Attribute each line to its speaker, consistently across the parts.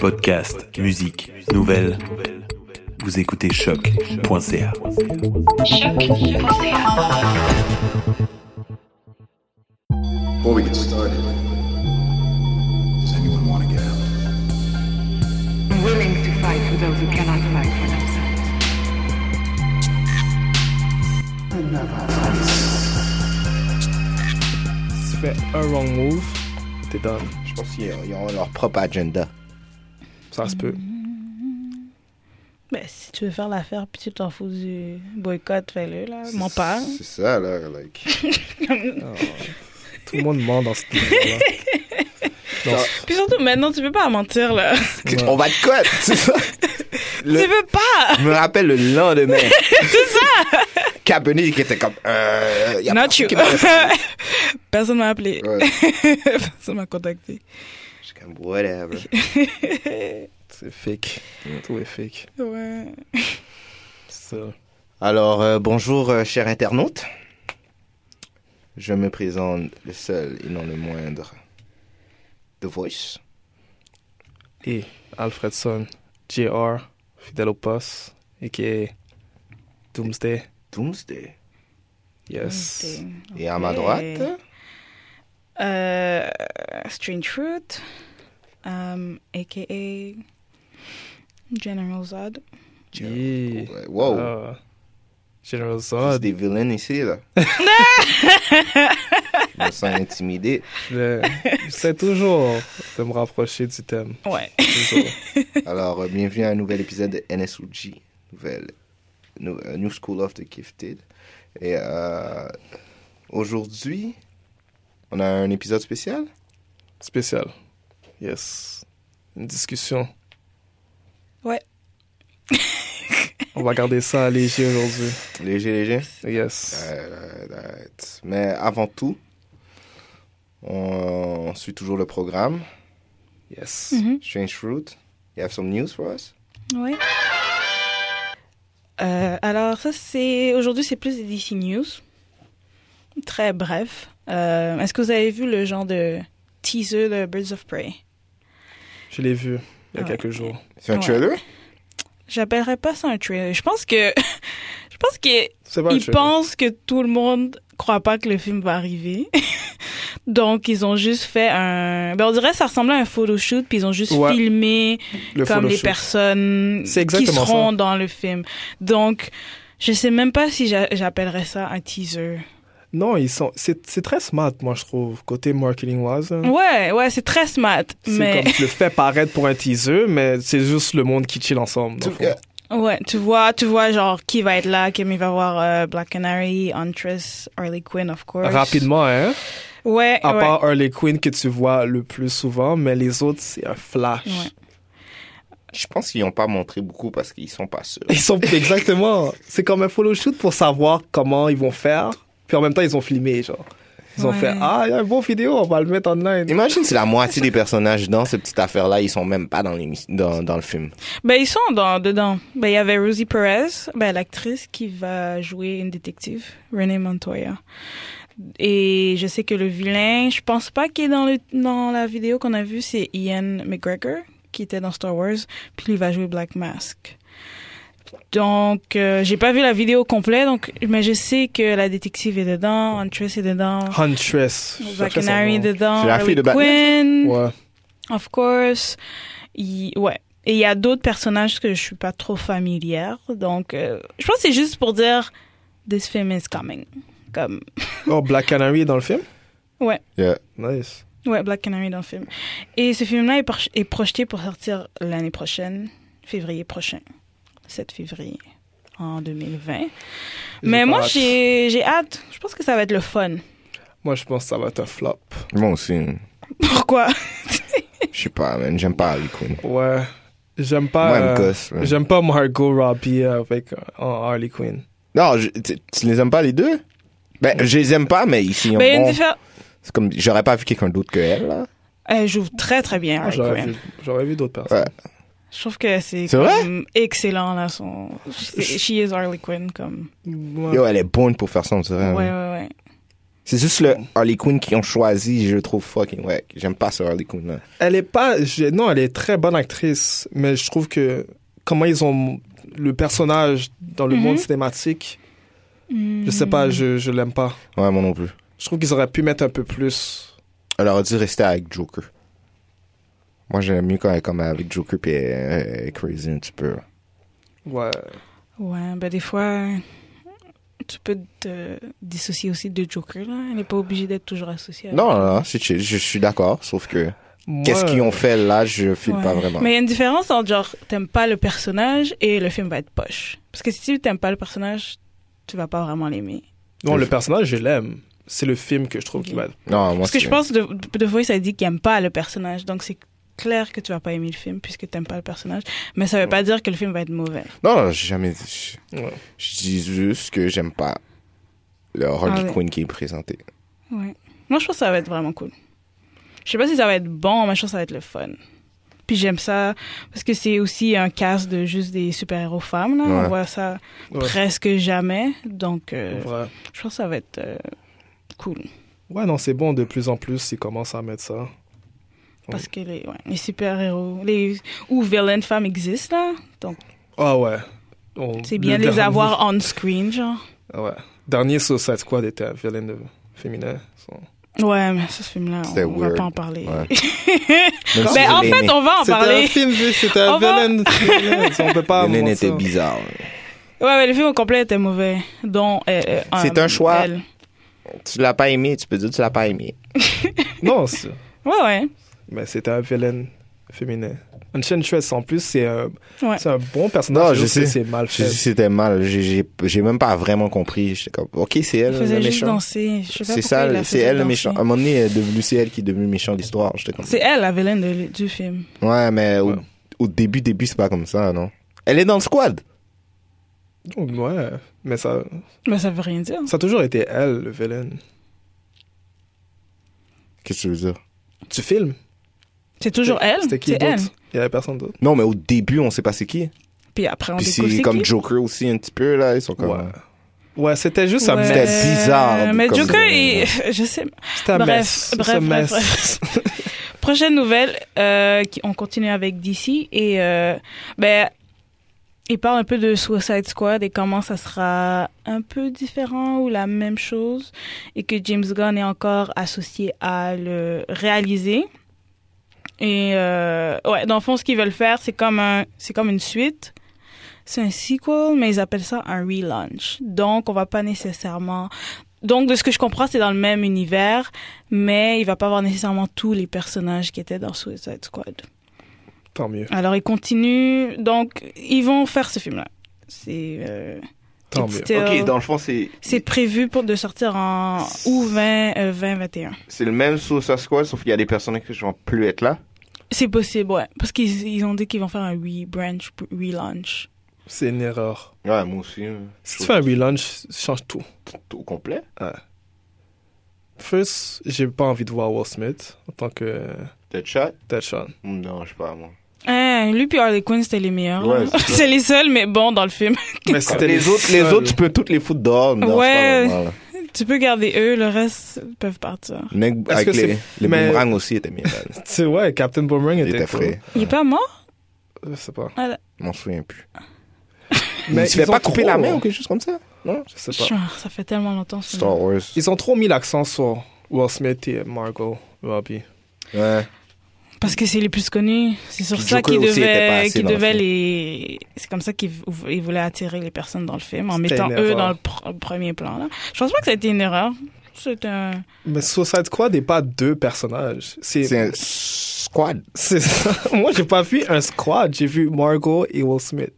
Speaker 1: Podcast, musique, nouvelles. Vous écoutez choc.ca.
Speaker 2: Before we get started, does anyone want to get out?
Speaker 3: willing to fight for those who cannot fight for themselves.
Speaker 4: tu fais un wrong move, t'es done.
Speaker 5: Je pense qu'ils ils ont leur propre agenda.
Speaker 4: Ça se peut.
Speaker 6: Ben, si tu veux faire l'affaire, puis tu t'en fous du boycott, fais-le, là. Mon père.
Speaker 2: C'est ça, là. Like,
Speaker 4: Tout le monde ment dans ce livre-là. Dans ce-
Speaker 6: Puis surtout, maintenant, tu peux pas mentir, là.
Speaker 4: Ouais.
Speaker 5: On va te cote, c'est ça. Le-
Speaker 6: Tu peux pas!
Speaker 5: Je me rappelle le lendemain. c'est ça. Kaepernick était comme. Euh, y a
Speaker 6: Not
Speaker 5: personne
Speaker 6: you.
Speaker 5: qui m'a-
Speaker 6: Personne m'a appelé.
Speaker 2: ouais.
Speaker 6: Personne m'a contacté.
Speaker 5: Je suis comme whatever.
Speaker 4: C'est fake. Tout est fake.
Speaker 6: Ouais.
Speaker 4: C'est ça.
Speaker 5: Alors euh, bonjour euh, chers internautes. Je me présente le seul et non le moindre. The Voice.
Speaker 4: Et Alfredson, JR, fidèle au poste, et qui est Doomsday.
Speaker 5: Doomsday.
Speaker 4: Yes.
Speaker 5: Et à ma
Speaker 6: Ok.
Speaker 5: droite.
Speaker 6: Euh, Strange Fruit, um, a.k.a. General Zod.
Speaker 4: Yeah.
Speaker 5: Ouais, Wow.
Speaker 4: Ah. General
Speaker 5: C'est
Speaker 4: Zod.
Speaker 5: des vilains ici là. Je me sens intimidé.
Speaker 4: Je- J'essaie toujours de me rapprocher du thème.
Speaker 6: Ouais.
Speaker 4: Toujours.
Speaker 5: Alors, euh, bienvenue à un nouvel épisode de NSOG, nouvelle, nou- euh, New School of the Gifted. Et euh, aujourd'hui, on a un épisode spécial.
Speaker 4: Spécial. Yes. Une discussion.
Speaker 6: Ouais.
Speaker 4: On va garder ça à léger aujourd'hui.
Speaker 5: Léger, léger.
Speaker 4: Yes.
Speaker 5: Euh, euh, Mais avant tout, on, on suit toujours le programme.
Speaker 4: Yes.
Speaker 6: Mhm.
Speaker 5: Strange Fruit, you have some news for us?
Speaker 6: Ouais. Euh, alors ça c'est aujourd'hui c'est plus des DC News. Très bref. Euh, Est-ce que vous avez vu le genre de teaser de Birds of Prey
Speaker 4: Je l'ai vu il y a
Speaker 6: Ouais.
Speaker 4: quelques jours.
Speaker 5: C'est un
Speaker 6: Ouais.
Speaker 5: trailer?
Speaker 6: J'appellerais pas ça un trailer. Je pense que je pense que
Speaker 4: C'est pas un
Speaker 6: ils
Speaker 4: trailer.
Speaker 6: pensent que tout le monde croit pas que le film va arriver. Donc ils ont juste fait un ben on dirait que ça ressemblait à un photoshoot puis ils ont juste
Speaker 4: Ouais.
Speaker 6: filmé
Speaker 4: Le
Speaker 6: comme les
Speaker 4: photoshoot.
Speaker 6: personnes
Speaker 4: C'est
Speaker 6: qui
Speaker 4: exactement
Speaker 6: seront dans le film. Donc, je sais même pas si j'a- j'appellerais ça un teaser.
Speaker 4: Non, ils sont. C'est c'est très smart, moi, je trouve, côté marketing-wise. hein.
Speaker 6: Ouais, ouais, c'est très smart,
Speaker 4: C'est
Speaker 6: Mm. mais
Speaker 4: comme tu le fais paraître pour un teaser, mais c'est juste le monde qui chill ensemble. dans le
Speaker 5: Tout-
Speaker 4: fond.
Speaker 5: euh,
Speaker 6: ouais, tu vois, tu vois genre qui va être là, qui va voir euh, Black Canary, Huntress, Harley Quinn of course.
Speaker 4: Rapidement, hein.
Speaker 6: Ouais,
Speaker 4: À
Speaker 6: ouais.
Speaker 4: part Harley Quinn que tu vois le plus souvent, mais les autres, c'est un flash.
Speaker 6: Ouais.
Speaker 5: Je pense qu'ils n'ont pas montré beaucoup parce qu'ils sont pas sûrs.
Speaker 4: Ils sont exactement. C'est comme un follow shoot pour savoir comment ils vont faire. Puis en même temps, ils ont filmé, genre. Ils ont
Speaker 6: Ouais.
Speaker 4: fait ah, il y a un bon vidéo, on va le mettre en ligne.
Speaker 5: Imagine si la moitié des personnages dans cette petite affaire-là, ils sont même pas dans, l'émission- dans, dans le film.
Speaker 6: Ben ils sont dans dedans. Ben il y avait Rosie Perez, ben l'actrice qui va jouer une détective, Renee Montoya. Et je sais que le vilain, je pense pas qu'il est dans le dans la vidéo qu'on a vue, c'est Ian McGregor qui était dans Star Wars, puis il va jouer Black Mask. Donc euh, j'ai pas vu la vidéo complète donc mais je sais que la détective est dedans, Huntress est dedans,
Speaker 5: Ah,
Speaker 4: Huntress.
Speaker 6: Black
Speaker 4: J'appelais son
Speaker 6: Canary est
Speaker 4: nom.
Speaker 6: dedans,
Speaker 5: C'est la fille de
Speaker 6: Harley Quinn.
Speaker 4: Ouais.
Speaker 6: Of course. Il- ouais. Et il y a d'autres personnages que je suis pas trop familière. Donc, euh, je pense que c'est juste pour dire This film is coming. Comme,
Speaker 4: Oh, Black Canary est dans le film?
Speaker 6: Ouais.
Speaker 5: Yeah.
Speaker 4: Nice.
Speaker 6: ouais, Black Canary dans le film. Et ce film-là est, proche- est projeté pour sortir l'année prochaine, février prochain, 7 février en 2020. Mais
Speaker 4: pas
Speaker 6: moi,
Speaker 4: hâte.
Speaker 6: j'ai j'ai hâte. Je pense que ça va être le fun.
Speaker 4: Moi, je pense que ça va être un flop.
Speaker 5: Moi aussi.
Speaker 6: Pourquoi?
Speaker 5: Je sais pas, man. J'aime pas Harley Quinn.
Speaker 4: Ouais. J'aime pas.
Speaker 5: Moi, elle me
Speaker 4: euh,
Speaker 5: gosse, ouais.
Speaker 4: J'aime pas Margot Robbie avec euh, en Harley Quinn.
Speaker 5: Non, je- tu, tu les aimes pas les deux? Ben, je les aime pas, mais ici,
Speaker 6: Mais il y a une
Speaker 5: bon,
Speaker 6: différence.
Speaker 5: c'est comme, j'aurais pas vu quelqu'un d'autre que elle, là.
Speaker 6: Elle joue très très bien.
Speaker 4: Moi,
Speaker 6: Harley
Speaker 4: Ah, J'aurais
Speaker 6: Quinn.
Speaker 4: vu, j'aurais vu d'autres personnes.
Speaker 6: Je trouve que c'est
Speaker 5: C'est
Speaker 6: comme excellent là son she she is Harley Quinn comme
Speaker 4: Ouais.
Speaker 5: Yo, elle est bonne pour faire ça, on dirait.
Speaker 6: ouais ouais
Speaker 5: hein.
Speaker 6: ouais.
Speaker 5: C'est juste le Harley Quinn qu'ils ont choisi, je trouve fucking ouais. J'aime pas ce Harley Quinn là.
Speaker 4: Elle est pas. je- non, elle est très bonne actrice, mais je trouve que comment ils ont le personnage dans le
Speaker 6: Mhm.
Speaker 4: monde cinématique,
Speaker 6: Mm.
Speaker 4: je sais pas, je, je l'aime pas.
Speaker 5: Ouais, moi non plus.
Speaker 4: Je trouve qu'ils auraient pu mettre un peu plus.
Speaker 5: Elle aurait dû rester avec Joker. Moi, j'aime mieux quand elle est comme avec Joker puis elle- elle est crazy un petit peu.
Speaker 4: Ouais.
Speaker 6: Ouais, ben des fois, tu peux te dissocier aussi de Joker, là. Elle n'est pas obligée d'être toujours associée à
Speaker 5: Non, non, non, c'est chill. Je suis d'accord, sauf que
Speaker 4: Moi,
Speaker 5: qu'est-ce qu'ils ont fait là, je file
Speaker 6: Ouais.
Speaker 5: pas vraiment.
Speaker 6: Mais il y a une différence entre genre, t'aimes pas le personnage et le film va être poche. Parce que si tu t'aimes pas le personnage, tu vas pas vraiment l'aimer.
Speaker 4: Non, le personnage, je l'aime. C'est le film que je trouve qui va.
Speaker 5: Non, moi,
Speaker 6: Parce que
Speaker 5: c'est-
Speaker 6: je pense de, de, de fois, ça dit qu'il aime pas le personnage. Donc c'est clair que tu vas pas aimer le film puisque t'aimes pas le personnage. Mais ça veut pas dire que le film va être mauvais.
Speaker 5: Non, non, j'ai jamais dit. Je,
Speaker 4: Ouais.
Speaker 5: je dis juste que j'aime pas le Harley
Speaker 6: Ah ouais.
Speaker 5: Quinn qui est présenté.
Speaker 6: Ouais. Moi, je pense que ça va être vraiment cool. Je sais pas si ça va être bon, mais je pense que ça va être le fun. Puis j'aime ça parce que c'est aussi un cast de juste des super-héros femmes. Là.
Speaker 5: Ouais.
Speaker 6: On voit ça
Speaker 4: Ouais.
Speaker 6: presque jamais. Donc euh,
Speaker 4: Ouais.
Speaker 6: je pense que ça va être euh, cool.
Speaker 4: Ouais, non, c'est bon. De plus en plus, ils commencent à mettre ça.
Speaker 6: Parce que les, ouais, les super-héros les, ou villains femmes existent là. Donc
Speaker 4: Ah ouais. On-
Speaker 6: c'est bien
Speaker 4: le
Speaker 6: de les
Speaker 4: dernier-
Speaker 6: avoir on-screen, genre.
Speaker 4: Ah ouais. Dernier Suicide Squad était un violin de féminin.
Speaker 6: Oh,
Speaker 4: so.
Speaker 6: Ouais, mais ça, ce film-là,
Speaker 5: C'était
Speaker 6: on, on va
Speaker 5: weird.
Speaker 6: pas en parler.
Speaker 5: Ouais.
Speaker 6: Ben, en fait, on va en
Speaker 4: C'était un
Speaker 6: parler.
Speaker 4: film, c'était un
Speaker 6: On va-
Speaker 4: violin de féminin. so On peut
Speaker 6: Ah,
Speaker 4: pas.
Speaker 5: Le nain
Speaker 4: mentir.
Speaker 5: était bizarre.
Speaker 6: Ouais, mais le film au complet était mauvais. Dont, euh, euh,
Speaker 5: C'est un choix.
Speaker 6: elle.
Speaker 5: Tu l'as pas aimé, tu peux dire que tu l'as pas aimé.
Speaker 4: Non, c'est-
Speaker 6: Ouais, ouais.
Speaker 4: mais c'était un violin féminin. Enchantress, en plus, c'est un,
Speaker 6: Ouais.
Speaker 4: c'est un bon personnage.
Speaker 5: Non, je
Speaker 4: juste que
Speaker 5: sais.
Speaker 4: C'est mal
Speaker 5: J'ai
Speaker 4: fait.
Speaker 5: dit que c'était mal. J'ai- J'ai j'ai même pas vraiment compris. J'étais comme, ok, c'est elle
Speaker 6: Il
Speaker 5: le
Speaker 6: faisait juste
Speaker 5: méchant.
Speaker 6: danser. Je sais pas
Speaker 5: Euh, C'est
Speaker 6: pourquoi il
Speaker 5: ça,
Speaker 6: la
Speaker 5: c'est
Speaker 6: faisait
Speaker 5: elle le
Speaker 6: danser.
Speaker 5: méchant. À un moment donné, elle est devenue- c'est elle qui est devenue méchant de l'histoire. J'étais comme,
Speaker 6: C'est elle la vilaine de- du film.
Speaker 5: ouais, mais au,
Speaker 4: Ouais.
Speaker 5: au début, début, c'est pas comme ça, non? Elle est dans le squad.
Speaker 4: Ouais, mais ça,
Speaker 6: Mais ça veut rien dire.
Speaker 4: ça a toujours été elle, le villain.
Speaker 5: Qu'est-ce que tu veux dire?
Speaker 4: Du film.
Speaker 6: C'est toujours elle.
Speaker 4: C'était qui
Speaker 6: C'est elle.
Speaker 4: d'autre Il y avait personne d'autre.
Speaker 5: Non, mais au début, on sait pas c'est qui.
Speaker 6: Puis après, on
Speaker 5: Puis
Speaker 6: découvre
Speaker 5: c'est
Speaker 6: c'est
Speaker 5: comme
Speaker 6: qui.
Speaker 5: Joker aussi, un petit peu, là. Ils sont comme.
Speaker 4: Ouais. Ouais, c'était juste un
Speaker 6: Ouais.
Speaker 4: mess.
Speaker 5: C'était bizarre,
Speaker 6: Mais
Speaker 5: comme-
Speaker 6: Joker, il- je sais.
Speaker 4: C'était un
Speaker 6: Bref,
Speaker 4: mess.
Speaker 6: bref,
Speaker 4: C'est un
Speaker 6: bref,
Speaker 4: mess.
Speaker 6: Prochaine nouvelle, euh, qui- on continue avec DC et euh, ben il parle un peu de Suicide Squad et comment ça sera un peu différent ou la même chose et que James Gunn est encore associé à le réaliser. Et euh, ouais, dans le fond, ce qu'ils veulent faire, c'est comme un, c'est comme une suite. C'est un sequel, mais ils appellent ça un relaunch. Donc, on va pas nécessairement. Donc, de ce que je comprends, c'est dans le même univers, mais il va pas avoir nécessairement tous les personnages qui étaient dans Suicide Squad.
Speaker 4: Tant mieux.
Speaker 6: Alors, ils continuent. Donc, ils vont faire ce film-là. C'est euh,
Speaker 4: Tant
Speaker 6: it's
Speaker 4: mieux.
Speaker 6: still-
Speaker 5: le fond, c'est.
Speaker 6: c'est prévu pour de sortir en août 20, euh, 2021.
Speaker 5: C'est le même Suicide Squad, sauf qu'il y a des personnages qui vont plus être là.
Speaker 6: C'est possible, ouais. Parce qu'ils ils ont dit qu'ils vont faire un rebranch, relaunch.
Speaker 4: C'est une erreur.
Speaker 5: Ouais, moi aussi. euh, je
Speaker 4: Si tu fais un relaunch, change tout.
Speaker 5: trouve tout complet.
Speaker 4: First, j'ai pas envie de voir Will Smith en tant que
Speaker 5: Deadshot?
Speaker 4: Deadshot.
Speaker 5: Mmh, Non, je sais pas, moi.
Speaker 6: Hein, lui puis Harley Quinn, c'était les meilleurs.
Speaker 5: Ouais,
Speaker 6: hein.
Speaker 5: c'est ça.
Speaker 6: c'est les seuls, mais bon, dans le film.
Speaker 4: Mais c'était
Speaker 5: les autres, les
Speaker 4: seuls.
Speaker 5: autres, tu peux toutes les foutre dehors. mais non,
Speaker 6: Ouais.
Speaker 5: c'est pas normal.
Speaker 6: Tu peux garder eux, le reste ils peuvent partir.
Speaker 5: Le mec
Speaker 4: Est-ce
Speaker 5: avec
Speaker 4: que
Speaker 5: les,
Speaker 4: c'est-
Speaker 5: les
Speaker 4: mais-
Speaker 5: boomerangs aussi était bien. là.
Speaker 4: Tu sais, ouais, Captain Boomerang
Speaker 5: Il
Speaker 4: était,
Speaker 5: était
Speaker 4: cool.
Speaker 5: frais.
Speaker 6: Il est pas mort
Speaker 4: Je sais pas.
Speaker 5: Je m'en souviens plus.
Speaker 4: Mais
Speaker 5: Mais tu fais
Speaker 4: ils ont
Speaker 5: pas couper
Speaker 4: trop-
Speaker 5: la main ou quelque chose comme ça? Non?
Speaker 4: Je sais pas.
Speaker 6: Chouin, Ça fait tellement longtemps. ce film.
Speaker 5: Star Wars.
Speaker 4: Ils ont trop mis l'accent sur Will Smith et Margot Robbie.
Speaker 5: Ouais.
Speaker 6: Parce que c'est les plus connus. C'est sur
Speaker 5: Puis
Speaker 6: ça
Speaker 5: Joker
Speaker 6: qu'ils
Speaker 5: aussi était pas
Speaker 6: devaient,
Speaker 5: assez
Speaker 6: qu'ils
Speaker 5: dans le
Speaker 6: devaient
Speaker 5: film.
Speaker 6: les. C'est comme ça qu'ils vou- ils voulaient attirer les personnes dans le film en
Speaker 4: C'était
Speaker 6: mettant
Speaker 4: une
Speaker 6: eux
Speaker 4: erreur.
Speaker 6: dans le pr- premier plan. Là. Je pense pas que ça a été une erreur. C'est un.
Speaker 4: Mais Suicide Squad n'est pas deux personnages.
Speaker 5: C'est
Speaker 4: C'est.
Speaker 5: un squad.
Speaker 4: C'est ça. Moi, j'ai pas vu un squad. J'ai vu Margot et Will Smith.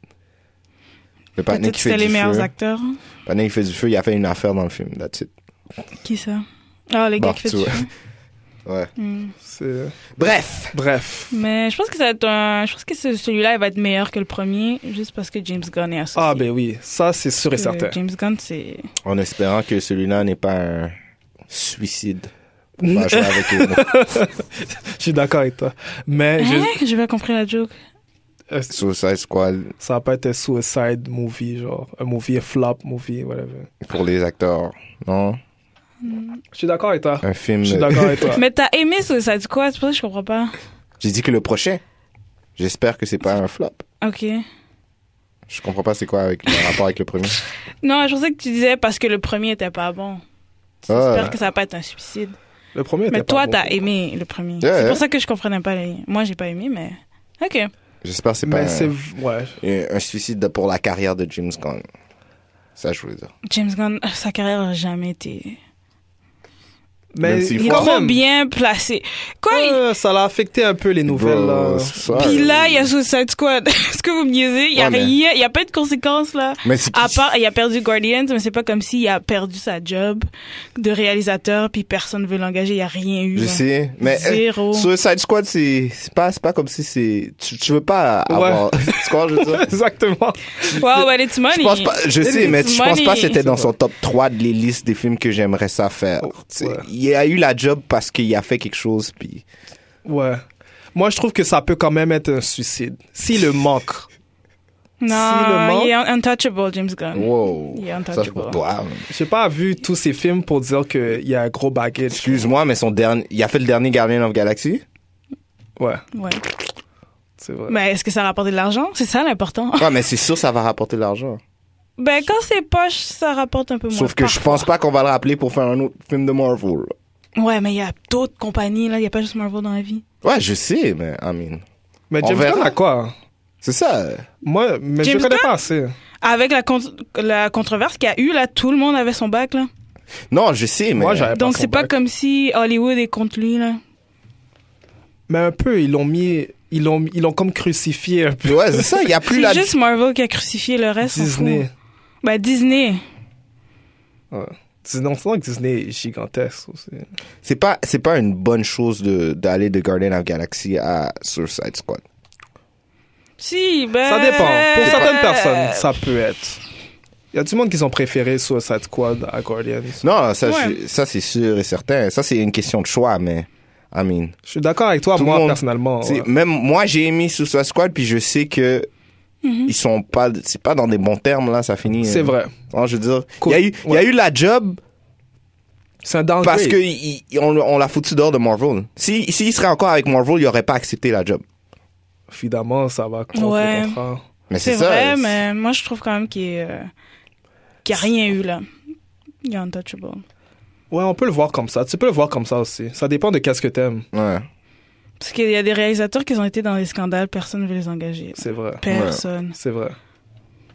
Speaker 5: Le patiné
Speaker 6: Peut-être
Speaker 5: qui
Speaker 6: que
Speaker 5: fait
Speaker 6: c'était
Speaker 5: du
Speaker 6: les meilleurs
Speaker 5: feu.
Speaker 6: acteurs.
Speaker 5: Le patiné qui fait du feu, il a fait une affaire dans le film. That's it.
Speaker 6: Qui ça Ah, les gars qui fait du
Speaker 5: Bartu.
Speaker 6: film.
Speaker 5: Ouais.
Speaker 6: Hmm.
Speaker 4: C'est.
Speaker 5: Bref.
Speaker 4: Bref.
Speaker 6: Mais je pense que ça va être un. Je pense que ce- celui-là il va être meilleur que le premier, juste parce que James Gunn est associé.
Speaker 4: Ah, ben oui. Ça, c'est sûr et
Speaker 6: Que
Speaker 4: certain.
Speaker 6: James Gunn, c'est.
Speaker 5: En espérant que celui-là n'est pas un suicide. Pour pas jouer avec les mots.
Speaker 4: Je suis d'accord avec toi. Mais je-
Speaker 6: Hein? J'ai pas compris la joke.
Speaker 4: euh,
Speaker 5: Suicide Squad
Speaker 4: ça va pas être un suicide movie, genre. Un movie, un flop movie, whatever.
Speaker 5: pour les acteurs. Non?
Speaker 4: Je suis d'accord avec toi.
Speaker 5: Un film.
Speaker 4: Je suis
Speaker 5: euh,
Speaker 4: d'accord avec toi.
Speaker 6: Mais t'as aimé ça, ça dit quoi? C'est pour ça que je comprends pas.
Speaker 5: J'ai dit que le prochain. J'espère que c'est pas un flop.
Speaker 6: Ok.
Speaker 5: Je comprends pas c'est quoi avec le rapport avec le premier.
Speaker 6: Non, je pensais que tu disais parce que le premier était pas bon.
Speaker 5: Ah.
Speaker 6: J'espère que ça va pas être un suicide.
Speaker 4: Le premier était
Speaker 6: Mais
Speaker 4: pas
Speaker 6: toi,
Speaker 4: bon.
Speaker 6: t'as aimé le premier.
Speaker 5: Ouais.
Speaker 6: C'est pour ça que je comprenais pas le lien. Moi, j'ai pas aimé, mais. Ok.
Speaker 5: J'espère que c'est pas
Speaker 4: Mais c'est.
Speaker 5: un,
Speaker 4: Ouais.
Speaker 5: un- un suicide de- pour la carrière de James Gunn. Ça, je voulais dire.
Speaker 6: James Gunn, euh, sa carrière n'a jamais été.
Speaker 4: Mais
Speaker 5: Même s'il
Speaker 6: Il est
Speaker 5: Quand
Speaker 6: trop bien placé. Quoi? il-
Speaker 4: Ouais, ça l'a affecté un peu les nouvelles.
Speaker 5: Bro,
Speaker 4: euh, là.
Speaker 5: sorry.
Speaker 6: Puis là, il y a Suicide Squad. Est-ce que vous me niaisez? Il y a
Speaker 5: Ah, euh, Ouais, mais-
Speaker 6: rien, il y a pas de conséquences, là.
Speaker 5: Mais c'est
Speaker 6: À part, il a perdu Guardians, mais c'est pas comme s'il a perdu sa job de réalisateur, puis personne veut l'engager, il n'y a rien eu.
Speaker 5: Je
Speaker 6: là.
Speaker 5: sais, mais euh,
Speaker 6: Zéro.
Speaker 5: Suicide Squad, c'est c'est pas, c'est pas comme si c'est. Tu, tu veux pas avoir. tu comprends, je veux dire?
Speaker 4: Exactement.
Speaker 6: Wow, well, it's money.
Speaker 5: Je pense pas, je sais, mais je pense
Speaker 6: Money.
Speaker 5: pas que c'était dans son top 3 de les listes des films que j'aimerais ça faire. Tu sais,
Speaker 4: ouais.
Speaker 5: Il a eu la job parce qu'il a fait quelque chose, puis
Speaker 4: Ouais. Moi, je trouve que ça peut quand même être un suicide. S'il le manque. Si le
Speaker 6: Non,
Speaker 4: manque-
Speaker 6: il est un- untouchable, James Gunn.
Speaker 5: wow.
Speaker 6: Il est
Speaker 5: Ça, je
Speaker 6: untouchable.
Speaker 5: wow.
Speaker 4: J'ai pas vu tous ces films pour dire qu'il y a un gros baggage.
Speaker 5: Excuse-moi, mais son dernier, il a fait le dernier Guardian of Galaxy.
Speaker 4: Ouais,
Speaker 6: Ouais.
Speaker 4: c'est vrai.
Speaker 6: Mais est-ce que ça rapporte de l'argent? C'est ça l'important.
Speaker 5: Ouais, mais c'est sûr, ça va rapporter de l'argent.
Speaker 6: ben, quand c'est poche, ça rapporte un peu moins.
Speaker 5: Sauf que je pense pas qu'on va le rappeler pour faire un autre film de Marvel.
Speaker 6: Ouais, mais il y a d'autres compagnies, là. Il n'y a pas juste Marvel dans la vie.
Speaker 5: Ouais, je sais, mais I mean,
Speaker 4: Mais
Speaker 5: On
Speaker 4: James
Speaker 5: verra.
Speaker 4: Gunn a quoi
Speaker 5: c'est ça.
Speaker 4: Moi, mais je
Speaker 6: James
Speaker 4: connais
Speaker 6: Gunn
Speaker 4: pas assez.
Speaker 6: Avec la, con- la controverse qu'il y a eu, là, tout le monde avait son bac, là.
Speaker 5: Non, je sais, mais
Speaker 4: Moi, j'avais pas
Speaker 6: Donc,
Speaker 4: son
Speaker 6: c'est pas
Speaker 4: bac.
Speaker 6: comme si Hollywood est contre lui, là.
Speaker 4: Mais un peu, ils l'ont mis. Ils l'ont, ils l'ont comme crucifié un peu.
Speaker 5: ouais, c'est ça. Il y a plus la.
Speaker 6: C'est juste Marvel qui a crucifié le reste. on
Speaker 4: Disney.
Speaker 6: fout. Bah, Disney.
Speaker 4: Ouais. Disney, on sent que Disney est gigantesque aussi.
Speaker 6: Euh,
Speaker 5: C'est pas, c'est pas une bonne chose de d'aller de Guardian of Galaxy à Suicide Squad.
Speaker 6: Si, ben.
Speaker 4: Ça dépend. Pour certaines personnes, ça peut être. Il y a du monde qui ont préféré Suicide Squad à Guardians.
Speaker 5: Non, ça,
Speaker 6: Ouais.
Speaker 5: je- ça c'est sûr et certain. Ça, c'est une question de choix, mais I mean.
Speaker 4: Je suis d'accord avec toi,
Speaker 5: Tout le
Speaker 4: moi,
Speaker 5: monde-
Speaker 4: personnellement.
Speaker 5: c'est-
Speaker 4: Oh, ouais.
Speaker 5: Même moi, j'ai aimé Suicide Squad, puis je sais que
Speaker 6: Mm-hmm.
Speaker 5: ils sont pas, c'est pas dans des bons termes là. Ça finit.
Speaker 4: C'est
Speaker 5: euh,
Speaker 4: vrai.
Speaker 5: non, je veux dire, il
Speaker 4: Cool.
Speaker 5: y a eu, il y a
Speaker 4: Ouais. Oh,
Speaker 5: eu la job
Speaker 4: C'est un downgrade.
Speaker 5: parce que il- il- on, on l'a foutu dehors de Marvel. Si, s'il serait encore avec Marvel, il aurait pas accepté la job.
Speaker 4: Évidemment, ça va contre
Speaker 6: Ouais.
Speaker 4: le contrat.
Speaker 5: Mais
Speaker 6: C'est
Speaker 5: c'est ça.
Speaker 6: vrai,
Speaker 5: c'est-
Speaker 6: mais moi, je trouve quand même qu'il est, euh, qu'il n'y a rien eu, là. Il est untouchable.
Speaker 4: Ouais, on peut le voir comme ça. Tu peux le voir comme ça aussi. Ça dépend de qu'est-ce que t'aimes.
Speaker 5: Ouais.
Speaker 6: Parce qu'il y a des réalisateurs qui ont été dans des scandales, personne ne veut les engager.
Speaker 4: C'est vrai.
Speaker 6: Personne.
Speaker 4: C'est vrai.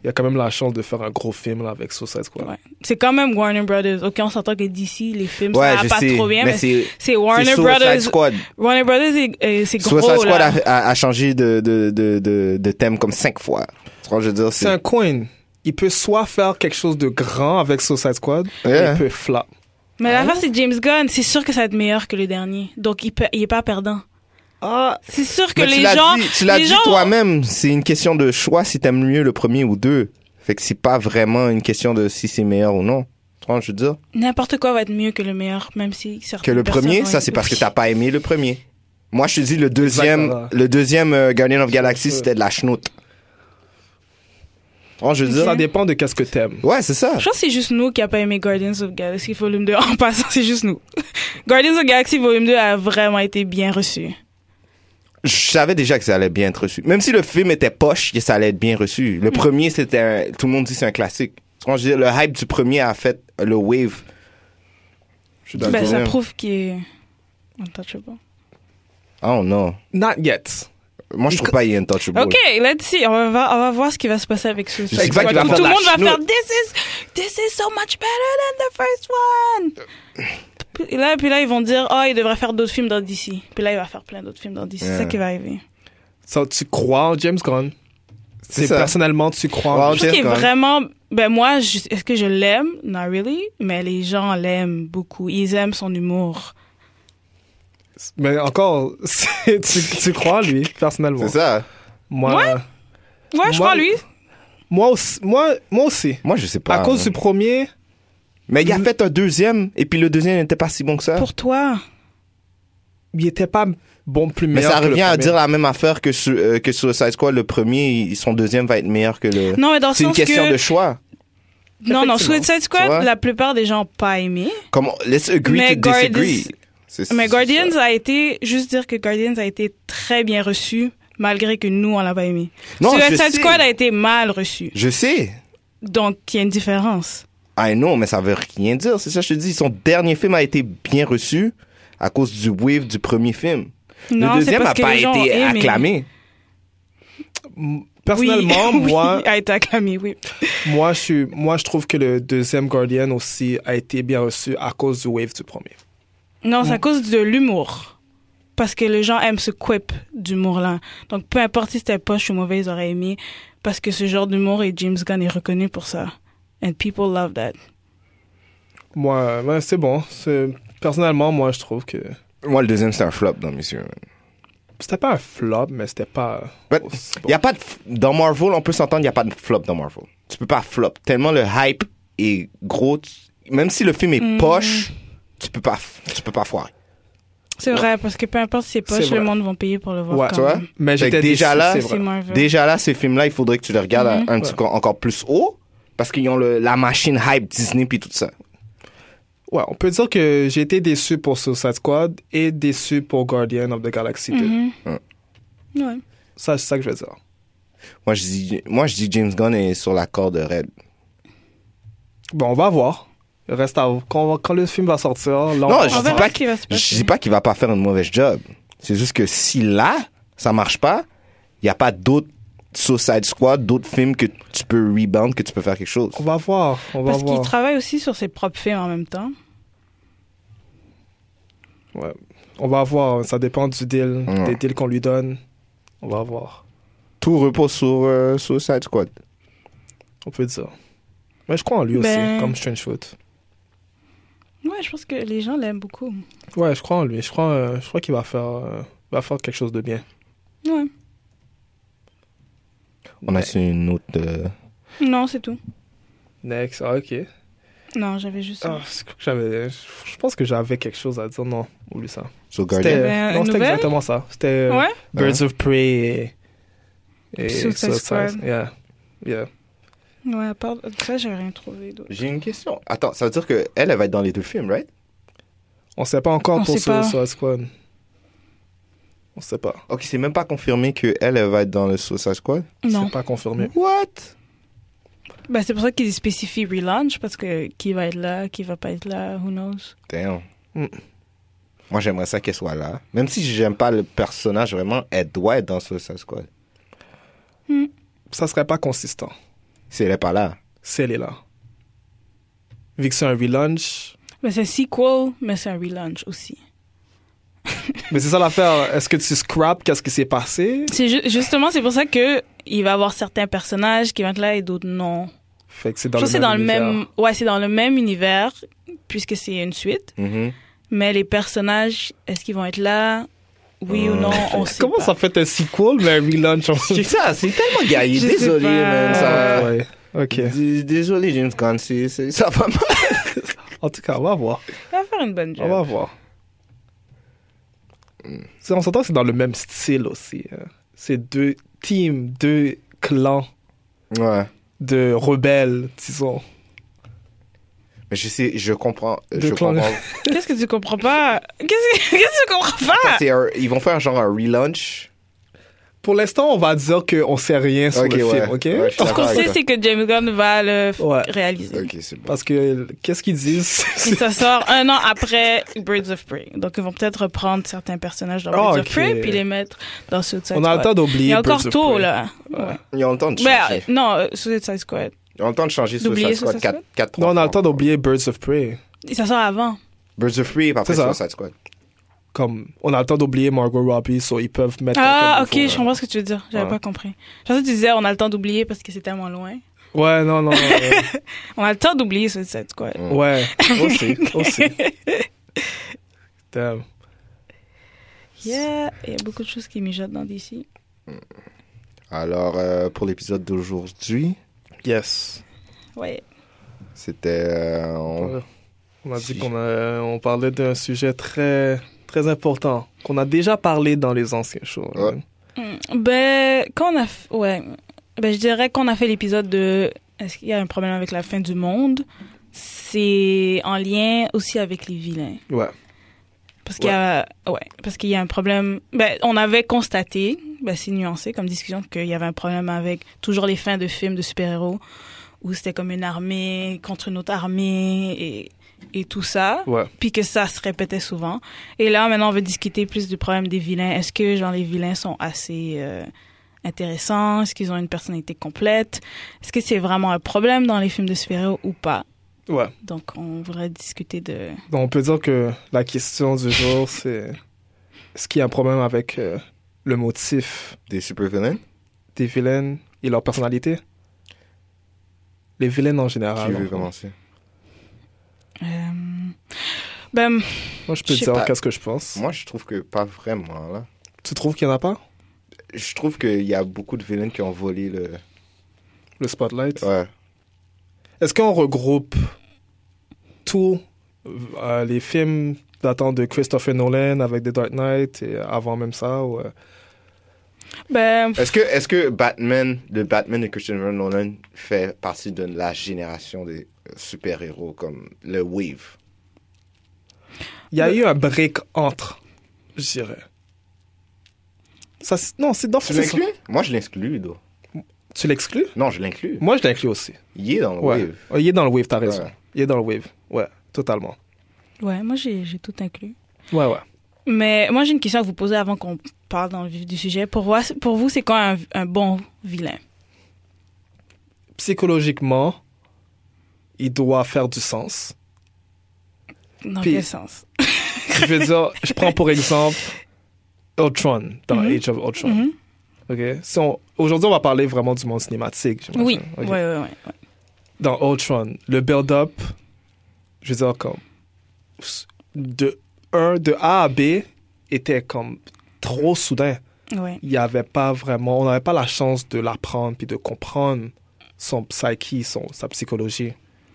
Speaker 4: Il y a quand même la chance de faire un gros film là, avec Suicide Squad.
Speaker 6: Ouais. C'est quand même Warner Brothers. Ok, on s'entend que d'ici, les films,
Speaker 5: Ouais,
Speaker 6: ça
Speaker 5: je
Speaker 6: va pas
Speaker 5: sais.
Speaker 6: trop bien,
Speaker 5: mais
Speaker 6: mais
Speaker 5: c'est.
Speaker 6: c'est
Speaker 5: c'est
Speaker 6: Warner
Speaker 5: Suicide
Speaker 6: Brothers.
Speaker 5: Squad.
Speaker 6: Warner Brothers, est- euh, c'est gros,
Speaker 5: Suicide Squad
Speaker 6: là.
Speaker 5: a, a- a changé de, de, de, de, de thème comme cinq fois. Tu vois, je veux dire,
Speaker 4: C'est un
Speaker 5: c'est.
Speaker 4: coin. Il peut soit faire quelque chose de grand avec Suicide Squad,
Speaker 5: Ouais.
Speaker 4: ou il peut flap.
Speaker 6: Mais l'affaire, c'est James Gunn. C'est sûr que ça va être meilleur que le dernier. Donc, il peut- il est pas perdant.
Speaker 4: Ah,
Speaker 6: C'est sûr que
Speaker 5: Mais tu
Speaker 6: les
Speaker 5: l'as
Speaker 6: gens.
Speaker 5: dit, tu l'as
Speaker 6: les
Speaker 5: dit
Speaker 6: gens-
Speaker 5: toi-même, c'est une question de choix si t'aimes mieux le premier ou deux. Fait que c'est pas vraiment une question de si c'est meilleur ou non. Tu vois, je veux dire.
Speaker 6: N'importe quoi va être mieux que le meilleur, même si certaines
Speaker 5: Que le
Speaker 6: personnes
Speaker 5: premier,
Speaker 6: ont-
Speaker 5: ça c'est parce que
Speaker 6: Oui.
Speaker 5: t'as pas aimé le premier. Moi, je te dis, le deuxième,
Speaker 4: Exactement.
Speaker 5: le deuxième euh, Guardian of Galaxy,
Speaker 4: sûr.
Speaker 5: c'était de la chenoute. Tu vois, je veux
Speaker 4: ça
Speaker 5: dire.
Speaker 4: dépend de qu'est-ce que t'aimes.
Speaker 5: Ouais, c'est ça.
Speaker 6: Je pense que c'est juste nous qui a pas aimé Guardians of Galaxy Volume 2. En passant, c'est juste nous. Guardians of Galaxy Volume 2 a vraiment été bien reçu.
Speaker 5: je savais déjà que ça allait bien être reçu. Même si le film était poche, ça allait être bien reçu.
Speaker 6: Mm.
Speaker 5: Le premier, c'était un- tout le monde dit c'est un classique. Tu vois, je veux dire, le hype du premier a fait le wave.
Speaker 4: Je suis d'accord.
Speaker 6: Ben, ça
Speaker 5: deuxième.
Speaker 6: prouve qu'il est untouchable.
Speaker 5: Oh non.
Speaker 4: Not yet.
Speaker 5: Moi, je trouve pas il est untouchable.
Speaker 6: Ok, let's see. On va, voir- on va voir ce qui va se passer avec ce
Speaker 5: sais pas qu'il va
Speaker 6: Tout
Speaker 5: faire
Speaker 6: le
Speaker 5: de la
Speaker 6: monde va
Speaker 5: chenoute.
Speaker 6: faire this is, this is so much better than the first one. Et là, puis là, ils vont dire, oh, il devrait faire d'autres films dans DC. Puis là, il va faire plein d'autres films dans DC. C'est ça
Speaker 5: Ouais.
Speaker 6: qui va arriver.
Speaker 4: Ça, tu crois en James Gunn C'est
Speaker 5: ça.
Speaker 4: personnellement, tu crois en
Speaker 5: Wow.
Speaker 6: Je trouve
Speaker 5: James
Speaker 6: qu'il est
Speaker 5: Gunn.
Speaker 6: vraiment. Ben moi, je- est-ce que je l'aime? Not really. Mais les gens l'aiment beaucoup. Ils aiment son humour.
Speaker 4: Mais encore, c'est- tu, tu crois en lui, personnellement.
Speaker 5: C'est ça.
Speaker 4: Moi,
Speaker 6: Ouais, je
Speaker 4: Moi-
Speaker 6: crois lui.
Speaker 4: moi, aussi, moi, moi aussi.
Speaker 5: Moi, je sais pas. hein.
Speaker 4: À cause du premier,
Speaker 5: Mais il a fait un deuxième, et puis le deuxième n'était pas si bon que ça.
Speaker 6: Pour toi.
Speaker 4: il était pas bon plus
Speaker 5: Mais
Speaker 4: meilleur.
Speaker 5: ça
Speaker 4: que le
Speaker 5: revient à
Speaker 4: premier.
Speaker 5: dire la même affaire que, sur que Suicide Squad, le premier, il- son deuxième va être meilleur que le...
Speaker 6: Non, mais dans le
Speaker 5: C'est une
Speaker 6: sens
Speaker 5: question
Speaker 6: que
Speaker 5: de choix.
Speaker 6: Non, non, Suicide
Speaker 5: Tu vois?
Speaker 6: Squad, la plupart des gens n'ont pas aimé.
Speaker 5: Comme, let's agree
Speaker 6: Mais
Speaker 5: to
Speaker 6: Guardians-
Speaker 5: disagree. C'est-
Speaker 6: Mais
Speaker 5: c'est-
Speaker 6: Guardians a été, juste dire que Guardians a été très bien reçu, malgré que nous, on l'a pas aimé.
Speaker 5: Non, je
Speaker 6: Suicide
Speaker 5: sais.
Speaker 6: Squad a été mal reçu.
Speaker 5: Je sais.
Speaker 6: Donc, il y a une différence.
Speaker 5: I know, mais ça veut rien dire. C'est ça que je te dis. Son dernier film a été bien reçu à cause du wave du premier film.
Speaker 6: Non,
Speaker 5: le
Speaker 6: c'est
Speaker 5: deuxième
Speaker 6: parce
Speaker 5: n'a
Speaker 6: que
Speaker 5: pas
Speaker 6: les gens
Speaker 5: été
Speaker 6: ont aimé.
Speaker 5: acclamé.
Speaker 6: Oui,
Speaker 4: Personnellement,
Speaker 6: oui,
Speaker 4: moi,
Speaker 6: a été acclamé, oui.
Speaker 4: moi, je suis, moi, je trouve que le deuxième Guardian aussi a été bien reçu à cause du wave du premier.
Speaker 6: Non,
Speaker 5: Mm.
Speaker 6: c'est à cause de l'humour. Parce que les gens aiment ce quip d'humour-là. Donc, peu importe si c'était poche ou mauvais, ils auraient aimé. Parce que ce genre d'humour, et James Gunn est reconnu pour ça. And people love that.
Speaker 4: Moi, euh, ouais, c'est bon. C'est- Personnellement, moi, je trouve que
Speaker 5: Moi, le deuxième, c'est un flop dans Monsieur.
Speaker 4: c'était pas un flop, mais c'était pas.
Speaker 5: But-
Speaker 4: aussi bon.
Speaker 5: Il y a pas de f- dans Marvel, on peut s'entendre, il n'y a pas de flop dans Marvel. Tu peux pas flop. Tellement le hype est gros. tu- Même si le film est
Speaker 6: Mm.
Speaker 5: poche, tu peux pas, f- tu peux pas foirer.
Speaker 6: C'est vrai, parce que peu importe si c'est
Speaker 4: C'est
Speaker 6: poche,
Speaker 4: vrai.
Speaker 6: le monde va payer pour le voir
Speaker 4: Ouais.
Speaker 6: quand
Speaker 5: Tu vois?
Speaker 6: même.
Speaker 4: Mais
Speaker 5: Fait que
Speaker 4: j'étais
Speaker 5: déjà
Speaker 4: déçu,
Speaker 5: là,
Speaker 4: c'est
Speaker 6: C'est
Speaker 4: vrai.
Speaker 6: Marvel. Mm-hmm.
Speaker 5: Déjà là, ces films-là, il faudrait que tu les regardes à- un petit co- encore plus haut parce qu'ils ont le- la machine hype Disney puis tout ça.
Speaker 4: Ouais, on peut dire que j'ai été déçu pour Suicide Squad et déçu pour Guardian of the Galaxy 2.
Speaker 6: Ouais.
Speaker 4: Ça, c'est ça que je veux dire.
Speaker 5: Moi, je dis, moi, je dis James Gunn est sur la corde raide.
Speaker 4: Bon, on va voir. Il Reste à quand, quand le film va sortir. là, on-
Speaker 5: Non,
Speaker 6: On
Speaker 5: je dis
Speaker 6: verra
Speaker 5: pas
Speaker 6: ce qui va se
Speaker 5: qu'il- je
Speaker 6: passer.
Speaker 5: dis pas qu'il va pas faire une mauvaise job. C'est juste que si là, ça marche pas, il y a pas d'autres Suicide Squad, d'autres films que tu peux rebound, que tu peux faire quelque chose.
Speaker 4: on va voir. On va
Speaker 6: Parce qu'il
Speaker 4: voir.
Speaker 6: travaille aussi sur ses propres films en même temps.
Speaker 4: Ouais. On va voir. Ça dépend du deal,
Speaker 5: Ouais.
Speaker 4: des deals qu'on lui donne. On va voir.
Speaker 5: Tout repose sur euh, Suicide Squad.
Speaker 4: On peut dire. Mais je crois en lui
Speaker 6: Ben-
Speaker 4: aussi, comme Strange Foot.
Speaker 6: Ouais, je pense que les gens l'aiment beaucoup.
Speaker 4: Ouais, je crois en lui. Je crois, euh, je crois qu'il va faire, euh, va faire quelque chose de bien.
Speaker 6: Ouais.
Speaker 5: On a su une autre. euh,
Speaker 6: Non, c'est tout.
Speaker 4: Next, ah, ok.
Speaker 6: Non, j'avais juste
Speaker 4: Ah,
Speaker 6: ça.
Speaker 4: c'est quoi que j'avais. Je pense que j'avais quelque chose à dire. Non, oublie ça.
Speaker 5: sur Guardian.
Speaker 4: C'était
Speaker 6: Ben,
Speaker 4: non,
Speaker 6: une
Speaker 4: c'était
Speaker 6: nouvelle?
Speaker 4: exactement ça. C'était euh,
Speaker 6: ouais?
Speaker 4: Birds of Prey et, et
Speaker 6: Suicide Squad.
Speaker 4: Yeah. Yeah.
Speaker 6: Ouais, à part de ça, j'ai rien trouvé d'autre.
Speaker 5: Euh, J'ai une question. Attends, ça veut dire que elle, elle va être dans les deux films, right?
Speaker 4: On sait pas encore
Speaker 6: On
Speaker 4: pour
Speaker 6: sait pas.
Speaker 4: Suicide Squad. On sait pas.
Speaker 5: Ok, c'est même pas confirmé que elle, elle va être dans le Suicide Squad.
Speaker 6: Non.
Speaker 4: C'est pas confirmé.
Speaker 5: What?
Speaker 6: Bah, c'est pour ça qu'ils spécifient relaunch, parce que qui va être là, qui va pas être là, who knows.
Speaker 5: Damn.
Speaker 4: Mm.
Speaker 5: Moi, j'aimerais ça qu'elle soit là. Même si j'aime pas le personnage vraiment, elle doit être dans Suicide Squad.
Speaker 4: Ça serait pas consistant
Speaker 5: Si elle est pas là.
Speaker 4: si elle est là. Vu que c'est un relaunch.
Speaker 6: Mais c'est un sequel, mais c'est un relaunch aussi.
Speaker 4: Mais c'est ça l'affaire. Est-ce que tu scrapes Qu'est-ce qui s'est passé
Speaker 6: C'est ju- justement, c'est pour ça que il va y avoir certains personnages qui vont être là et d'autres non.
Speaker 4: Fait que c'est
Speaker 6: Je
Speaker 4: dans,
Speaker 6: pense que c'est dans le même,
Speaker 4: univers.
Speaker 6: ouais, c'est dans le même univers, puisque c'est une suite.
Speaker 4: Mm-hmm.
Speaker 5: Mhm.
Speaker 6: Mais les personnages, est-ce qu'ils vont être là? Oui ou non? On sait
Speaker 4: Comment
Speaker 6: pas.
Speaker 4: ça fait un sequel, mais un relaunch en
Speaker 5: C'est ça, Ah, c'est tellement gaillé.
Speaker 6: Je sais
Speaker 5: Désolé,
Speaker 6: pas.
Speaker 5: man. Ça va.
Speaker 6: Euh,
Speaker 4: Ah, ouais. Ok.
Speaker 5: D- Désolé, James Gunn. c'est- c'est- Ça va mal.
Speaker 4: En tout cas, on va voir.
Speaker 6: Ça va faire une bonne job.
Speaker 4: On va voir. Tu sais, On s'entend que c'est dans le même style aussi. hein. C'est deux teams, deux clans
Speaker 5: Ouais.
Speaker 4: de rebelles, disons.
Speaker 5: Mais je sais, je comprends. euh,
Speaker 4: De
Speaker 5: Je
Speaker 4: Clan-
Speaker 5: comprends.
Speaker 6: Qu'est-ce que tu comprends pas? Qu'est-ce que, qu'est-ce que tu comprends pas?
Speaker 5: Ça, c'est un- Ils vont faire genre un relaunch.
Speaker 4: Pour l'instant, on va dire qu'on sait rien sur
Speaker 5: Ok,
Speaker 4: le
Speaker 5: ouais.
Speaker 4: film, ok?
Speaker 5: Ouais, je suis
Speaker 6: Ce qu'on
Speaker 5: d'accord avec
Speaker 6: sait, c'est que James Gunn va le f-
Speaker 4: Ouais.
Speaker 6: réaliser.
Speaker 5: toi. Ok, c'est bon.
Speaker 4: Parce que qu'est-ce qu'ils disent?
Speaker 6: Et ça sort un an après Birds of Prey. Donc, ils vont peut-être reprendre certains personnages dans Birds
Speaker 4: Ah,
Speaker 6: of
Speaker 4: ok.
Speaker 6: Prey puis les mettre dans Suicide
Speaker 4: on
Speaker 6: Squad.
Speaker 4: a le temps
Speaker 6: Il y
Speaker 4: d'oublier.
Speaker 6: a encore
Speaker 4: Birds of
Speaker 6: tôt,
Speaker 4: Prey.
Speaker 6: là. Ouais.
Speaker 5: Ils ont le temps de
Speaker 4: Bah,
Speaker 6: Ben,
Speaker 5: changer.
Speaker 6: euh, non, euh, Suicide Squad.
Speaker 5: Ils ont le temps de changer
Speaker 6: d'oublier
Speaker 5: Suicide Squad
Speaker 6: Suicide
Speaker 5: 4.
Speaker 6: Squad?
Speaker 5: 4
Speaker 4: Non, on a le temps d'oublier Birds of Prey.
Speaker 6: Et ça sort avant.
Speaker 5: Birds of Prey, après
Speaker 4: C'est ça.
Speaker 5: Suicide Squad.
Speaker 4: Comme, on a le temps d'oublier Margot Robbie, so ils peuvent mettre. euh,
Speaker 6: Ah,
Speaker 4: comme
Speaker 6: ok,
Speaker 4: il faut,
Speaker 6: je
Speaker 4: là.
Speaker 6: comprends ce que tu veux dire. J'avais
Speaker 4: Ouais.
Speaker 6: pas compris. Je pensais que tu disais on a le temps d'oublier parce que c'est tellement loin.
Speaker 4: Ouais, non, non, non. euh,
Speaker 6: On a le temps d'oublier Suicide Squad.
Speaker 4: Ouais, aussi, aussi. Damn.
Speaker 6: Yeah, il y a beaucoup de choses qui mijotent dans DC.
Speaker 5: Alors, euh, pour l'épisode d'aujourd'hui,
Speaker 4: Yes.
Speaker 6: Ouais.
Speaker 5: c'était. euh, on-
Speaker 4: Ouais. On a dit
Speaker 5: Si.
Speaker 4: qu'on a- on parlait d'un sujet très, très important, qu'on a déjà parlé dans les anciens shows.
Speaker 5: Ouais.
Speaker 4: hein.
Speaker 6: Mm. Ben, quand on a. f- Ouais. Ben, je dirais qu'on a fait l'épisode de est-ce qu'il y a un problème avec la fin du monde, c'est en lien aussi avec les vilains.
Speaker 4: Ouais.
Speaker 6: Parce qu'il y a, ouais, parce qu'il y a un problème. Ben, on avait constaté, ben, c'est nuancé comme discussion, qu'il y avait un problème avec toujours les fins de films de super-héros où c'était comme une armée contre une autre armée et, et tout ça.
Speaker 4: Ouais.
Speaker 6: Puis que ça se répétait souvent. Et là, maintenant, on veut discuter plus du problème des vilains. Est-ce que, genre, les vilains sont assez euh, intéressants? Est-ce qu'ils ont une personnalité complète? Est-ce que c'est vraiment un problème dans les films de super-héros ou pas?
Speaker 4: Ouais.
Speaker 6: Donc, on voudrait discuter de...
Speaker 4: Donc, on peut dire que la question du jour, c'est est-ce qu'il y a un problème avec euh, le motif
Speaker 5: Des super-villains
Speaker 4: des vilains et leur personnalité? Les vilains en général.
Speaker 5: Qui veut
Speaker 4: en fait.
Speaker 5: commencer
Speaker 6: Euh, ben,
Speaker 4: Moi, je peux
Speaker 6: Je sais
Speaker 4: dire
Speaker 5: pas.
Speaker 4: qu'est-ce que je pense.
Speaker 5: Moi, je trouve que pas vraiment, là.
Speaker 4: Tu trouves qu'il n'y en a pas
Speaker 5: Je trouve qu'il y a beaucoup de villains qui ont volé le.
Speaker 4: Le spotlight
Speaker 5: Ouais.
Speaker 4: Est-ce qu'on regroupe tous euh, les films datant de Christopher Nolan avec The Dark Knight et avant même ça ou, euh,
Speaker 6: ben,
Speaker 5: Est-ce que, est que Batman, le Batman de Christopher Nolan fait partie de la génération des euh, super-héros comme le Wave
Speaker 4: Il y a eu un break entre, je dirais. Ça, c'est- non, c'est dans
Speaker 5: Tu
Speaker 4: c'est
Speaker 5: l'inclus
Speaker 4: ça.
Speaker 5: Moi, je l'exclus, though.
Speaker 4: Tu l'exclus
Speaker 5: Non, je l'inclus.
Speaker 4: Moi, je l'inclus aussi.
Speaker 5: Il est dans le
Speaker 4: Ouais.
Speaker 5: Wave.
Speaker 4: Oh, il est dans le wave, t'as raison.
Speaker 5: Ouais.
Speaker 4: Il est dans le wave. Ouais, totalement.
Speaker 6: ouais, moi, j'ai j'ai tout inclus.
Speaker 4: Ouais, ouais.
Speaker 6: Mais moi, j'ai une question à vous poser avant qu'on parle dans le vif du sujet. Pour, voir- pour vous, c'est quoi un, un bon vilain?
Speaker 4: Psychologiquement, il doit faire du sens.
Speaker 6: Dans
Speaker 4: Puis-
Speaker 6: quel sens?
Speaker 4: je veux dire, je prends pour exemple Ultron, dans Age of Ultron.
Speaker 6: Mhm.
Speaker 4: Ok? Si on- Aujourd'hui, on va parler vraiment du monde cinématique. j'imagine.
Speaker 6: Oui,
Speaker 4: Ah, Ok.
Speaker 6: ouais, ouais, ouais. ouais.
Speaker 4: Dans Ultron, le build-up, je veux dire, comme de, un, de A à B était comme trop soudain.
Speaker 6: Ouais.
Speaker 4: Il n'y avait pas vraiment, on n'avait pas la chance de l'apprendre puis de comprendre son psyche, son, sa psychologie.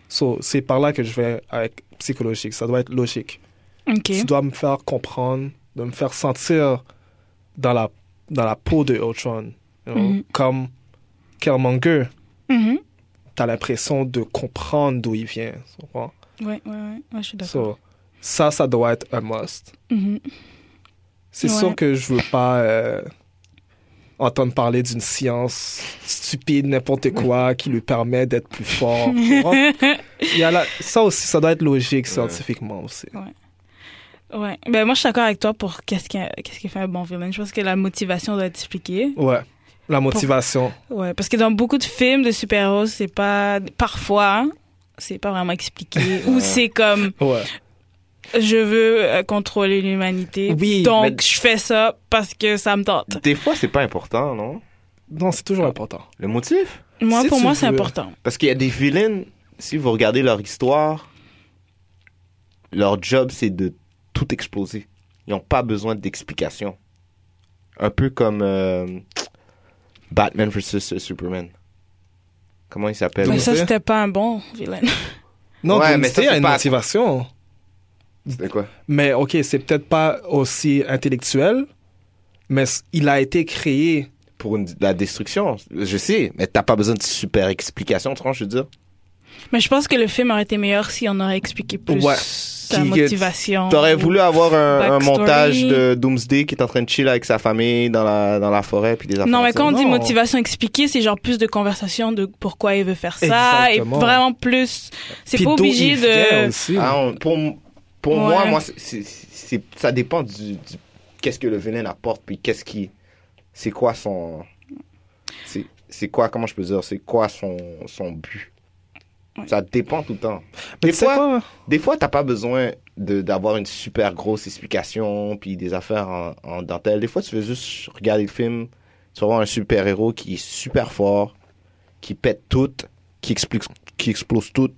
Speaker 4: So, C'est par là que je vais avec psychologique. Ça doit être logique
Speaker 6: OK.
Speaker 4: tu dois me faire comprendre, de me faire sentir dans la, dans la peau de Ultron. you know,
Speaker 6: Mhm.
Speaker 4: Comme Killmonger,
Speaker 6: Mhm.
Speaker 4: t'as l'impression de comprendre d'où il vient. tu comprends?
Speaker 6: Ouais, ouais, ouais. Ouais, je suis d'accord.
Speaker 4: So, ça, ça doit être un must.
Speaker 6: Mhm.
Speaker 4: C'est
Speaker 6: Ouais.
Speaker 4: sûr que je veux pas euh, entendre parler d'une science stupide, n'importe quoi, qui lui permet d'être plus fort. tu comprends? Il y a la- ça aussi, ça doit être logique scientifiquement aussi.
Speaker 6: Ouais. Ben, moi, je suis d'accord avec toi pour qu'est-ce qui, qu'est-ce qui fait un bon vilain. Je pense que la motivation doit être expliquée.
Speaker 4: Ouais. La motivation.
Speaker 6: Ouais. Parce que dans beaucoup de films de super-héros, c'est pas. Parfois, c'est pas vraiment expliqué. Ou c'est comme.
Speaker 4: Ouais.
Speaker 6: je veux euh, contrôler l'humanité.
Speaker 4: Oui,
Speaker 6: Donc,
Speaker 5: mais-
Speaker 6: je fais ça parce que ça me tente.
Speaker 5: Des fois, c'est pas important, non
Speaker 4: Non, c'est toujours important.
Speaker 5: Le motif
Speaker 6: Moi,
Speaker 4: Si
Speaker 6: pour
Speaker 4: tu
Speaker 6: moi, c'est
Speaker 4: veux.
Speaker 6: important.
Speaker 5: Parce qu'il y a des villains, si vous regardez leur histoire, leur job, c'est de tout exploser. Ils n'ont pas besoin d'explications. Un peu comme euh, Batman vs Superman. Comment il s'appelle
Speaker 6: Mais
Speaker 4: Donc,
Speaker 6: ça,
Speaker 4: c'est-
Speaker 6: c'était pas un bon vilain.
Speaker 4: Non,
Speaker 5: Ouais,
Speaker 4: Doomsday
Speaker 5: mais ça, c'est
Speaker 4: a une
Speaker 5: pas-
Speaker 4: motivation.
Speaker 5: C'était quoi
Speaker 4: Mais OK, c'est peut-être pas aussi intellectuel, mais c- il a été créé.
Speaker 5: Pour une- la destruction. Je sais, mais t'as pas besoin de super explication, tu vois, je veux dire.
Speaker 6: Mais je pense que le film aurait été meilleur si on aurait expliqué plus
Speaker 4: Ouais.
Speaker 6: sa
Speaker 5: Qui-
Speaker 6: motivation.
Speaker 5: T'aurais voulu avoir un, un
Speaker 6: Mm. Backstory.
Speaker 5: montage de Doomsday qui est en train de chill avec sa famille dans la, dans la forêt puis des affaires
Speaker 6: Non, mais
Speaker 5: comme ça.
Speaker 6: quand on dit
Speaker 4: Non.
Speaker 6: motivation expliquée, c'est genre plus de conversation de pourquoi il veut faire ça.
Speaker 4: Exactement.
Speaker 6: Et vraiment plus. C'est
Speaker 4: Puis
Speaker 6: pas
Speaker 4: d'où
Speaker 6: obligé
Speaker 4: il vient
Speaker 6: de.
Speaker 4: aussi.
Speaker 5: Ah, on- pour m- pour
Speaker 6: Ouais.
Speaker 5: moi, moi c'est- c'est- c'est- ça dépend du, du- qu'est-ce que le vilain apporte, puis qu'est-ce qui. C'est quoi son. c'est- C'est quoi, comment je peux dire, c'est quoi son, son but.
Speaker 6: Ouais.
Speaker 5: Ça dépend tout le temps. Des
Speaker 4: mais tu sais
Speaker 5: fois,
Speaker 4: quoi?
Speaker 5: des fois, t'as pas besoin de- d'avoir une super grosse explication, puis des affaires en, en dentelle. Des fois, tu veux juste regarder le film, tu vas voir un super-héros qui est super fort, qui pète tout, qui, explique, qui explose tout,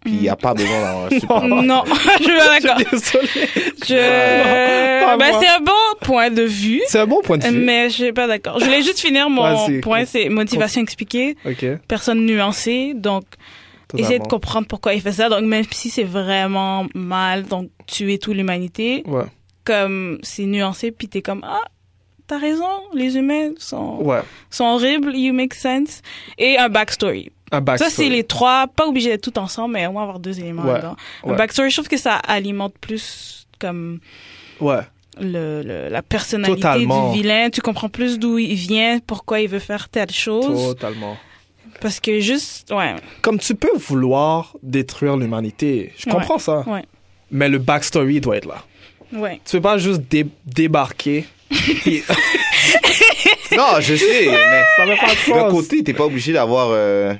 Speaker 5: puis il n'y a pas besoin d'avoir un super
Speaker 6: Non, je suis pas d'accord.
Speaker 4: Désolé. Non,
Speaker 6: Je...
Speaker 4: pas
Speaker 6: Ben,
Speaker 4: moi.
Speaker 6: c'est un bon point de vue.
Speaker 4: C'est un bon point
Speaker 6: Euh,
Speaker 4: de vue.
Speaker 6: Mais je suis pas d'accord. Je voulais juste finir mon
Speaker 4: Vas-y.
Speaker 6: point, c'est motivation expliquée,
Speaker 4: OK,
Speaker 6: personne nuancée, donc essayer de
Speaker 4: totalement.
Speaker 6: comprendre pourquoi il fait ça. Donc même si c'est vraiment mal, donc tuer toute l'humanité,
Speaker 4: Ouais.
Speaker 6: comme c'est nuancé, puis t'es comme ah t'as raison, les humains sont,
Speaker 4: Ouais,
Speaker 6: sont horribles, you make sense. Et un backstory.
Speaker 4: un
Speaker 6: Ça,
Speaker 4: backstory.
Speaker 6: c'est les trois, pas obligé d'être tout ensemble, mais au moins avoir deux éléments
Speaker 4: Ouais,
Speaker 6: dedans. Le
Speaker 4: ouais.
Speaker 6: backstory, je trouve que ça alimente plus comme
Speaker 4: Ouais,
Speaker 6: le, le- la personnalité
Speaker 4: Totalement.
Speaker 6: du vilain. Tu comprends plus d'où il vient, pourquoi il veut faire telle chose.
Speaker 4: totalement.
Speaker 6: Parce que juste, ouais,
Speaker 4: Comme tu peux vouloir détruire l'humanité, je
Speaker 6: Ouais,
Speaker 4: comprends ça.
Speaker 6: ouais.
Speaker 4: Mais le backstory doit être là.
Speaker 6: ouais.
Speaker 4: Tu peux pas juste dé- débarquer. puis-
Speaker 5: Non, je sais, mais
Speaker 4: ça va pas de
Speaker 5: d'un
Speaker 4: sens.
Speaker 5: côté, t'es pas obligé d'avoir euh,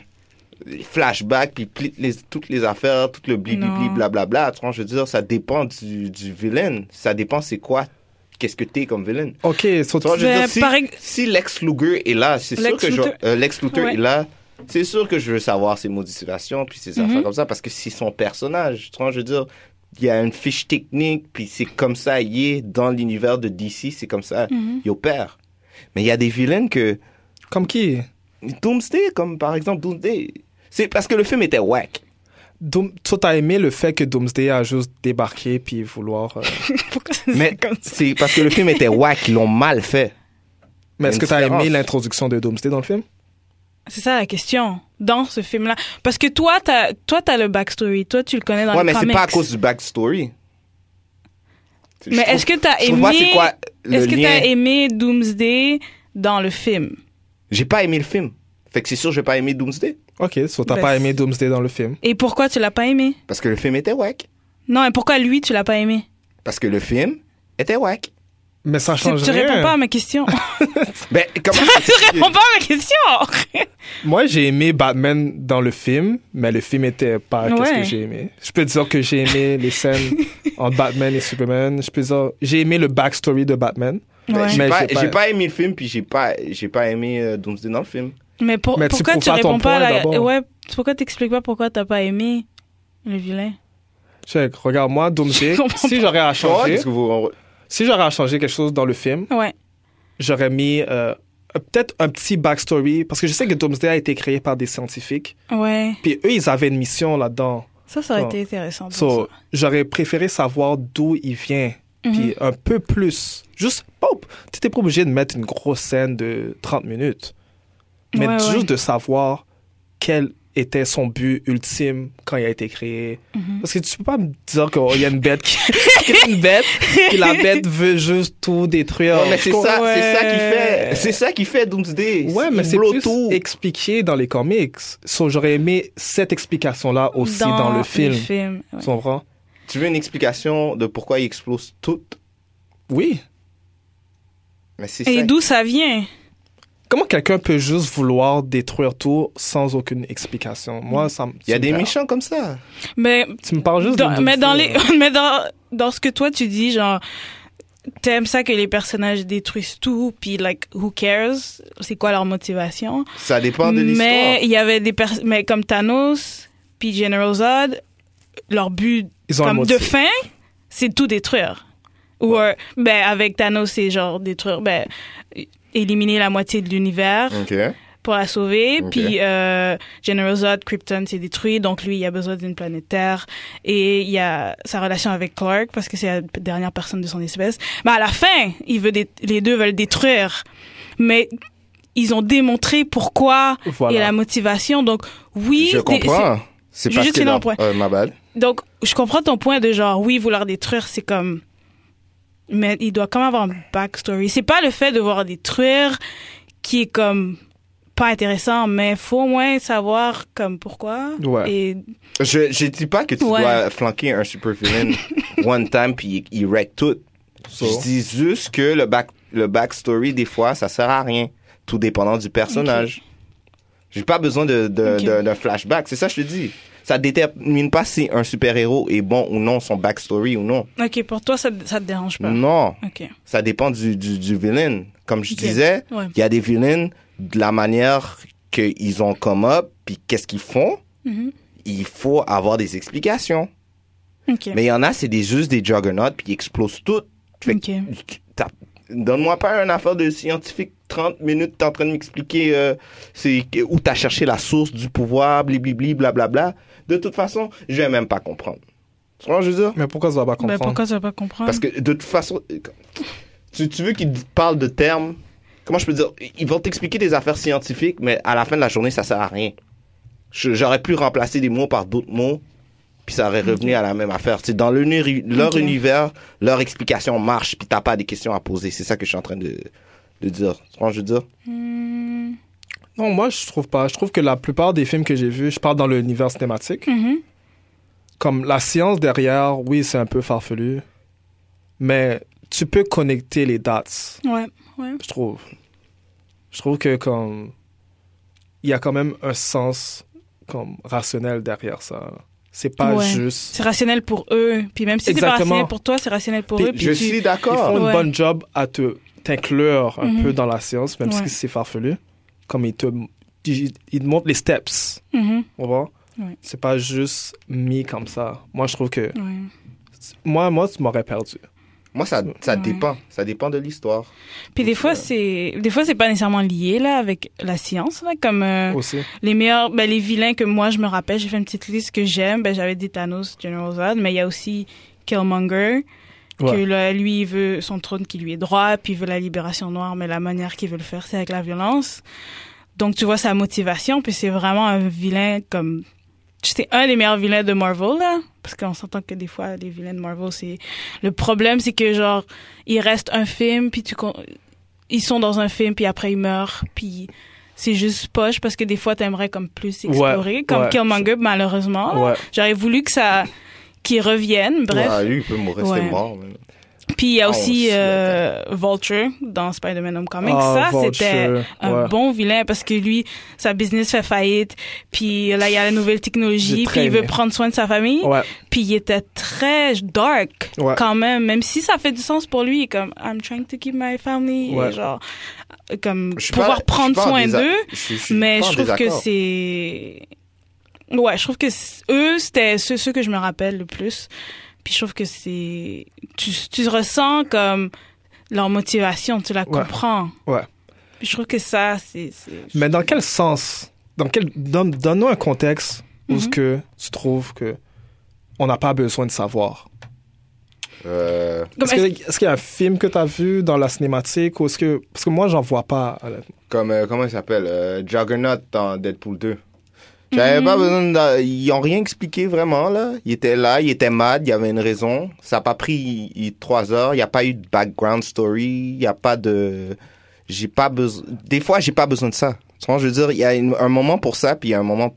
Speaker 5: des flashbacks, puis pli- les- toutes les affaires, tout le blibli,
Speaker 6: Non.
Speaker 5: blablabla. Tu vois, je veux dire, ça dépend du, du vilain. Ça dépend c'est quoi, qu'est-ce que t'es comme vilain.
Speaker 4: Ok, so
Speaker 5: Tu vois, je veux
Speaker 6: Mais
Speaker 5: dire, si,
Speaker 6: Ben, par ex-
Speaker 5: si Lex Luger est là, c'est sûr
Speaker 6: Lex
Speaker 5: que je-
Speaker 6: Luthor-
Speaker 5: euh, Lex Luthor
Speaker 6: Ouais.
Speaker 5: est là, c'est sûr que je veux savoir ses motivations puis ses
Speaker 6: Mhm.
Speaker 5: affaires comme ça parce que c'est son personnage. Tu vois, je veux dire, il y a une fiche technique puis c'est comme ça il est dans l'univers de DC, c'est comme ça
Speaker 6: Mhm.
Speaker 5: il opère. Mais il y a des vilains que
Speaker 4: Comme qui
Speaker 5: Doomsday, comme par exemple Doomsday, c'est parce que le film était whack.
Speaker 4: Doom... So, t'as aimé le fait que Doomsday a juste débarqué puis vouloir. euh,
Speaker 6: Pourquoi c'est
Speaker 5: Mais
Speaker 6: comme ça?
Speaker 5: c'est parce que le film était whack, ils l'ont mal fait.
Speaker 4: Mais est-ce
Speaker 5: Une
Speaker 4: que t'as
Speaker 5: différence.
Speaker 4: aimé l'introduction de Doomsday dans le film
Speaker 6: C'est ça la question dans ce film-là. Parce que toi, t'as, toi, t'as le backstory. Toi, tu le connais dans
Speaker 5: ouais,
Speaker 6: le
Speaker 5: mais c'est
Speaker 6: comics.
Speaker 5: pas à cause du backstory. Je
Speaker 6: Mais
Speaker 5: trouve-
Speaker 6: est-ce que t'as
Speaker 5: je trouve pas
Speaker 6: aimé-
Speaker 5: c'est quoi le
Speaker 6: Est-ce que
Speaker 5: lien.
Speaker 6: t'as aimé Doomsday dans le film?
Speaker 5: J'ai pas aimé le film. Fait que c'est sûr, j'ai pas aimé Doomsday.
Speaker 4: Ok, so t'as
Speaker 6: Ben,
Speaker 4: pas
Speaker 6: c'est-
Speaker 4: aimé Doomsday dans le film.
Speaker 6: Et pourquoi tu l'as pas aimé?
Speaker 5: Parce que le film était whack.
Speaker 6: Non, et pourquoi lui, tu l'as pas aimé?
Speaker 5: Parce que le film était whack.
Speaker 4: Mais ça
Speaker 6: Tu,
Speaker 4: change
Speaker 6: tu
Speaker 4: rien.
Speaker 6: réponds pas à ma question.
Speaker 5: Ben, comment
Speaker 6: tu réponds pas à ma question!
Speaker 4: Moi, j'ai aimé Batman dans le film, mais le film était pas qu'est-ce
Speaker 6: Ouais.
Speaker 4: que j'ai aimé. Je peux dire que j'ai aimé les scènes entre Batman et Superman. Je peux dire j'ai aimé le backstory de Batman.
Speaker 5: Ben, j'ai
Speaker 4: Mais
Speaker 5: pas,
Speaker 4: j'ai pas-
Speaker 5: j'ai pas aimé le film, puis j'ai pas, j'ai pas aimé euh, Doomsday dans le film.
Speaker 6: Mais, pour-
Speaker 4: Mais tu
Speaker 6: pourquoi
Speaker 4: prouves
Speaker 6: tu
Speaker 4: pas ton
Speaker 6: réponds pas à
Speaker 4: point,
Speaker 6: la...
Speaker 4: d'abord.
Speaker 6: Ouais, pourquoi t'expliques pas pourquoi t'as pas aimé le vilain?
Speaker 4: Check, regarde-moi Doomsday.
Speaker 6: Je comprends
Speaker 4: Si j'aurais à
Speaker 5: Oh,
Speaker 4: changer,
Speaker 5: qu'est-ce que vous-
Speaker 4: si j'aurais à changer quelque chose dans le film,
Speaker 6: Ouais.
Speaker 4: j'aurais mis euh, peut-être un petit backstory parce que je sais que Doomsday a été créé par des scientifiques.
Speaker 6: Ouais.
Speaker 4: Puis eux, ils avaient une mission là-dedans.
Speaker 6: Ça, ça aurait
Speaker 4: Oh.
Speaker 6: été intéressant. pour
Speaker 4: So,
Speaker 6: ça.
Speaker 4: j'aurais préféré savoir d'où il vient.
Speaker 6: Mhm.
Speaker 4: Puis un peu plus. Juste, pop, tu n'étais pas obligé de mettre une grosse scène de 30 minutes. Mais
Speaker 6: Ouais,
Speaker 4: juste
Speaker 6: ouais.
Speaker 4: de savoir quel était son but ultime quand il a été créé.
Speaker 6: Mhm.
Speaker 4: Parce que tu peux pas me dire qu'il y a une bête qui... qu'il y a une bête, puis la bête veut juste tout détruire.
Speaker 5: Ouais, mais c'est
Speaker 4: Je
Speaker 5: ça, c'est ça qui
Speaker 4: Oh, Ouais.
Speaker 5: fait, c'est ça qui fait Doomsday.
Speaker 4: Ouais,
Speaker 5: Il
Speaker 4: mais c'est
Speaker 5: blow
Speaker 4: plus
Speaker 5: tout.
Speaker 4: expliqué dans les comics. So, j'aurais aimé cette explication-là aussi dans, le film.
Speaker 6: ouais.
Speaker 4: Tu comprends?
Speaker 5: Tu veux une explication de pourquoi il explose tout?
Speaker 4: Oui.
Speaker 5: Mais c'est
Speaker 6: Et
Speaker 5: ça.
Speaker 6: d'où ça vient?
Speaker 4: Comment quelqu'un peut juste vouloir détruire tout sans aucune explication? Moi, ça me-
Speaker 5: Mm. Il y a
Speaker 4: tu me
Speaker 5: des
Speaker 4: parles-
Speaker 5: méchants comme ça.
Speaker 6: Mais
Speaker 4: Tu me parles juste
Speaker 6: Dans-
Speaker 4: de
Speaker 6: mais euh, dans les
Speaker 4: Doomsday.
Speaker 6: mais dans dans ce que toi tu dis genre t'aimes ça que les personnages détruisent tout puis like who cares c'est quoi leur motivation
Speaker 5: Ça dépend de l'histoire.
Speaker 6: mais il y avait des pers- mais comme Thanos puis General Zod leur but
Speaker 4: Ils ont un
Speaker 6: comme de
Speaker 4: motif.
Speaker 6: fin c'est tout détruire ou euh, ben avec Thanos c'est genre détruire ben é- éliminer la moitié de l'univers
Speaker 5: Ok.
Speaker 6: pour la sauver.
Speaker 5: Ok.
Speaker 6: Puis euh, General Zod, Krypton s'est détruit, donc lui, il a besoin d'une planète Terre. Et il y a sa relation avec Clark, parce que c'est la dernière personne de son espèce. Mais à la fin, il veut dé- les deux veulent détruire. Mais ils ont démontré pourquoi
Speaker 4: Voilà.
Speaker 6: et la motivation. Donc oui,
Speaker 5: Je
Speaker 6: des-
Speaker 5: comprends. C'est
Speaker 6: J'ai
Speaker 5: parce
Speaker 6: juste
Speaker 5: que
Speaker 6: une
Speaker 5: leur-
Speaker 6: empreinte.
Speaker 5: euh, ma bad.
Speaker 6: c'est- donc je comprends ton point de genre oui, vouloir détruire, c'est comme mais il doit quand même avoir un backstory. C'est pas le fait de voir détruire qui est comme pas intéressant, mais faut au moins savoir comme pourquoi.
Speaker 4: Ouais.
Speaker 6: Et
Speaker 5: Je, je dis pas que tu
Speaker 6: Ouais.
Speaker 5: dois flanquer un super villain one time puis il, il wreck tout.
Speaker 4: So.
Speaker 5: Je dis juste que le back le backstory des fois ça sert à rien, tout dépendant du personnage. J'ai pas besoin de de-
Speaker 6: Ok.
Speaker 5: de- d'un flashback, c'est ça que je te dis. Ça détermine pas si un super héros est bon ou non, son backstory ou non.
Speaker 6: ok, pour toi ça, ça te dérange pas.
Speaker 5: Non,
Speaker 6: Ok.
Speaker 5: ça dépend du du, du villain. Comme je
Speaker 6: Ok.
Speaker 5: disais,
Speaker 6: Ouais.
Speaker 5: il y a des villains de la manière qu'ils ont come up puis qu'est-ce qu'ils font.
Speaker 6: Mhm.
Speaker 5: Il faut avoir des explications.
Speaker 6: Ok.
Speaker 5: Mais il y en a, c'est des, juste des juggernauts, puis ils explosent tout. Fait que,
Speaker 6: Ok. Ben,
Speaker 5: t'as- Donne-moi pas une affaire de scientifique, 30 minutes, t'es en train de m'expliquer euh, c'est que- où t'as cherché la source du pouvoir, blibli, blablabla. De toute façon, je vais même pas comprendre. Tu vois, ce que je veux dire?
Speaker 4: Mais pourquoi ça va pas
Speaker 6: Ben,
Speaker 4: comprendre?
Speaker 6: pourquoi tu vas pas comprendre
Speaker 5: Parce que de toute façon, euh, Tu, tu veux qu'ils te parlent de termes. Comment je peux dire Ils vont t'expliquer des affaires scientifiques, mais à la fin de la journée, ça sert à rien. Je- J'aurais pu remplacer des mots par d'autres mots, puis ça aurait revenu à la même affaire. C'est dans le nuri- leur
Speaker 6: Ok.
Speaker 5: univers, leur explication marche, puis t'as pas des questions à poser. C'est ça que je suis en train de, de dire. Tu comprends ce que je veux dire
Speaker 6: Hmm,
Speaker 4: Non, moi, je trouve pas. Je trouve que la plupart des films que j'ai vus, je parle dans l'univers cinématique.
Speaker 6: mhm.
Speaker 4: Comme la science derrière, oui, c'est un peu farfelu, mais tu peux connecter les dates,
Speaker 6: Ouais, ouais.
Speaker 4: je trouve. Je trouve que comme il y a quand même un sens comme rationnel derrière ça. C'est pas
Speaker 6: Ouais.
Speaker 4: juste.
Speaker 6: C'est rationnel pour eux. Puis même si c'est pas
Speaker 4: Exactement.
Speaker 6: rationnel pour toi, c'est rationnel pour
Speaker 4: Puis
Speaker 6: eux. Puis
Speaker 5: Je
Speaker 6: tu-
Speaker 5: suis
Speaker 4: Ils
Speaker 5: d'accord.
Speaker 4: font une
Speaker 6: Ouais.
Speaker 4: bonne job à te t'inclure un
Speaker 6: Mhm.
Speaker 4: peu dans la science, même
Speaker 6: Ouais.
Speaker 4: si c'est farfelu. Comme ils te ils ils te montrent les steps.
Speaker 6: Mhm,
Speaker 4: On voit.
Speaker 6: Ouais.
Speaker 4: C'est pas juste mis comme ça. Moi, je trouve que.
Speaker 6: ouais.
Speaker 4: Moi, moi tu m'aurais perdu.
Speaker 5: Moi, ça, ça
Speaker 6: Ouais.
Speaker 5: dépend. Ça dépend de l'histoire.
Speaker 6: Puis des fois, c'est des fois c'est pas nécessairement lié là avec la science là comme euh,
Speaker 4: Aussi.
Speaker 6: les meilleurs ben, les vilains que moi je me rappelle, j'ai fait une petite liste que j'aime, ben j'avais dit Thanos, General Zod, mais il y a aussi Killmonger que
Speaker 4: Ouais.
Speaker 6: là, lui il veut son trône qui lui est droit, puis il veut la libération noire, mais la manière qu'il veut le faire c'est avec la violence. Donc tu vois sa motivation, puis c'est vraiment un vilain comme c'est un des meilleurs vilains de Marvel là parce qu'on s'entend que des fois les vilains de Marvel c'est le problème c'est que genre il reste un film puis tu con- ils sont dans un film puis après ils meurent puis c'est juste poche parce que des fois t'aimerais comme plus explorer comme
Speaker 4: ouais.
Speaker 6: Killmonger malheureusement là.
Speaker 4: Ouais.
Speaker 6: j'aurais voulu que ça qu'ils reviennent bref
Speaker 5: Ouais, lui, il peut mourir,
Speaker 6: Ouais.
Speaker 5: c'est mort. mais-
Speaker 6: puis il y a
Speaker 5: Ah, on
Speaker 6: aussi
Speaker 5: s'y
Speaker 6: euh, Vulture dans Spider-Man Homecoming
Speaker 4: Ah,
Speaker 6: ça c'était
Speaker 4: Vulture,
Speaker 6: un
Speaker 4: ouais.
Speaker 6: bon vilain parce que lui, sa business fait faillite, puis là, il y a la nouvelle
Speaker 4: J'ai
Speaker 6: technologie,
Speaker 4: très
Speaker 6: puis il veut
Speaker 4: aimé.
Speaker 6: prendre soin de sa famille,
Speaker 4: Ouais.
Speaker 6: puis il était très dark
Speaker 4: Ouais.
Speaker 6: quand même, même si ça fait du sens pour lui, comme « I'm trying to keep my family
Speaker 4: Ouais.
Speaker 6: et genre, comme
Speaker 5: Je suis pas-
Speaker 6: pouvoir
Speaker 5: je suis
Speaker 6: prendre
Speaker 5: pas en
Speaker 6: soin
Speaker 5: désa-
Speaker 6: d'eux,
Speaker 5: je suis- je suis
Speaker 6: mais
Speaker 5: pas en
Speaker 6: je trouve que
Speaker 5: désaccord.
Speaker 6: c'est... Ouais, je trouve que c- eux, c'était ceux, ceux que je me rappelle le plus. Puis je trouve que c'est... Tu, tu ressens comme leur motivation, tu la
Speaker 4: Ouais.
Speaker 6: comprends.
Speaker 4: Ouais.
Speaker 6: Je trouve que ça, c'est. c'est-
Speaker 4: Mais dans quel sens dans quel, donne- Donne-nous un contexte où ce
Speaker 6: Mhm.
Speaker 4: que tu trouves que on n'a pas besoin de savoir.
Speaker 5: Euh,
Speaker 6: Comme
Speaker 4: Est-ce que- est-ce qu'il y a un film que tu as vu dans la cinématique ou est-ce que. Parce que moi, j'en vois pas, honnêtement.
Speaker 5: comme, euh, comment il s'appelle euh, Juggernaut dans Deadpool 2. J'avais pas besoin de... Ils ont rien expliqué vraiment, là. Il était là, il était mad, il y avait une raison. Ça a pas pris il- trois heures. Il n'y a pas eu de background story. Il n'y a pas de... J'ai pas besoin... Des fois, j'ai pas besoin de ça. Tu vois, je veux dire, il y a une- un moment pour ça, puis il y a un moment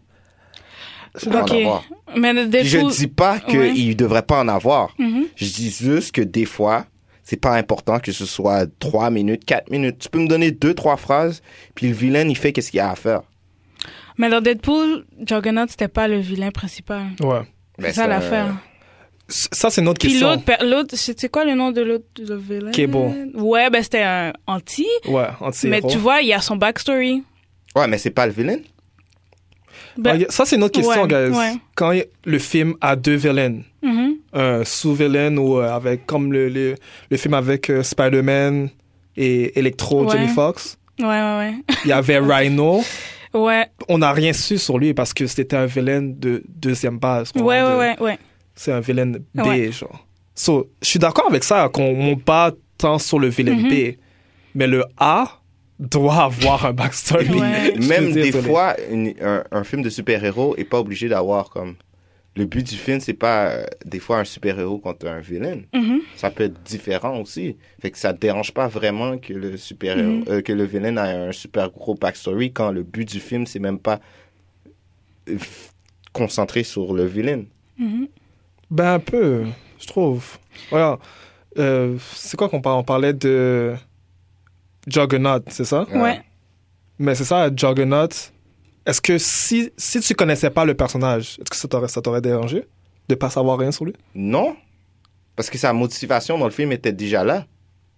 Speaker 5: pour
Speaker 6: Ok.
Speaker 5: en avoir.
Speaker 6: mais le
Speaker 5: Puis Je
Speaker 6: Deadpool-
Speaker 5: dis pas qu'il
Speaker 6: Ouais.
Speaker 5: ne devrait pas en avoir.
Speaker 6: Mhm.
Speaker 5: Je dis juste que des fois, c'est pas important que ce soit 3 minutes, 4 minutes. Tu peux me donner deux, trois phrases, puis le vilain, il fait qu'est-ce qu'il a à faire.
Speaker 6: Mais dans Deadpool, Juggernaut, c'était pas le vilain principal.
Speaker 4: Ouais.
Speaker 5: Mais
Speaker 6: C'est ça
Speaker 5: Ben, c'est
Speaker 6: l'affaire.
Speaker 5: un-
Speaker 4: C- Ça, c'est une autre
Speaker 6: Puis
Speaker 4: question.
Speaker 6: l'autre, per- l'autre, c'était quoi le nom de l'autre le vilain
Speaker 4: Cable.
Speaker 6: Ouais, ben c'était un anti.
Speaker 4: Ouais, anti
Speaker 6: Mais tu vois, il y a son backstory.
Speaker 5: Ouais, mais c'est pas le vilain. Ah,
Speaker 6: Ben,
Speaker 4: Ah, Ça, c'est une autre question,
Speaker 6: Ouais,
Speaker 4: guys.
Speaker 6: ouais.
Speaker 4: Quand il- le film a deux vilaines,
Speaker 6: mhm.
Speaker 4: un sous-villain ou euh, avec comme le, le, le film avec euh, Spider-Man et Electro,
Speaker 6: Ouais.
Speaker 4: Jimmy Fox.
Speaker 6: Ouais, ouais,
Speaker 4: Il y avait Rhino.
Speaker 6: ouais. Ouais,
Speaker 4: On n'a rien su sur lui parce que c'était un villain de deuxième base.
Speaker 6: ouais,
Speaker 4: vraiment,
Speaker 6: ouais,
Speaker 4: de-
Speaker 6: ouais, ouais.
Speaker 4: C'est un villain B,
Speaker 6: Ouais.
Speaker 4: genre. So, je suis d'accord avec ça, qu'on monte pas tant sur le villain
Speaker 6: Mm-hmm.
Speaker 4: B. Mais le A doit avoir un backstory.
Speaker 6: Ouais.
Speaker 4: Je suis
Speaker 5: Même des
Speaker 4: désolé.
Speaker 5: fois, une- un, un film de super-héros est pas obligé d'avoir comme. Le but du film, c'est pas euh, des fois un super-héros contre un vilain.
Speaker 6: Mhm.
Speaker 5: Ça peut être différent aussi. Fait que ça te dérange pas vraiment que le super-héros,
Speaker 6: Mhm.
Speaker 5: euh, que le vilain a un super gros backstory quand le but du film, c'est même pas euh, f- concentré sur le vilain.
Speaker 6: Mhm.
Speaker 4: Ben, un peu, je trouve. Voilà. Euh, c'est quoi qu'on parlait On parlait de Juggernaut, c'est ça
Speaker 5: Ouais.
Speaker 6: Ouais.
Speaker 4: Mais c'est ça, Juggernaut. Est-ce que si, si tu connaissais pas le personnage, est-ce que ça t'aurait, ça t'aurait dérangé de pas savoir rien sur lui
Speaker 5: Non, parce que sa motivation dans le film était déjà là.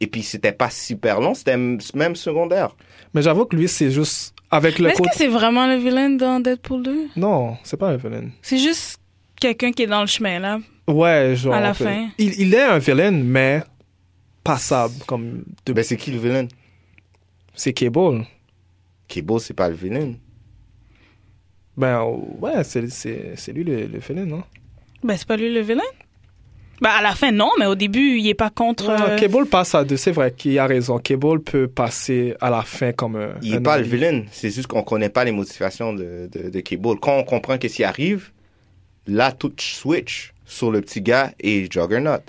Speaker 5: Et puis c'était pas super long, c'était m- même secondaire.
Speaker 4: Mais j'avoue que lui, c'est juste avec
Speaker 6: Mais
Speaker 4: le
Speaker 6: Est-ce
Speaker 4: côté.
Speaker 6: que c'est vraiment le vilain dans Deadpool 2
Speaker 4: Non, c'est pas un villain.
Speaker 6: C'est juste quelqu'un qui est dans le chemin, là.
Speaker 4: Ouais, genre.
Speaker 6: À la
Speaker 4: euh,
Speaker 6: fin.
Speaker 4: Il, il est un villain, mais passable. Comme de...
Speaker 5: Ben c'est qui le vilain
Speaker 4: C'est Cable.
Speaker 5: Kibo, c'est pas le vilain.
Speaker 4: Ben ouais, c'est, c'est, c'est lui le, le villain, non
Speaker 6: Ben, c'est pas lui le vilain. Bah, à la fin, non, mais au début, il est pas contre.
Speaker 4: Ah,
Speaker 6: euh,
Speaker 4: Cable passe à deux, c'est vrai qu'il a raison. Cable peut passer à la fin comme un.
Speaker 5: Il n'est
Speaker 4: un
Speaker 5: pas le
Speaker 4: ami.
Speaker 5: vilain, c'est juste qu'on connaît pas les motivations de, de, de Cable. Quand on comprend qu'est-ce qui arrive, là, tout switch sur le petit gars et Juggernaut.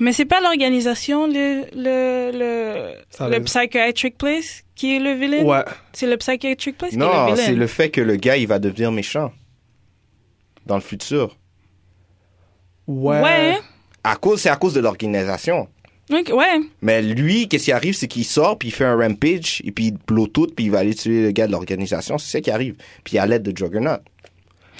Speaker 6: Mais c'est pas l'organisation, le, le, le,
Speaker 4: Ça
Speaker 6: le
Speaker 4: raison.
Speaker 6: Psychiatric Place qui est le vilain?
Speaker 4: Ouais.
Speaker 6: C'est le Psychiatric Place qui est
Speaker 5: Non,
Speaker 6: le vilain?
Speaker 5: c'est le fait que le gars, il va devenir méchant dans le futur.
Speaker 4: Ouais.
Speaker 6: Ouais. hein?
Speaker 5: À cause, c'est à cause de l'organisation.
Speaker 6: Ok, ouais.
Speaker 5: Mais lui, qu'est-ce qui arrive, c'est qu'il sort, puis il fait un rampage, et puis il blow tout, puis il va aller tuer le gars de l'organisation. C'est ça qui arrive. Puis à l'aide de Juggernaut.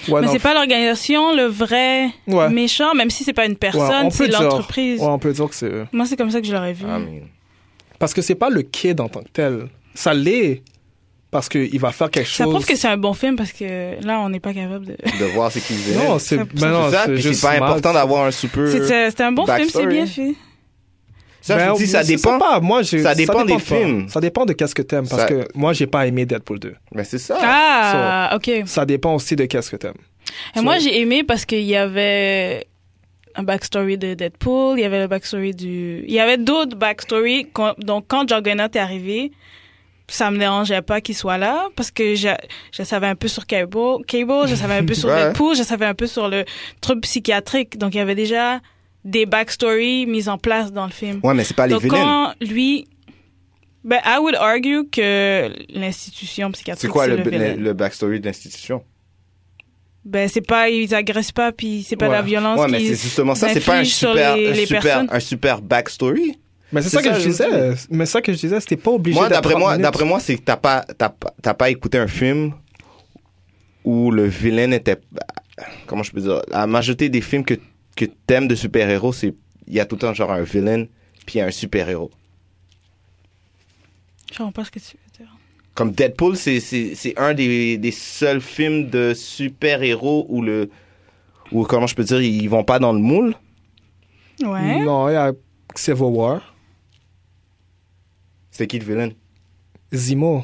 Speaker 4: Ouais,
Speaker 6: mais
Speaker 4: non,
Speaker 6: c'est pas l'organisation, le vrai
Speaker 4: Ouais.
Speaker 6: méchant, même si c'est pas une
Speaker 4: ouais,
Speaker 6: personne,
Speaker 4: on
Speaker 6: c'est
Speaker 4: peut dire-
Speaker 6: l'entreprise.
Speaker 4: Ouais, Ah, on peut dire que c'est. euh,
Speaker 6: Moi, c'est comme ça que je l'aurais vu.
Speaker 5: I mean,
Speaker 4: Parce que c'est pas le kid en tant que tel. Ça l'est. Parce qu'il va faire quelque
Speaker 6: ça
Speaker 4: chose.
Speaker 6: prouve que c'est un bon film parce que là, on n'est pas capable de.
Speaker 5: de voir ce qu'il faisait.
Speaker 4: Non, c'est.
Speaker 6: Ça-
Speaker 4: mais non,
Speaker 5: c'est ça, puis
Speaker 4: juste
Speaker 5: c'est pas
Speaker 4: mal.
Speaker 5: important d'avoir un super.
Speaker 6: C'est- C'est c'est un bon film, c'est
Speaker 5: Euh, Backstory.
Speaker 6: bien fait.
Speaker 5: Ça, je
Speaker 4: Ben,
Speaker 5: vous dis, ça
Speaker 4: je sais
Speaker 5: dépend.
Speaker 4: pas, moi, j'ai-
Speaker 5: ça dépend des
Speaker 4: pas.
Speaker 5: films.
Speaker 4: Ça dépend de qu'est-ce que t'aimes. Parce
Speaker 5: Ça-
Speaker 4: que moi, j'ai pas aimé Deadpool 2.
Speaker 5: Mais Ben, c'est ça.
Speaker 6: Ah, ok. Et
Speaker 4: Ça dépend aussi de qu'est-ce que t'aimes.
Speaker 6: moi, j'ai aimé parce qu'il y avait un backstory de Deadpool, il y avait le backstory du. Il y avait d'autres backstories. qu'on- Donc, quand Juggernaut est arrivé, ça me dérangeait pas qu'il soit là parce que je, je savais un peu sur Cable, Cable je savais un peu sur
Speaker 5: Ouais.
Speaker 6: Deadpool, je savais un peu sur le truc psychiatrique. Donc, il y avait déjà des backstories mises en place dans le film.
Speaker 5: Ouais, mais
Speaker 4: Ah,
Speaker 5: c'est pas les
Speaker 6: Donc,
Speaker 5: vilains.
Speaker 6: quand lui. Ben, I would argue que l'institution psychiatrique.
Speaker 5: C'est quoi le,
Speaker 6: le vilain.
Speaker 5: le, le backstory de l'institution?
Speaker 6: Ben, c'est pas, ils agressent pas, puis c'est pas
Speaker 4: Ouais.
Speaker 6: la violence
Speaker 5: Ouais, mais
Speaker 6: qu'ils
Speaker 5: c'est justement ça. C'est pas un
Speaker 6: infligent sur
Speaker 5: super,
Speaker 6: les-
Speaker 5: un
Speaker 6: les
Speaker 5: super,
Speaker 6: personnes.
Speaker 5: un super backstory.
Speaker 4: Mais c'est
Speaker 5: C'est
Speaker 4: ça,
Speaker 5: ça,
Speaker 4: que je
Speaker 5: je
Speaker 4: disais. Mais ça que je disais, c'était pas obligé
Speaker 5: Moi,
Speaker 4: d'être
Speaker 5: d'après
Speaker 4: 30
Speaker 5: moi,
Speaker 4: minutes.
Speaker 5: d'après moi, c'est que t'as pas, t'as pas, t'as pas écouté un film où le vilain était, comment je peux dire, la majorité des films que, que t'aimes de super-héros, c'est, il y a tout le temps genre un vilain puis un super-héros.
Speaker 6: Je comprends pas ce que tu veux dire.
Speaker 5: Comme Deadpool, c'est, c'est, c'est un des, des seuls films de super-héros où le, où, comment je peux dire, ils vont pas dans le moule.
Speaker 6: Ouais.
Speaker 4: Non, il y a Civil War.
Speaker 5: C'est qui le vilain?
Speaker 4: Zemo.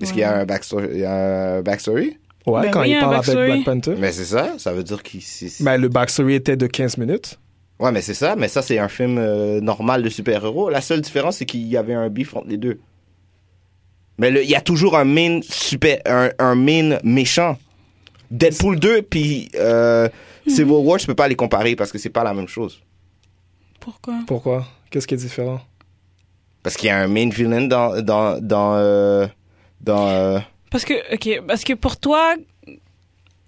Speaker 5: Est-ce qu'il y a un backstory? il y a un backstory?
Speaker 4: Ouais,
Speaker 6: Ben
Speaker 4: quand
Speaker 6: oui,
Speaker 4: il
Speaker 6: un
Speaker 4: parle
Speaker 6: backstory.
Speaker 4: avec Black Panther.
Speaker 5: Mais c'est ça, ça veut dire qu'il, c'est, c'est-
Speaker 4: Mais le backstory était de 15 minutes.
Speaker 5: Ouais, mais c'est ça, mais ça, c'est un film euh, normal de super-héros. La seule différence, c'est qu'il y avait un beef entre les deux. Mais le- il y a toujours un main, super, un, un main méchant. Deadpool 2 puis euh, Civil War, je peux pas les comparer parce que c'est pas la même chose.
Speaker 6: Pourquoi?
Speaker 4: Pourquoi Qu'est-ce qui est différent Ben,
Speaker 5: Parce qu'il y a un main villain dans. dans, dans, euh, dans euh,
Speaker 6: Parce que, ok, parce que pour toi,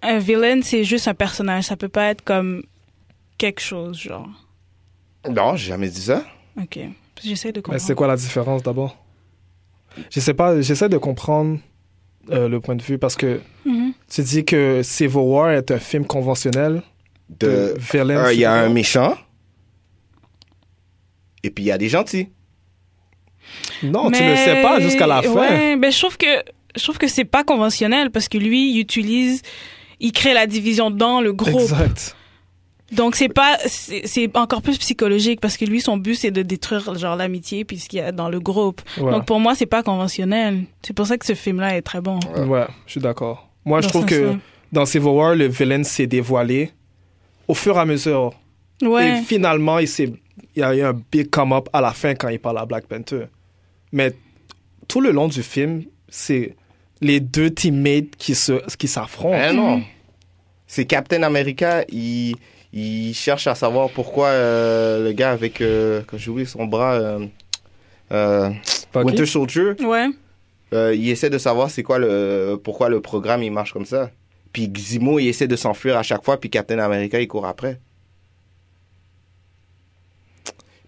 Speaker 6: un villain, c'est juste un personnage. Ça peut pas être comme quelque chose, genre.
Speaker 5: Non, j'ai jamais dit ça.
Speaker 6: Ok. J'essaie de
Speaker 4: Mais
Speaker 6: comprendre.
Speaker 4: c'est quoi la différence d'abord Je sais pas, j'essaie de comprendre euh, le point de vue parce que
Speaker 6: Mhm.
Speaker 4: tu dis que Civil War est un film conventionnel de
Speaker 5: De,
Speaker 4: villain.
Speaker 5: un, il Euh, y a un
Speaker 4: super-héros.
Speaker 5: méchant. Et puis il y a des gentils.
Speaker 4: Non, tu le sais pas jusqu'à la fin.
Speaker 6: Ouais, ben je trouve que je trouve que c'est pas conventionnel parce que lui, il utilise, il crée la division dans le groupe.
Speaker 4: Exact.
Speaker 6: Donc c'est pas c'est c'est encore plus psychologique parce que lui son but c'est de détruire genre l'amitié puis ce qu'il y a dans le groupe.
Speaker 4: Ouais.
Speaker 6: Donc pour moi c'est pas conventionnel. C'est pour ça que ce film là est très bon.
Speaker 4: Ouais, je suis d'accord. Moi, je
Speaker 6: Dans
Speaker 4: trouve
Speaker 6: ce
Speaker 4: que
Speaker 6: sens-là.
Speaker 4: dans Civil War, le villain s'est dévoilé au fur et à mesure.
Speaker 6: Ouais.
Speaker 4: Et finalement, il, s'est- il y a eu un big come-up à la fin quand il parle à Black Panther. Mais tout le long du film, c'est les deux teammates qui se- qui s'affrontent.
Speaker 5: Eh non. C'est Captain America, il, il cherche à savoir pourquoi euh, le gars avec, euh, quand j'ai oublié son bras, euh, euh,
Speaker 4: Bucky?
Speaker 5: Winter Soldier,
Speaker 6: Ouais.
Speaker 5: euh, il essaie de savoir c'est quoi le, pourquoi le programme il marche comme ça. Puis Ximo, il essaie de s'enfuir à chaque fois, puis Captain America, il court après.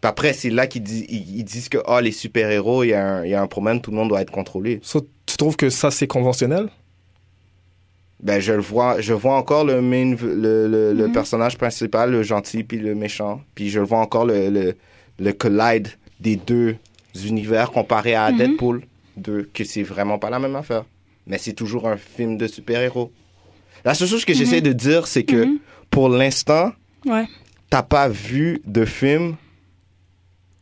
Speaker 5: Puis après, c'est là qu'ils dit- ils- ils disent que ah les super-héros, il y, a un- il y a un problème, tout le monde doit être contrôlé.
Speaker 4: So, tu trouves que ça, c'est conventionnel?
Speaker 5: Ben, je le vois, je vois encore le main, le, le, le personnage principal, le gentil puis le méchant. Puis je le vois encore le, le, le collide des deux univers comparé à Deadpool 2, que c'est vraiment pas la même affaire. Mais c'est toujours un film de super-héros. La seule chose que j'essaie de dire, c'est que pour l'instant,
Speaker 6: Ouais.
Speaker 5: t'as pas vu de film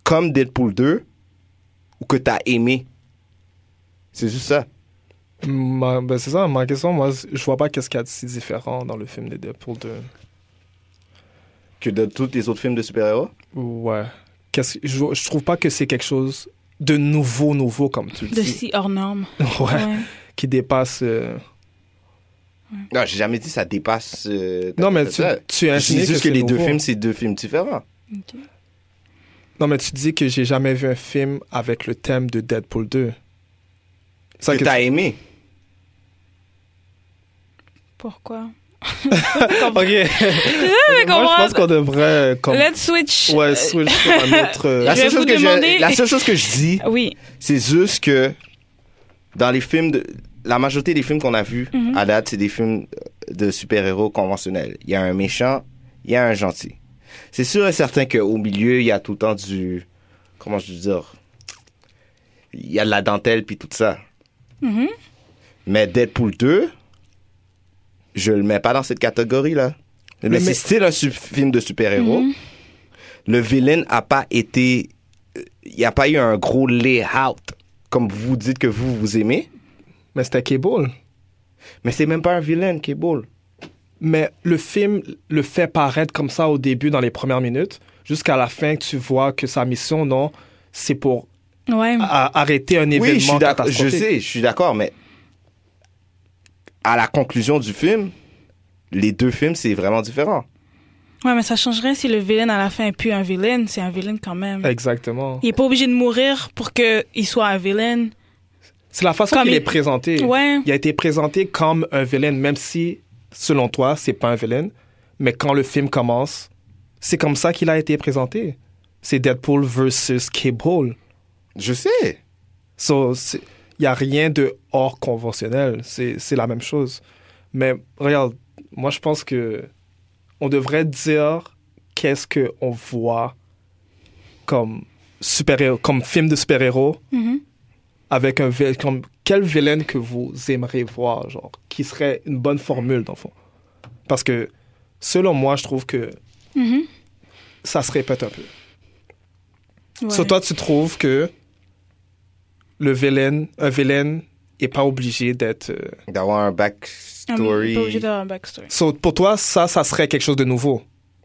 Speaker 5: comme Deadpool 2 ou que t'as aimé. C'est juste ça.
Speaker 4: Ma- ben, c'est ça, ma question, moi, je vois pas qu'est-ce qu'il y a de si différent dans le film des Deadpool 2.
Speaker 5: que que de tous les autres films de super-héros.
Speaker 4: Ouais. Qu'est-ce- je, je trouve pas que c'est quelque chose de nouveau, nouveau, comme tu le
Speaker 6: De
Speaker 4: dis.
Speaker 6: si hors norme.
Speaker 4: Ouais.
Speaker 6: Ouais.
Speaker 4: Qui dépasse. euh,
Speaker 5: Non, j'ai jamais dit ça dépasse. euh,
Speaker 4: Non, mais tu,
Speaker 5: ça.
Speaker 4: tu as
Speaker 5: Je dis
Speaker 4: insinué
Speaker 5: juste que,
Speaker 4: c'est
Speaker 5: les deux
Speaker 4: nouveau.
Speaker 5: films, c'est deux films différents.
Speaker 6: Ok.
Speaker 4: Non, mais tu dis que j'ai jamais vu un film avec le thème de Deadpool 2. C'est ça
Speaker 5: que
Speaker 4: que
Speaker 5: t'as aimé.
Speaker 6: Pourquoi
Speaker 4: Ok.
Speaker 6: Je
Speaker 4: Moi, je pense qu'on devrait. euh, Comme...
Speaker 6: Let's switch.
Speaker 4: Ouais, switch sur un autre. euh,
Speaker 5: La
Speaker 6: Je vais
Speaker 5: seule, chose
Speaker 6: vous
Speaker 5: que
Speaker 6: demander-
Speaker 5: je, la seule chose que je dis,
Speaker 6: Euh, Oui.
Speaker 5: c'est juste que dans les films, de, la majorité des films qu'on a vus
Speaker 6: Mhm.
Speaker 5: à date, c'est des films de super-héros conventionnels. Il y a un méchant, il y a un gentil. C'est sûr et certain qu'au milieu, il y a tout le temps du. Comment je veux dire Il y a de la dentelle puis tout ça.
Speaker 6: Mhm.
Speaker 5: Mais Deadpool 2, je le mets pas dans cette catégorie-là. Mais,
Speaker 4: Mais-
Speaker 5: c'est style un su- film de super-héros. Le villain a pas été. Il n'y a pas eu un gros layout, comme vous dites que vous, vous aimez.
Speaker 4: Mais c'était Cable.
Speaker 5: Mais c'est même pas un villain qui est beau.
Speaker 4: Mais le film le fait paraître comme ça au début, dans les premières minutes, jusqu'à la fin, tu vois que sa mission, non, c'est pour
Speaker 6: Ouais.
Speaker 4: a- arrêter un événement
Speaker 5: Oui, je suis d'accord. Je
Speaker 4: catastrophique.
Speaker 5: sais, je suis d'accord, mais à la conclusion du film, les deux films, c'est vraiment différent.
Speaker 6: Ouais, mais ça changerait si le villain à la fin est plus un villain. C'est un villain quand même.
Speaker 4: Exactement.
Speaker 6: Il est pas obligé de mourir pour que il soit un villain.
Speaker 4: C'est la façon
Speaker 6: Comme
Speaker 4: qu'il
Speaker 6: il-
Speaker 4: est présenté.
Speaker 6: Ouais.
Speaker 4: Il a été présenté comme un vilain, même si, selon toi, c'est pas un vilain. Mais quand le film commence, c'est comme ça qu'il a été présenté. C'est Deadpool versus Cable.
Speaker 5: Je sais.
Speaker 4: So, il n'y a rien de hors conventionnel. C'est c'est la même chose. Mais regarde, moi, je pense que on devrait dire qu'est-ce qu'on voit comme, super comme film de super-héros
Speaker 6: Mhm.
Speaker 4: avec un vil- comme quelle vilaine que vous aimeriez voir, genre, qui serait une bonne formule, dans le fond. Parce que, selon moi, je trouve que
Speaker 6: Mhm.
Speaker 4: ça se répète un peu.
Speaker 6: Ouais.
Speaker 4: So, toi, tu trouves que le vilain, un vilain est pas obligé d'être. euh,
Speaker 5: D'avoir un
Speaker 6: Ah, mais il est
Speaker 5: backstory.
Speaker 6: Pas obligé d'avoir un backstory.
Speaker 4: So, pour toi, ça, ça serait quelque chose de nouveau.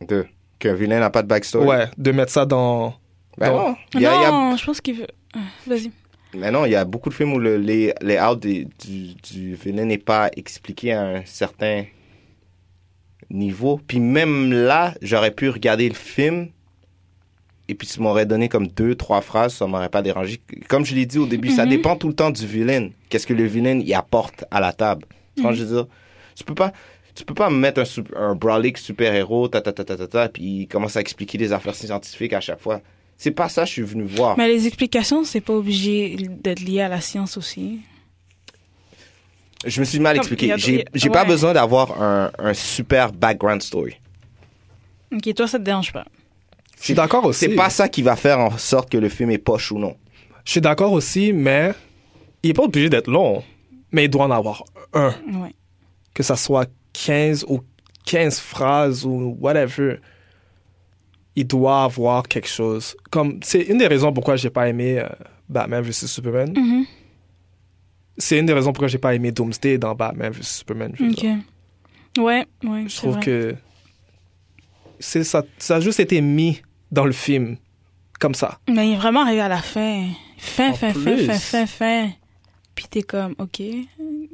Speaker 5: Deux. Qu'un vilain n'a pas de backstory.
Speaker 4: Ouais, de mettre ça dans.
Speaker 5: Ben
Speaker 4: Non.
Speaker 5: non. Il y a- il y a-
Speaker 6: non, je pense qu'il veut. Ah, Vas-y.
Speaker 5: mais non, il y a beaucoup de films où le les, layout des- du, du vilain n'est pas expliqué à un certain niveau. Puis même là, j'aurais pu regarder le film et puis tu m'aurais donné comme deux, trois phrases, ça m'aurait pas dérangé. Comme je l'ai dit au début, ça
Speaker 6: Mhm.
Speaker 5: dépend tout le temps du vilain. Qu'est-ce que le vilain y apporte à la table. Tu vois, je veux dire, tu peux pas... Tu peux pas mettre un, sup- un brolic super-héros, ta, ta, ta, ta, ta, ta, puis il commence à expliquer des affaires scientifiques à chaque fois. C'est pas ça que je suis venu voir.
Speaker 6: Mais les explications, c'est pas obligé d'être lié à la science aussi.
Speaker 5: Je me suis mal
Speaker 6: Comme, il y
Speaker 5: expliqué.
Speaker 6: a- il y
Speaker 5: J'ai
Speaker 6: a-
Speaker 5: j'ai pas
Speaker 6: ouais.
Speaker 5: besoin d'avoir un, un super background story.
Speaker 6: Ok, toi, ça te dérange pas.
Speaker 4: Je suis d'accord aussi.
Speaker 5: C'est pas ça qui va faire en sorte que le film est poche ou non.
Speaker 4: Je suis d'accord aussi, mais il n'est pas obligé d'être long. Mais il doit en avoir un.
Speaker 6: Ouais.
Speaker 4: Que ça soit 15 ou 15 phrases ou whatever. Il doit avoir quelque chose. Comme C'est une des raisons pourquoi j'ai pas aimé euh, Batman vs Superman.
Speaker 6: Mhm.
Speaker 4: C'est une des raisons pourquoi j'ai pas aimé Doomsday dans Batman vs Superman. je veux
Speaker 6: Ok.
Speaker 4: dire.
Speaker 6: Ouais, ouais.
Speaker 4: Je
Speaker 6: c'est
Speaker 4: trouve
Speaker 6: vrai.
Speaker 4: que c'est ça, ça a juste été mis dans le film comme ça.
Speaker 6: Mais il est vraiment arrivé à la fin. Fin,
Speaker 4: En
Speaker 6: fin, fin,
Speaker 4: plus.
Speaker 6: fin, fin, fin. Puis t'es comme, ok.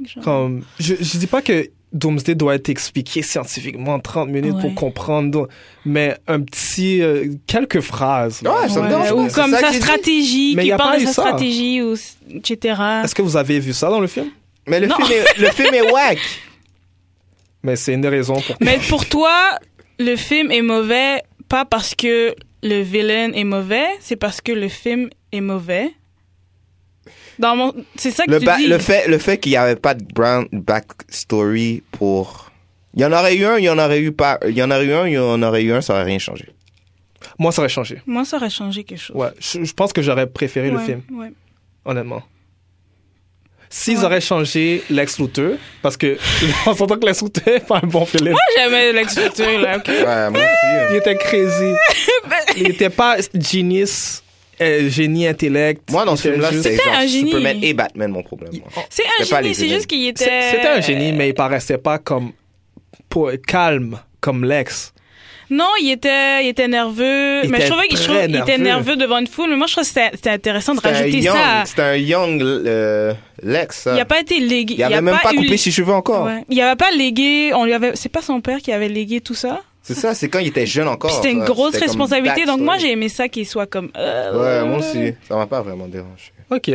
Speaker 6: genre.
Speaker 4: Comme je, je dis pas que Doomsday doit être expliqué scientifiquement en 30 minutes
Speaker 6: Ouais.
Speaker 4: pour comprendre, mais un petit euh, quelques phrases. là.
Speaker 5: Ouais, ça me
Speaker 6: Ouais,
Speaker 5: dérange
Speaker 6: Ou
Speaker 5: pas.
Speaker 6: comme sa
Speaker 5: C'est ça que j'ai dit.
Speaker 6: stratégie,
Speaker 4: Mais
Speaker 6: qui
Speaker 4: y a
Speaker 6: parle
Speaker 4: pas
Speaker 6: de
Speaker 4: eu
Speaker 6: sa
Speaker 4: ça.
Speaker 6: stratégie, ou etc.
Speaker 4: Est-ce que vous avez vu ça dans le film
Speaker 5: Mais le
Speaker 6: Non.
Speaker 5: film est, le film est whack.
Speaker 4: Mais c'est une des raisons pour.
Speaker 6: Mais pour toi, le film est mauvais pas parce que le villain est mauvais, c'est parce que le film est mauvais. Dans mon, c'est ça que
Speaker 5: Le,
Speaker 6: tu
Speaker 5: ba-
Speaker 6: dis.
Speaker 5: le fait, le fait qu'il n'y avait pas de brown backstory pour. Il y en aurait eu un, il y en aurait eu pas. Il y en aurait eu un, il y en aurait eu un, ça aurait rien changé.
Speaker 4: Moi, ça aurait changé.
Speaker 6: Moi, ça aurait changé quelque chose.
Speaker 4: Ouais, je, je pense que j'aurais préféré le
Speaker 6: Ouais,
Speaker 4: film,
Speaker 6: ouais.
Speaker 4: honnêtement. S'ils
Speaker 6: Ouais.
Speaker 4: auraient changé Lex Luthor, parce que on s'entend que Lex Luthor est pas un bon film.
Speaker 6: Moi, j'aimais l'exclusion, là, ok.
Speaker 5: Ouais, moi aussi.
Speaker 4: Il était crazy.
Speaker 6: Ben-
Speaker 4: Il n'était pas genius, euh, génie intellect.
Speaker 5: Moi, dans
Speaker 4: Il
Speaker 5: ce
Speaker 4: était
Speaker 5: film-là,
Speaker 4: juste- oh,
Speaker 5: c'est
Speaker 6: C'était
Speaker 5: genre
Speaker 6: un génie.
Speaker 5: Superman et Batman, mon problème. moi.
Speaker 6: C'est un
Speaker 5: C'était pas
Speaker 6: génie,
Speaker 5: les
Speaker 6: c'est
Speaker 5: vilains.
Speaker 6: juste qu'il était.
Speaker 4: C'est- C'était un génie, mais il paraissait pas comme pour- calme, comme Lex.
Speaker 6: Non, il était, il était nerveux.
Speaker 4: Il
Speaker 6: mais
Speaker 4: était
Speaker 6: je trouvais qu'il je trouvais-
Speaker 4: très
Speaker 6: il était
Speaker 4: nerveux.
Speaker 6: nerveux devant une foule. Mais moi, je trouve que c'était c'était intéressant de
Speaker 5: C'était un
Speaker 6: rajouter
Speaker 5: young-
Speaker 6: ça.
Speaker 5: C'était un young euh, Lex, ça.
Speaker 6: Il n'a pas été légué.
Speaker 5: Il avait
Speaker 6: a
Speaker 5: même pas,
Speaker 6: eu-
Speaker 5: coupé ses cheveux encore.
Speaker 6: Ouais. Il n'avait pas légué. On lui avait. C'est pas son père qui avait légué tout ça.
Speaker 5: C'est ça, c'est quand il était jeune encore.
Speaker 6: Puis c'était une
Speaker 5: ça.
Speaker 6: grosse
Speaker 5: C'était comme
Speaker 6: responsabilité. Donc
Speaker 5: backstory.
Speaker 6: moi, j'ai aimé ça qu'il soit comme. euh,
Speaker 5: Ouais, moi aussi. Ça m'a pas vraiment dérangé.
Speaker 4: Ok.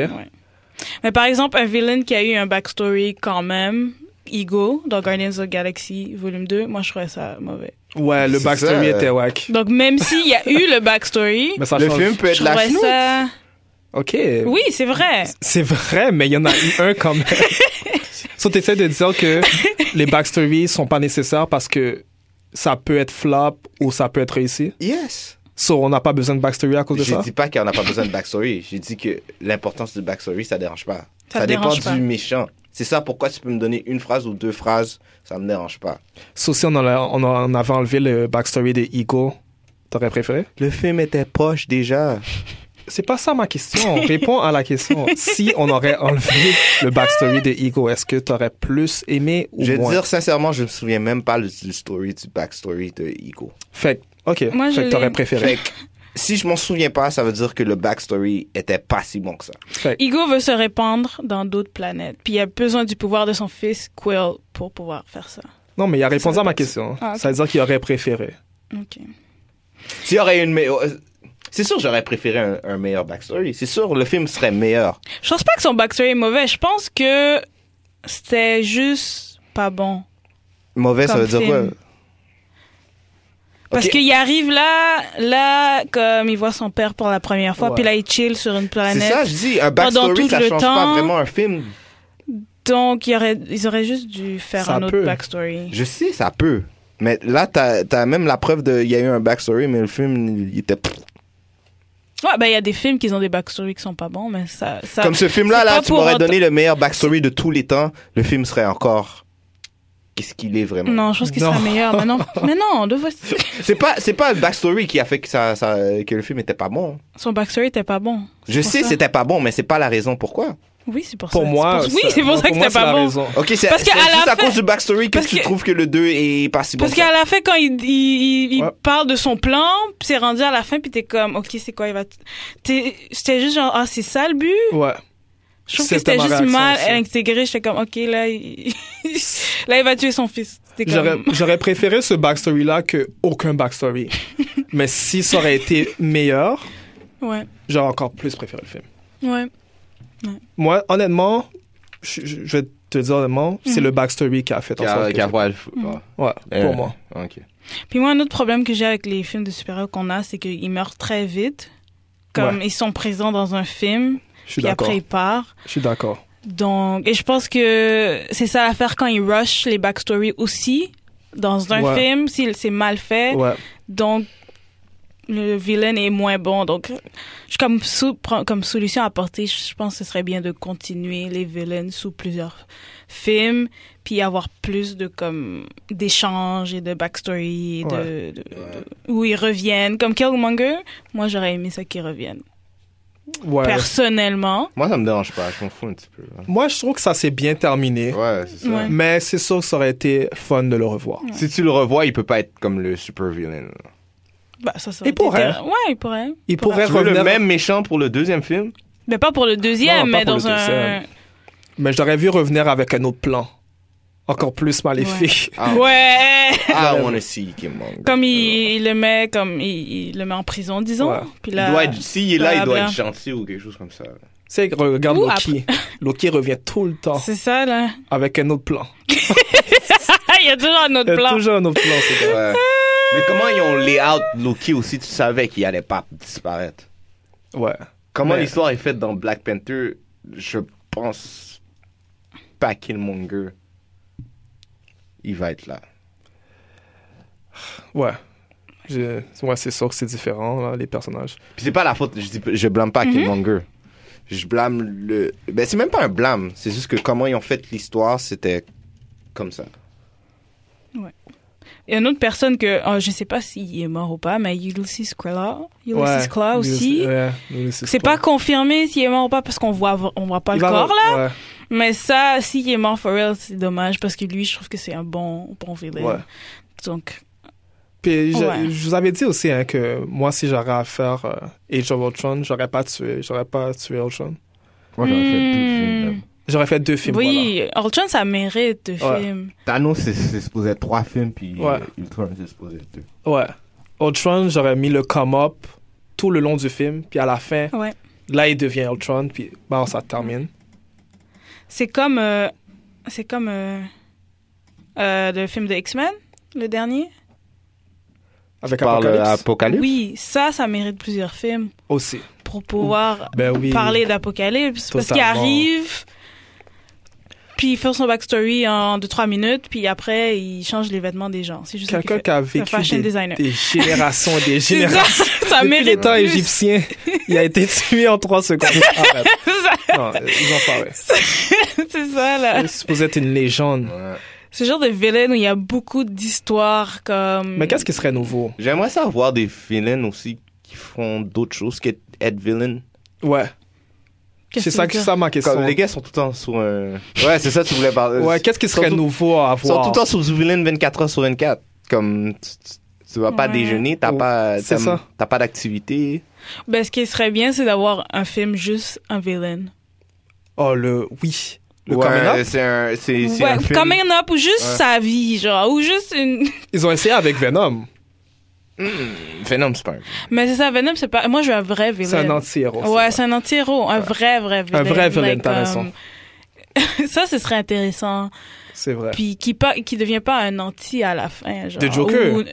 Speaker 6: Mais par exemple, un villain qui a eu un backstory quand même, Ego, dans Guardians of the Galaxy Volume 2, moi je trouvais ça mauvais.
Speaker 4: Ouais, le
Speaker 5: C'est
Speaker 4: backstory
Speaker 5: ça. euh,
Speaker 4: était whack.
Speaker 6: Donc même s'il y a eu le backstory,
Speaker 4: Mais ça
Speaker 5: Le
Speaker 4: change.
Speaker 5: film peut être
Speaker 6: je
Speaker 5: la
Speaker 6: trouvais
Speaker 5: chenoute.
Speaker 6: ça...
Speaker 4: Ok.
Speaker 6: Oui, c'est vrai.
Speaker 4: C'est vrai, mais il y en a eu un quand même. so, t'essaies de dire que les backstories sont pas nécessaires parce que ça peut être flop ou ça peut être réussi.
Speaker 5: Yes.
Speaker 4: So, on n'a pas besoin de backstory à cause de
Speaker 5: Je
Speaker 4: ça.
Speaker 5: dis pas qu'on n'a pas besoin de backstory. J'ai dit que l'importance du backstory, ça dérange pas.
Speaker 6: Ça
Speaker 5: Ça,
Speaker 6: te
Speaker 5: dépend
Speaker 6: dérange
Speaker 5: du
Speaker 6: pas.
Speaker 5: méchant. C'est ça pourquoi tu peux me donner une phrase ou deux phrases, ça me dérange pas.
Speaker 4: So, si on, en a- on en avait enlevé le backstory de Ego, t'aurais préféré?
Speaker 5: Le film était proche déjà.
Speaker 4: C'est pas ça ma question. Réponds à la question. Si on aurait enlevé le backstory de Ego, est-ce que t'aurais plus aimé ou
Speaker 5: je vais te
Speaker 4: moins?
Speaker 5: dire sincèrement, je me souviens même pas le, le story du backstory de Ego.
Speaker 4: Fait que- ok.
Speaker 6: Moi, je
Speaker 4: fait que
Speaker 6: l'ai-
Speaker 4: t'aurais préféré.
Speaker 5: Fait que, si je m'en souviens pas, ça veut dire que le backstory était pas si bon que ça.
Speaker 4: Fait que-
Speaker 6: Ego veut se répandre dans d'autres planètes. Puis il a besoin du pouvoir de son fils Quill pour pouvoir faire ça.
Speaker 4: non, mais il a répondu à ma question.
Speaker 6: Ah, ok.
Speaker 4: Ça veut dire qu'il aurait préféré.
Speaker 6: Ok.
Speaker 5: S'il y aurait une meilleure. C'est sûr, j'aurais préféré un, un meilleur backstory. C'est sûr, le film serait meilleur.
Speaker 6: Je pense pas que son backstory est mauvais. Je pense que c'était juste pas bon.
Speaker 5: Mauvais, ça
Speaker 6: Comme
Speaker 5: veut dire
Speaker 6: film.
Speaker 5: quoi?
Speaker 6: Parce
Speaker 5: Ok.
Speaker 6: qu'il arrive là, là, comme il voit son père pour la première fois,
Speaker 4: Ouais.
Speaker 6: puis là il chill sur une
Speaker 5: C'est
Speaker 6: planète.
Speaker 5: ça, je dis. Un
Speaker 6: Pendant
Speaker 5: backstory,
Speaker 6: tout
Speaker 5: ça
Speaker 6: le
Speaker 5: change
Speaker 6: temps.
Speaker 5: pas vraiment un film.
Speaker 6: Donc, il y aurait, ils auraient juste dû faire
Speaker 4: Ça
Speaker 6: un autre
Speaker 4: peut.
Speaker 6: backstory.
Speaker 5: Je sais, ça peut. Mais là, t'as as même la preuve de. Il y a eu un backstory, mais le film, il était.
Speaker 6: Ouais, ben, il y a des films qui ont des backstories qui sont pas bons, mais ça. ça
Speaker 5: Comme ce film-là,
Speaker 6: c'est
Speaker 5: là,
Speaker 6: pas
Speaker 5: tu
Speaker 6: pour
Speaker 5: m'aurais
Speaker 6: autant-
Speaker 5: donné le meilleur backstory de tous les temps. Le film serait encore. Qu'est-ce qu'il est vraiment?
Speaker 6: Non, je pense qu'il
Speaker 4: Non.
Speaker 6: serait meilleur. Mais non, mais non de vrai,
Speaker 5: C'est pas, c'est pas le backstory qui a fait que ça, ça- que le film était pas bon.
Speaker 6: son backstory était pas bon. C'est
Speaker 5: Je
Speaker 6: pour
Speaker 5: sais,
Speaker 6: ça.
Speaker 5: c'était pas bon, mais c'est pas la raison pourquoi.
Speaker 6: Oui, c'est pour,
Speaker 4: Pour
Speaker 6: ça.
Speaker 4: moi,
Speaker 6: C'est pour- Oui, c'est pour
Speaker 4: moi,
Speaker 6: ça que
Speaker 4: moi,
Speaker 6: c'était
Speaker 4: c'est la
Speaker 6: pas bon.
Speaker 4: raison.
Speaker 5: Ok, c'est
Speaker 6: Parce
Speaker 5: c'est
Speaker 6: qu'à la
Speaker 5: juste à
Speaker 6: fin-
Speaker 5: cause du backstory que
Speaker 6: parce
Speaker 5: tu
Speaker 6: que-
Speaker 5: trouves que le 2 est pas si bon.
Speaker 6: Parce
Speaker 5: que ça.
Speaker 6: qu'à la fin, quand il, il, il- il
Speaker 4: Ouais.
Speaker 6: parle de son plan, puis c'est rendu à la fin, puis t'es comme, ok, c'est quoi, il va. t- t'es- J'étais juste genre, ah, c'est ça le but?
Speaker 4: Ouais.
Speaker 6: Je trouve que
Speaker 4: C'était
Speaker 6: c'était
Speaker 4: ma
Speaker 6: juste
Speaker 4: réaction
Speaker 6: mal
Speaker 4: aussi.
Speaker 6: intégré. J'étais comme, ok, là, il... là, il va tuer son fils. C'était
Speaker 4: J'aurais,
Speaker 6: comme.
Speaker 4: j'aurais préféré ce backstory-là que aucun backstory. Mais si ça aurait été meilleur,
Speaker 6: Ouais.
Speaker 4: j'aurais encore plus préféré le film.
Speaker 6: Ouais.
Speaker 4: Moi, honnêtement, je, je- je vais te dire honnêtement, c'est le backstory qui a fait en
Speaker 5: Qui a-
Speaker 4: sorte que...
Speaker 5: qui a pas le fou-
Speaker 6: Mm.
Speaker 4: Ouais,
Speaker 5: Euh,
Speaker 4: pour moi.
Speaker 5: Ok.
Speaker 6: Puis moi, un autre problème que j'ai avec les films de super-héros qu'on a, c'est qu'ils meurent très vite. Comme ils sont présents dans un film,
Speaker 4: Je suis
Speaker 6: puis
Speaker 4: d'accord.
Speaker 6: après ils partent.
Speaker 4: Je suis d'accord.
Speaker 6: Donc, et je pense que c'est ça l'affaire quand ils rushent les backstories aussi dans un
Speaker 4: Ouais.
Speaker 6: film, si c'est mal fait.
Speaker 4: Ouais.
Speaker 6: Donc, le villain est moins bon. Donc, je, comme, sou- pro- comme solution à apporter, je je pense que ce serait bien de continuer les villains sous plusieurs films, puis avoir plus de comme d'échanges et de backstory, et de-
Speaker 4: Ouais.
Speaker 6: de, de- où ils reviennent. Comme Killmonger, moi j'aurais aimé ça qu'ils reviennent.
Speaker 4: Ouais.
Speaker 6: Personnellement,
Speaker 5: Moi, ça me dérange pas, je m'en fous un petit peu. là.
Speaker 4: Moi, je trouve que ça s'est bien terminé.
Speaker 5: Ouais, c'est ça.
Speaker 6: Ouais.
Speaker 4: Mais c'est sûr que ça aurait été fun de le revoir.
Speaker 5: Si tu le revois, il peut pas être comme le super villain. là.
Speaker 6: bah, ça serait.
Speaker 4: Il pourrait.
Speaker 6: Ouais, il pourrait.
Speaker 4: Il pourrait
Speaker 5: Tu veux
Speaker 4: revenir...
Speaker 5: le même méchant pour le deuxième film
Speaker 6: Mais pas pour le deuxième,
Speaker 4: Non, pas
Speaker 6: mais
Speaker 4: pour le
Speaker 6: dans un.
Speaker 4: deuxième. Mais je l'aurais vu revenir avec un autre plan. Encore plus maléfique.
Speaker 5: Ah,
Speaker 6: Ouais!
Speaker 5: I wanna see Killmonger.
Speaker 6: Comme il, il le met, comme il, il le met en prison, disons.
Speaker 4: Ouais.
Speaker 6: Puis
Speaker 5: Il
Speaker 6: là,
Speaker 5: doit être, s'il est là, il doit
Speaker 6: Blabla.
Speaker 5: être gentil ou quelque chose comme ça. là.
Speaker 4: Tu sais, regarde
Speaker 6: Ou
Speaker 4: Loki. Loki revient tout le temps
Speaker 6: c'est ça là.
Speaker 4: avec un autre plan.
Speaker 6: il y a toujours un
Speaker 4: Il y
Speaker 6: autre
Speaker 4: a
Speaker 6: plan.
Speaker 4: toujours un autre plan, c'est vrai.
Speaker 5: Ouais. Mais comment ils ont layout Loki aussi Tu savais qu'il allait pas disparaître.
Speaker 4: Ouais.
Speaker 5: Comment
Speaker 4: Mais-
Speaker 5: l'histoire est faite dans Black Panther Je pense pas Killmonger. Il va être là.
Speaker 4: Ouais. Je... Ouais, c'est sûr que c'est différent, là, les personnages.
Speaker 5: Puis c'est pas la faute, je, dis, je blâme pas
Speaker 6: Mhm.
Speaker 5: Killmonger. Je blâme le. Ben c'est même pas un blâme, c'est juste que comment ils ont fait l'histoire, c'était comme ça.
Speaker 6: Il y a une autre personne que oh, je sais pas s'il est mort ou pas, mais Ulysses Claw, Ulysses
Speaker 4: ouais.
Speaker 6: Claw aussi.
Speaker 4: Ulysses- ouais, Ulysses
Speaker 6: C'est
Speaker 4: Claw.
Speaker 6: pas confirmé s'il est mort ou pas parce qu'on voit on voit pas
Speaker 4: Il
Speaker 6: le
Speaker 4: va-
Speaker 6: corps là.
Speaker 4: ouais.
Speaker 6: Mais ça, s'il est mort for real, c'est dommage parce que lui, je trouve que c'est un bon bon villain.
Speaker 4: Ouais.
Speaker 6: Donc
Speaker 4: Puis je,
Speaker 6: Ben. Ouais.
Speaker 4: je vous avais dit aussi hein, que moi, si j'aurais à faire euh, Age of Ultron, j'aurais pas tué, j'aurais pas tué Ultron.
Speaker 7: Moi, j'aurais fait deux films.
Speaker 6: Hmm.
Speaker 7: même.
Speaker 4: J'aurais fait deux films. voilà.
Speaker 6: Oui, Ultron, ça mérite de
Speaker 4: Ouais.
Speaker 6: film.
Speaker 7: Thanos, c'est- c'est supposé être trois films, puis
Speaker 4: Ouais.
Speaker 7: euh, Ultron, c'est supposé être deux.
Speaker 4: Ouais. Ultron, j'aurais mis le come-up tout le long du film, puis à la fin,
Speaker 6: Ouais.
Speaker 4: là, il devient Ultron, puis bon, ça termine.
Speaker 6: C'est comme, euh, c'est comme euh, euh, le film de X-Men, le dernier.
Speaker 4: Avec
Speaker 5: Par le
Speaker 4: Apocalypse
Speaker 5: Apocalypse.
Speaker 6: Oui, ça, ça mérite plusieurs films
Speaker 4: aussi.
Speaker 6: pour pouvoir
Speaker 4: Ben oui.
Speaker 6: parler d'Apocalypse. Parce qu'il
Speaker 4: Totalement.
Speaker 6: arrive, puis il fait son backstory en 2-3 minutes, puis après, il change les vêtements des gens. C'est juste ça qu'il
Speaker 4: Quelqu'un
Speaker 6: fait.
Speaker 4: qui a
Speaker 6: Un
Speaker 4: vécu
Speaker 6: fashion
Speaker 4: des,
Speaker 6: designer.
Speaker 4: des générations et des
Speaker 6: C'est
Speaker 4: générations.
Speaker 6: ça, ça
Speaker 4: Depuis les
Speaker 6: mérite
Speaker 4: temps
Speaker 6: plus.
Speaker 4: égyptiens, il a été tué en trois secondes. Arrête. Non, euh, ils ont pas, ouais.
Speaker 6: C'est ça, là.
Speaker 4: C'est supposé être une légende.
Speaker 5: Ouais.
Speaker 6: Ce genre de vilain où il y a beaucoup d'histoires comme...
Speaker 4: Mais qu'est-ce qui serait nouveau?
Speaker 5: J'aimerais ça voir des villains aussi qui font d'autres choses qu'être villain.
Speaker 4: Ouais.
Speaker 6: qu'est-ce
Speaker 4: C'est ça,
Speaker 6: que tu veux
Speaker 4: ça ma question.
Speaker 5: Comme les gars sont tout le temps sur euh, un. Ouais, c'est ça que tu voulais parler.
Speaker 4: Ouais, qu'est-ce qui serait
Speaker 5: Surtout-
Speaker 4: nouveau à
Speaker 5: Ils sont tout
Speaker 4: avoir?
Speaker 5: le temps sur Zouvillin 24 heures sur 24. Comme tu, tu- tu vas pas
Speaker 6: Ouais.
Speaker 5: déjeuner, t'as
Speaker 4: Oh,
Speaker 5: pas,
Speaker 4: c'est
Speaker 5: t'as-
Speaker 4: ça.
Speaker 5: t'as pas d'activité.
Speaker 6: dire? Ben, ce qui serait bien, c'est d'avoir un film juste un vilain.
Speaker 4: Oh, le... Oui. Le
Speaker 5: Ouais,
Speaker 4: coming up?
Speaker 5: C'est un, c'est, c'est
Speaker 6: Ouais,
Speaker 5: un film.
Speaker 6: coming up ou juste
Speaker 5: Ouais.
Speaker 6: sa vie, genre, ou juste une.
Speaker 4: Ils ont essayé avec Venom.
Speaker 5: Venom, c'est pas un-
Speaker 6: Mais c'est ça, Venom, c'est pas. Moi, je veux un vrai villain.
Speaker 4: C'est un anti-héros.
Speaker 6: Ouais, c'est un anti-héros, un vrai, vrai villain.
Speaker 4: vrai villain, t'as
Speaker 6: comme- ça, ce serait intéressant.
Speaker 4: C'est vrai.
Speaker 6: Puis qui pas, qui devient pas un anti à la fin, genre.
Speaker 4: De Joker.
Speaker 6: Ou-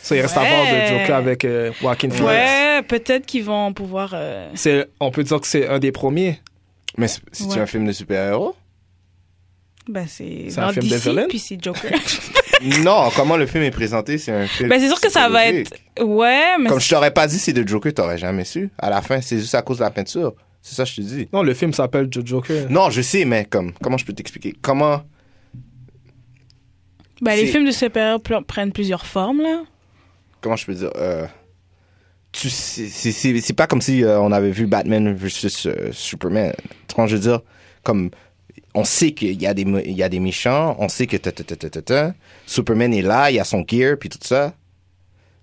Speaker 4: Ça, il reste à voir de
Speaker 6: Ouais.
Speaker 4: Joker avec euh, Joaquin Phoenix.
Speaker 6: Ouais, peut-être qu'ils vont pouvoir. euh,
Speaker 4: C'est, on peut dire que c'est un des premiers.
Speaker 5: Mais c'est- c'est-tu
Speaker 6: Ouais.
Speaker 5: un film de super-héros?
Speaker 6: Ben, c'est.
Speaker 4: C'est un
Speaker 6: dans
Speaker 4: film de
Speaker 6: DC,
Speaker 4: villain?
Speaker 6: Puis c'est Joker.
Speaker 5: non, comment le film est présenté, c'est un film.
Speaker 6: ben, c'est sûr que ça va
Speaker 5: psychologique.
Speaker 6: être. Ouais, mais.
Speaker 5: Comme je t'aurais pas dit c'est de Joker, t'aurais jamais su. À la fin, c'est juste à cause de la peinture. C'est ça que je te dis.
Speaker 4: Non, le film s'appelle The Joker.
Speaker 5: Non, je sais, mais comme, comment je peux t'expliquer? Comment.
Speaker 6: ben, les
Speaker 5: c'est-
Speaker 6: films de super-héros pl- prennent plusieurs formes, là.
Speaker 5: comment je peux dire euh, tu c'est- c'est- c'est c'est pas comme si euh, on avait vu Batman versus euh, Superman Tu comprends, je veux dire comme on sait qu'il y a des mé- il y a des méchants on sait que ta, ta, ta, ta, ta, ta. Superman est là il a son gear puis tout ça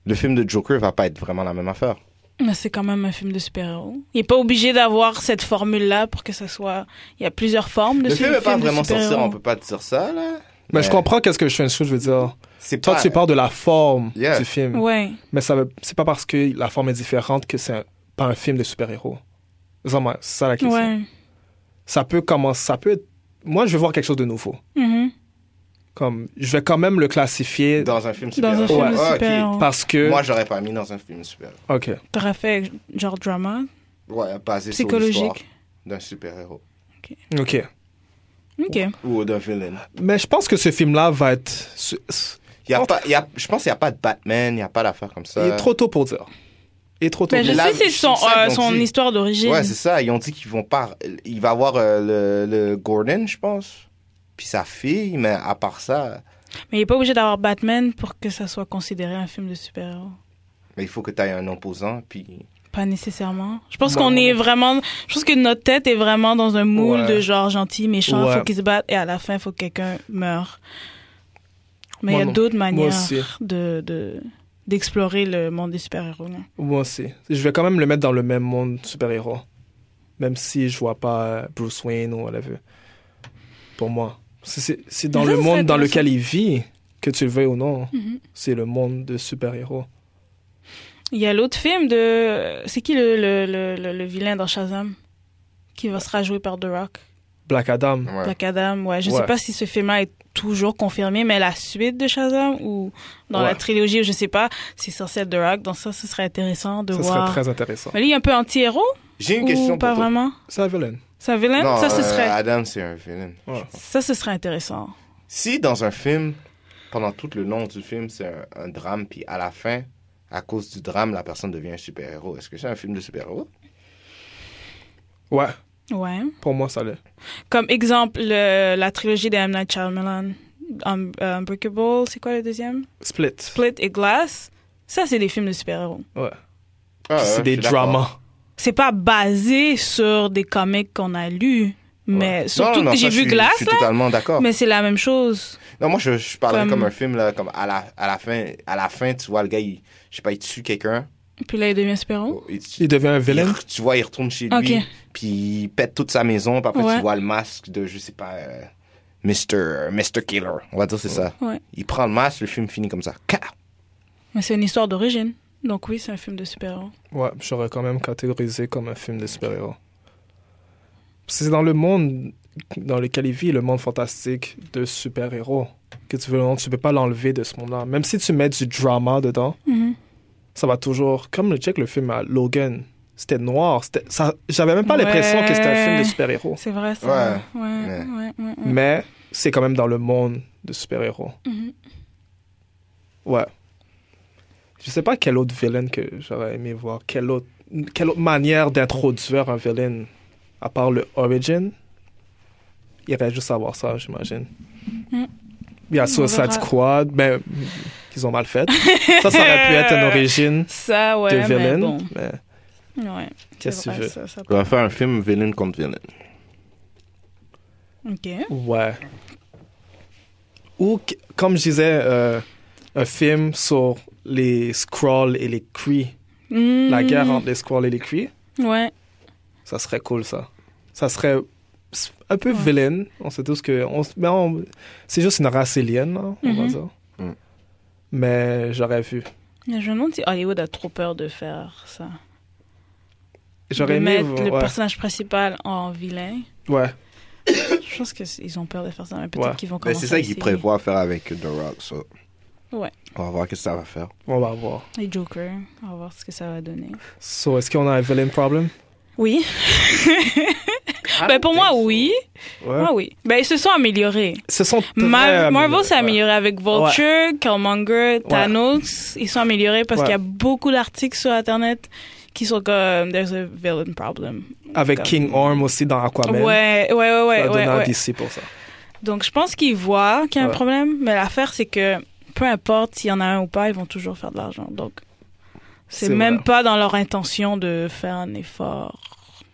Speaker 5: le film de Joker va pas être vraiment la même affaire
Speaker 6: Mais c'est quand même un film de super-héros. Il n'est pas obligé d'avoir cette formule-là pour que ça soit. Il y a plusieurs formes de
Speaker 5: le
Speaker 6: ce-
Speaker 5: film est pas
Speaker 6: de
Speaker 5: vraiment sortir
Speaker 6: super-héros.
Speaker 5: on peut pas dire ça là
Speaker 4: Mais je
Speaker 5: Ouais.
Speaker 4: comprends qu'est-ce que je fais une chose, je veux dire.
Speaker 5: c'est
Speaker 4: Toi,
Speaker 5: pas
Speaker 4: tu parles de la forme
Speaker 5: Yeah.
Speaker 4: du film.
Speaker 6: Ouais.
Speaker 4: Mais ça veut- c'est pas parce que la forme est différente que c'est un- pas un film de super-héros. Vraiment, c'est ça la question.
Speaker 6: Ouais.
Speaker 4: Ça peut commencer, ça peut être... Moi, je veux voir quelque chose de nouveau.
Speaker 6: Mhm.
Speaker 4: Comme, je vais quand même le classifier
Speaker 5: dans un film super
Speaker 6: Dans un film de super-héros.
Speaker 4: parce que...
Speaker 5: moi j'aurais pas mis dans un film super
Speaker 4: Ok.
Speaker 6: T'aurais fait genre drama,
Speaker 5: ouais basé sur l'histoire
Speaker 6: psychologique.
Speaker 5: d'un super héros
Speaker 4: Ok.
Speaker 6: Ok.
Speaker 5: ou d'un villain
Speaker 4: Mais je pense que ce film-là va être. ce- ce-
Speaker 5: Y a
Speaker 4: Oh.
Speaker 5: pas, y a, je pense qu'il n'y a pas de Batman, il n'y a pas d'affaire comme ça.
Speaker 4: Il est trop tôt pour dire. Il est trop tôt.
Speaker 6: Mais
Speaker 4: pour
Speaker 6: je
Speaker 4: dire.
Speaker 5: là,
Speaker 6: sais, c'est
Speaker 5: c'est
Speaker 6: son,
Speaker 5: ça qu'ils
Speaker 6: euh,
Speaker 5: ont
Speaker 6: son
Speaker 5: dit.
Speaker 6: histoire d'origine.
Speaker 5: Ouais, c'est ça. Ils ont dit qu'ils vont pas. Il va avoir euh, le, le Gordon, je pense. Puis sa fille, mais à part ça,
Speaker 6: Mais il n'est pas obligé d'avoir Batman pour que ça soit considéré un film de super-héros.
Speaker 5: mais il faut que tu aies un opposant. Puis
Speaker 6: Pas nécessairement. Je pense
Speaker 4: Non,
Speaker 6: qu'on
Speaker 4: non,
Speaker 6: est
Speaker 4: non.
Speaker 6: vraiment. Je pense que notre tête est vraiment dans un moule
Speaker 4: Ouais.
Speaker 6: de genre gentil, méchant,
Speaker 4: Ouais.
Speaker 6: faut qu'ils se battent et à la fin, faut que quelqu'un meure. Mais il
Speaker 4: Moi
Speaker 6: y a
Speaker 4: non.
Speaker 6: d'autres manières
Speaker 4: aussi.
Speaker 6: de de- d'explorer le monde des super-héros. là.
Speaker 4: Moi aussi. Je vais quand même le mettre dans le même monde super-héros. Même si je vois pas euh, Bruce Wayne ou whatever. Pour moi. C'est- C'est c'est dans
Speaker 6: Mais
Speaker 4: le
Speaker 6: ça,
Speaker 4: monde
Speaker 6: c'est
Speaker 4: dans lequel il vit, que tu le veuilles ou non.
Speaker 6: Mhm.
Speaker 4: C'est le monde de super-héros.
Speaker 6: Il y a l'autre film de. C'est qui le, le, le, le- le vilain dans Shazam Qui va sera joué par The Rock
Speaker 4: Black Adam.
Speaker 5: ouais.
Speaker 6: Black Adam, ouais. Je
Speaker 4: Ouais.
Speaker 6: sais pas si ce film-là est toujours confirmé, mais la suite de Shazam ou dans la
Speaker 4: Ouais.
Speaker 6: trilogie, je sais pas, c'est censé être The Rock. Dans ça, ce serait intéressant de
Speaker 4: Ça
Speaker 6: voir.
Speaker 4: serait très intéressant.
Speaker 6: Mais lui, il est un peu anti-héros
Speaker 5: j'ai une
Speaker 6: ou
Speaker 5: question
Speaker 6: pas
Speaker 5: pour toi.
Speaker 6: vraiment
Speaker 4: C'est un villain.
Speaker 6: C'est un vilain
Speaker 5: Non,
Speaker 6: Ça, ce
Speaker 5: euh,
Speaker 6: serait,
Speaker 5: Adam, c'est un villain.
Speaker 4: Ouais.
Speaker 6: ça, ce serait intéressant.
Speaker 5: Si dans un film, pendant tout le long du film, c'est un, un drame, puis à la fin, à cause du drame, la personne devient un super héros. Est-ce que c'est un film de super héros
Speaker 4: Ouais,
Speaker 6: Ouais.
Speaker 4: pour moi, ça l'est.
Speaker 6: Comme exemple, le- la trilogie de M. Night Shyamalan, Un- euh, Unbreakable, c'est quoi le deuxième
Speaker 4: Split.
Speaker 6: Split et Glass. Ça, c'est des films de super-héros.
Speaker 4: Ouais.
Speaker 5: Ah, ouais,
Speaker 4: c'est des
Speaker 5: je suis d'accord.
Speaker 4: dramas.
Speaker 6: C'est pas basé sur des comics qu'on a lus, mais surtout
Speaker 5: Non, non,
Speaker 6: que
Speaker 5: ça,
Speaker 6: j'ai
Speaker 5: je
Speaker 6: vu
Speaker 5: suis-
Speaker 6: Glass,
Speaker 5: Je suis
Speaker 6: là,
Speaker 5: totalement d'accord.
Speaker 6: mais c'est la même chose.
Speaker 5: Non, moi, je, je parlerais
Speaker 6: Comme-
Speaker 5: comme... un film, là, comme à la, à la fin, à la fin, tu vois, le gars, il, je sais pas, il tue quelqu'un.
Speaker 6: Puis là, il devient Espéron.
Speaker 5: Il,
Speaker 4: Il devient un
Speaker 5: il
Speaker 4: vilain.
Speaker 5: re- tu vois, il retourne chez lui,
Speaker 6: Oh. Ok.
Speaker 5: puis il pète toute sa maison, puis après,
Speaker 6: Ouais.
Speaker 5: tu vois le masque de, je sais pas, euh, Mr. Mr. Killer. On va dire, c'est ça.
Speaker 6: Ouais.
Speaker 5: Il prend le masque, le film finit comme ça. Ka!
Speaker 6: Mais c'est une histoire d'origine. Donc oui, c'est un film de super-héros.
Speaker 4: Ouais, j'aurais quand même catégorisé comme un film de super-héros. C'est dans le monde dans lequel il vit, le monde fantastique de super-héros, que tu veux, tu peux pas l'enlever de ce monde-là. Même si tu mets du drama dedans,
Speaker 6: Mhm.
Speaker 4: ça va toujours. Comme le check le film à Logan, c'était noir. c'était- ça- J'avais même pas l'impression que c'était un film de
Speaker 6: Ouais.
Speaker 4: super-héros.
Speaker 6: C'est vrai, ça. Ouais. Ouais,
Speaker 5: Ouais.
Speaker 6: ouais, ouais, ouais.
Speaker 4: Mais c'est quand même dans le monde de super-héros.
Speaker 5: Mm.
Speaker 6: Mhm.
Speaker 4: Ouais. Je sais pas quel autre villain que j'aurais aimé voir. Quelle autre, quelle autre manière d'introduire un villain à part le origin. Il reste juste à voir ça, j'imagine.
Speaker 6: Mhm.
Speaker 4: Il y a Suicide
Speaker 6: verra.
Speaker 4: Squad, ben, qu'ils ont mal fait. ça, ça aurait pu être une origine
Speaker 6: Ça, ouais,
Speaker 4: de
Speaker 6: mais
Speaker 4: villain.
Speaker 6: bon.
Speaker 4: mais
Speaker 6: Ouais,
Speaker 4: qu'est-ce
Speaker 6: c'est
Speaker 4: que tu
Speaker 6: vrai,
Speaker 4: veux?
Speaker 6: ça, ça
Speaker 5: On
Speaker 6: peut-
Speaker 5: va faire un film villain contre villain.
Speaker 6: Ok.
Speaker 4: Ouais. Ou, qu- comme je disais, euh, un film sur les Skrulls et les Kree. La
Speaker 6: Hmm,
Speaker 4: guerre entre les Skrulls et les Kree.
Speaker 6: Ouais.
Speaker 4: Ça serait cool, ça. Ça serait s- un peu vilaine. On sait tous que... on s- mais on- c'est juste une race alien, là, on va
Speaker 6: Mhm.
Speaker 4: dire.
Speaker 5: Mm.
Speaker 4: Mais j'aurais vu.
Speaker 6: Mais Je me demande si Hollywood a trop peur de faire ça.
Speaker 4: J'aurais
Speaker 6: de
Speaker 4: aimé...
Speaker 6: mettre le
Speaker 4: ouais.
Speaker 6: personnage principal en vilain.
Speaker 4: Ouais.
Speaker 6: Je pense qu'ils ont peur de faire ça, mais peut-être
Speaker 4: Ouais.
Speaker 6: qu'ils vont
Speaker 5: Ben,
Speaker 6: commencer
Speaker 5: c'est ça
Speaker 6: à
Speaker 5: qu'il
Speaker 6: essayer.
Speaker 5: prévoit faire avec The Rock, ça.
Speaker 6: Ouais.
Speaker 5: On va voir qu'est-ce que ça va faire.
Speaker 4: On va voir.
Speaker 6: Les Joker, on va voir ce que ça va donner.
Speaker 4: So, est-ce qu'on a un villain problem?
Speaker 6: Oui. ben pour moi, oui.
Speaker 4: Ouais.
Speaker 6: Moi, oui. Ben ils se sont améliorés.
Speaker 4: Ce sont
Speaker 6: Mar-
Speaker 4: très
Speaker 6: Marvel s'est amélioré
Speaker 4: améliorés.
Speaker 6: avec Vulture, Killmonger, Thanos. Ils sont améliorés parce
Speaker 4: Ouais.
Speaker 6: qu'il y a beaucoup d'articles sur Internet qui sont comme There's a villain problem.
Speaker 4: Avec King Orm aussi dans Aquaman.
Speaker 6: Ouais, ouais, ouais,
Speaker 4: Ah, Ça
Speaker 6: ouais.
Speaker 4: va donner
Speaker 6: ouais,
Speaker 4: un
Speaker 6: ouais.
Speaker 4: DC pour ça.
Speaker 6: Donc je pense qu'ils voient qu'il y a un
Speaker 4: Ouais.
Speaker 6: problème, mais l'affaire c'est que peu importe s'il y en a un ou pas, ils vont toujours faire de l'argent. Donc c'est
Speaker 4: C'est
Speaker 6: même
Speaker 4: vrai.
Speaker 6: pas dans leur intention de faire un effort.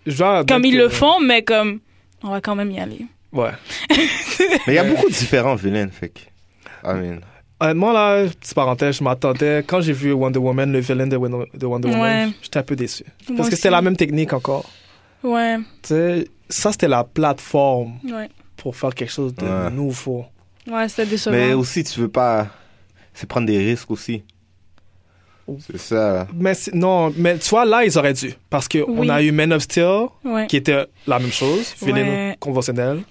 Speaker 4: Je dois
Speaker 6: Comme
Speaker 4: admettre
Speaker 6: ils
Speaker 4: que-
Speaker 6: le font, mais comme on va quand même y aller.
Speaker 4: Ouais.
Speaker 5: Mais il y a beaucoup de différents villains, fait que. I mean.
Speaker 4: Honnêtement, Euh, là, petite parenthèse, je m'attendais. Quand j'ai vu Wonder Woman, le villain de Wonder, de Wonder Woman,
Speaker 6: Ouais.
Speaker 4: j'étais un peu déçu.
Speaker 6: Moi
Speaker 4: Parce que
Speaker 6: aussi.
Speaker 4: c'était la même technique encore.
Speaker 6: Ouais,
Speaker 4: Tu sais, ça, c'était la plateforme
Speaker 6: ouais.
Speaker 4: pour faire quelque chose de
Speaker 5: Ouais.
Speaker 4: nouveau.
Speaker 6: Ouais, c'était décevant.
Speaker 5: Mais aussi, tu veux pas. C'est prendre des risques aussi. C'est ça.
Speaker 4: Mais c'est- non, mais tu vois, là, ils auraient dû. Parce qu'on
Speaker 6: Oui.
Speaker 4: a eu Man of Steel,
Speaker 6: Ouais.
Speaker 4: qui était la même chose, villain
Speaker 6: Ouais.
Speaker 4: conventionnel.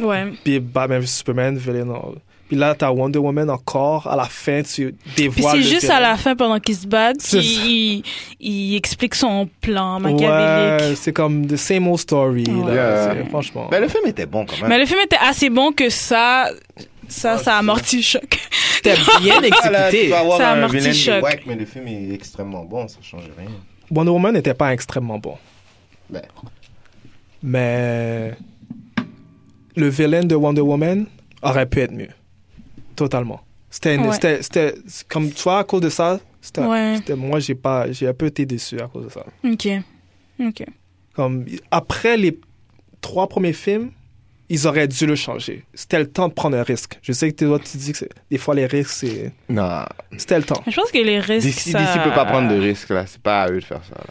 Speaker 6: Ouais.
Speaker 4: Puis Batman vs Superman, villain. en- Puis là, t'as Wonder Woman encore. À la fin, tu
Speaker 6: Puis
Speaker 4: dévoiles.
Speaker 6: c'est
Speaker 4: le
Speaker 6: juste
Speaker 4: villain.
Speaker 6: à la fin, pendant qu'ils se battent,
Speaker 4: C'est ça.
Speaker 6: qu'il il explique son plan
Speaker 4: Ouais,
Speaker 6: machiavélique.
Speaker 4: c'est comme the same old story.
Speaker 6: Ouais.
Speaker 4: Là,
Speaker 5: Yeah.
Speaker 4: C'est- Franchement.
Speaker 5: Mais Ben, le film était bon quand même.
Speaker 6: Mais le film était assez bon que ça, ça, ça amortit le choc.
Speaker 4: C'était bien
Speaker 5: Ah, là, tu
Speaker 4: exécuté.
Speaker 5: vas avoir
Speaker 6: Ça
Speaker 5: un
Speaker 6: amortit
Speaker 5: villain
Speaker 6: le choc.
Speaker 5: de whack, mais le film est extrêmement bon, ça change rien.
Speaker 4: Wonder Woman n'était pas extrêmement bon.
Speaker 5: Ben.
Speaker 4: Mais le villain de Wonder Woman aurait pu être mieux. Totalement. C'était une-
Speaker 6: Ouais.
Speaker 4: c'était- c'était- c'est comme toi à cause de ça, c'était
Speaker 6: Ouais.
Speaker 4: c'était- moi j'ai pas j'ai un peu été déçu à cause de ça.
Speaker 6: Ok. Ok.
Speaker 4: Comme après les trois premiers films, ils auraient dû le changer. C'était le temps de prendre un risque. Je sais que toi tu dis que c'est- des fois les risques c'est
Speaker 5: Non.
Speaker 4: c'était le temps.
Speaker 6: Je pense que les risques.
Speaker 5: DC,
Speaker 6: ça-
Speaker 5: DC peut pas prendre de risques là, c'est pas à eux de faire ça. là.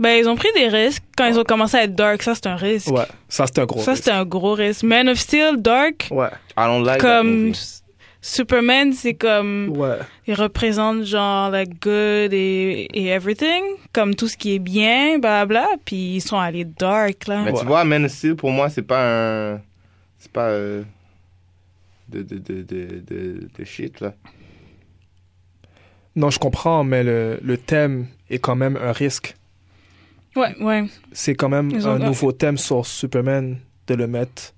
Speaker 6: Ben, ils ont pris des risques. Quand ils ont commencé à être dark, ça, c'est un risque.
Speaker 4: Ouais, ça c'est un gros
Speaker 6: ça,
Speaker 4: risque.
Speaker 6: c'est un gros risque. Man of Steel, dark.
Speaker 4: Ouais.
Speaker 5: I don't like that
Speaker 6: Comme
Speaker 5: movie.
Speaker 6: S- Superman, c'est comme.
Speaker 4: Ouais.
Speaker 6: Il représente genre le good et, et everything. Comme tout ce qui est bien, blablabla. Puis ils sont allés dark, là.
Speaker 5: Mais
Speaker 4: Ouais.
Speaker 5: tu vois, Man of Steel, pour moi, c'est pas un. C'est pas. euh, De, de, de, de, de, de shit là.
Speaker 4: Non, je comprends, mais le, le thème est quand même un risque.
Speaker 6: Ouais, ouais.
Speaker 4: C'est quand même
Speaker 6: Ils ont-
Speaker 4: un nouveau thème sur Superman de le mettre.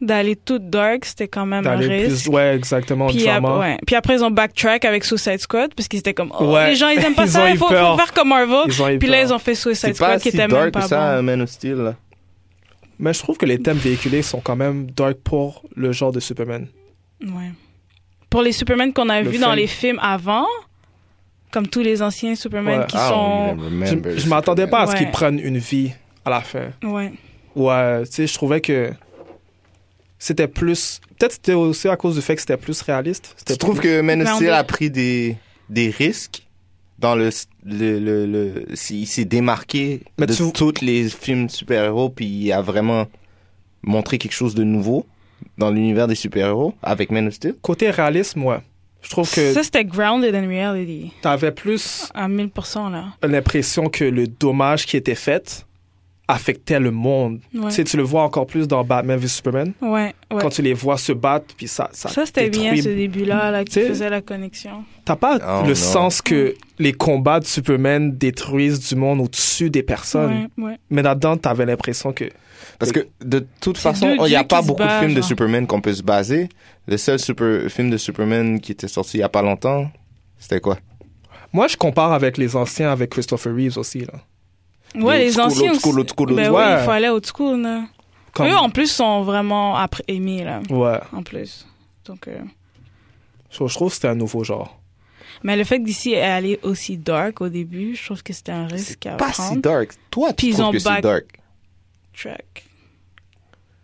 Speaker 6: D'aller tout dark, c'était quand même un
Speaker 4: d'aller
Speaker 6: risque.
Speaker 4: plus, ouais, exactement,
Speaker 6: Puis,
Speaker 4: drama.
Speaker 6: ap- ouais. Puis après, ils ont backtrack avec Suicide Squad parce qu'ils étaient comme, oh,
Speaker 4: Ouais.
Speaker 6: les gens, ils aiment pas
Speaker 4: Ils ont
Speaker 6: ça,
Speaker 4: eu
Speaker 6: il faut, faut
Speaker 4: peur.
Speaker 6: faire comme Marvel.
Speaker 4: Ils ont eu
Speaker 6: Puis là,
Speaker 4: peur.
Speaker 6: ils ont fait Suicide
Speaker 5: C'est
Speaker 6: Squad
Speaker 5: pas
Speaker 6: qui
Speaker 5: si
Speaker 6: était même
Speaker 5: dark
Speaker 6: pas
Speaker 5: que ça,
Speaker 6: bon.
Speaker 5: Man of Steel là.
Speaker 4: Mais je trouve que les thèmes véhiculés sont quand même dark pour le genre de Superman.
Speaker 6: Ouais. Pour les Superman qu'on a
Speaker 4: Le
Speaker 6: vus dans
Speaker 4: film.
Speaker 6: les films avant, comme tous les anciens Superman
Speaker 4: Ouais. Ah,
Speaker 6: qui
Speaker 5: I don't
Speaker 6: sont.
Speaker 5: even
Speaker 4: Je,
Speaker 5: Ah, remember
Speaker 4: je m'attendais pas à ce
Speaker 6: Ouais.
Speaker 4: qu'ils prennent une vie à la fin.
Speaker 6: Ouais.
Speaker 4: Ouais, tu sais, je trouvais que c'était plus. Peut-être c'était aussi à cause du fait que c'était plus réaliste. C'était
Speaker 5: Tu trouves que Man
Speaker 6: Mais
Speaker 5: of
Speaker 6: en
Speaker 5: Steel
Speaker 6: vrai-
Speaker 5: a pris des, des risques dans le. le, le, le- s'il- il s'est démarqué
Speaker 4: Mais
Speaker 5: de
Speaker 4: tu-
Speaker 5: tous les films de super-héros, puis il a vraiment montré quelque chose de nouveau dans l'univers des super-héros avec Man of Steel.
Speaker 4: Côté réalisme, ouais. Je trouve que
Speaker 6: Ça, c'était grounded in reality.
Speaker 4: t'avais plus
Speaker 6: À 1000%, là.
Speaker 4: l'impression que le dommage qui était fait affectait le monde.
Speaker 6: Ouais.
Speaker 4: Tu sais, tu le vois encore plus dans Batman v Superman.
Speaker 6: Ouais, ouais.
Speaker 4: Quand tu les vois se battre, puis ça, ça,
Speaker 6: Ça, c'était bien,
Speaker 4: détruit
Speaker 6: ce
Speaker 5: Mm.
Speaker 6: début-là, là, qui
Speaker 4: T'sais-
Speaker 6: faisait la connexion.
Speaker 4: T'as pas
Speaker 5: Oh,
Speaker 4: le
Speaker 5: non.
Speaker 4: sens que les combats de Superman détruisent du monde au-dessus des personnes.
Speaker 6: Ouais, ouais.
Speaker 4: Mais là-dedans, t'avais l'impression que.
Speaker 5: Parce que de toute
Speaker 6: C'est
Speaker 5: façon,
Speaker 6: deux
Speaker 5: il n'y a
Speaker 6: dieux
Speaker 5: pas
Speaker 6: qui se
Speaker 5: beaucoup de
Speaker 6: battent,
Speaker 5: films de
Speaker 6: genre.
Speaker 5: Superman qu'on peut se baser. Le seul super, film de Superman qui était sorti il n'y a pas longtemps, c'était quoi
Speaker 4: Moi, je compare avec les anciens, avec Christopher Reeves aussi. Là.
Speaker 6: Ouais,
Speaker 5: old
Speaker 6: les anciens
Speaker 5: school, old school,
Speaker 6: aussi.
Speaker 5: old school, old
Speaker 6: Ben
Speaker 5: school.
Speaker 6: ouais,
Speaker 4: Ouais.
Speaker 6: il fallait old school, là.
Speaker 4: Comme-
Speaker 6: Eux, en plus, sont vraiment après aimés, là,
Speaker 4: Ouais.
Speaker 6: en plus. Donc, euh,
Speaker 4: Je, je trouve que c'était un nouveau genre.
Speaker 6: Mais le fait que d'ici est allé aussi dark au début, je trouve que c'était un risque à
Speaker 5: Pas
Speaker 6: prendre.
Speaker 5: si dark. Toi,
Speaker 6: Puis
Speaker 5: tu
Speaker 6: ils ont
Speaker 5: trouves que
Speaker 6: back-
Speaker 5: c'est dark.
Speaker 6: Track.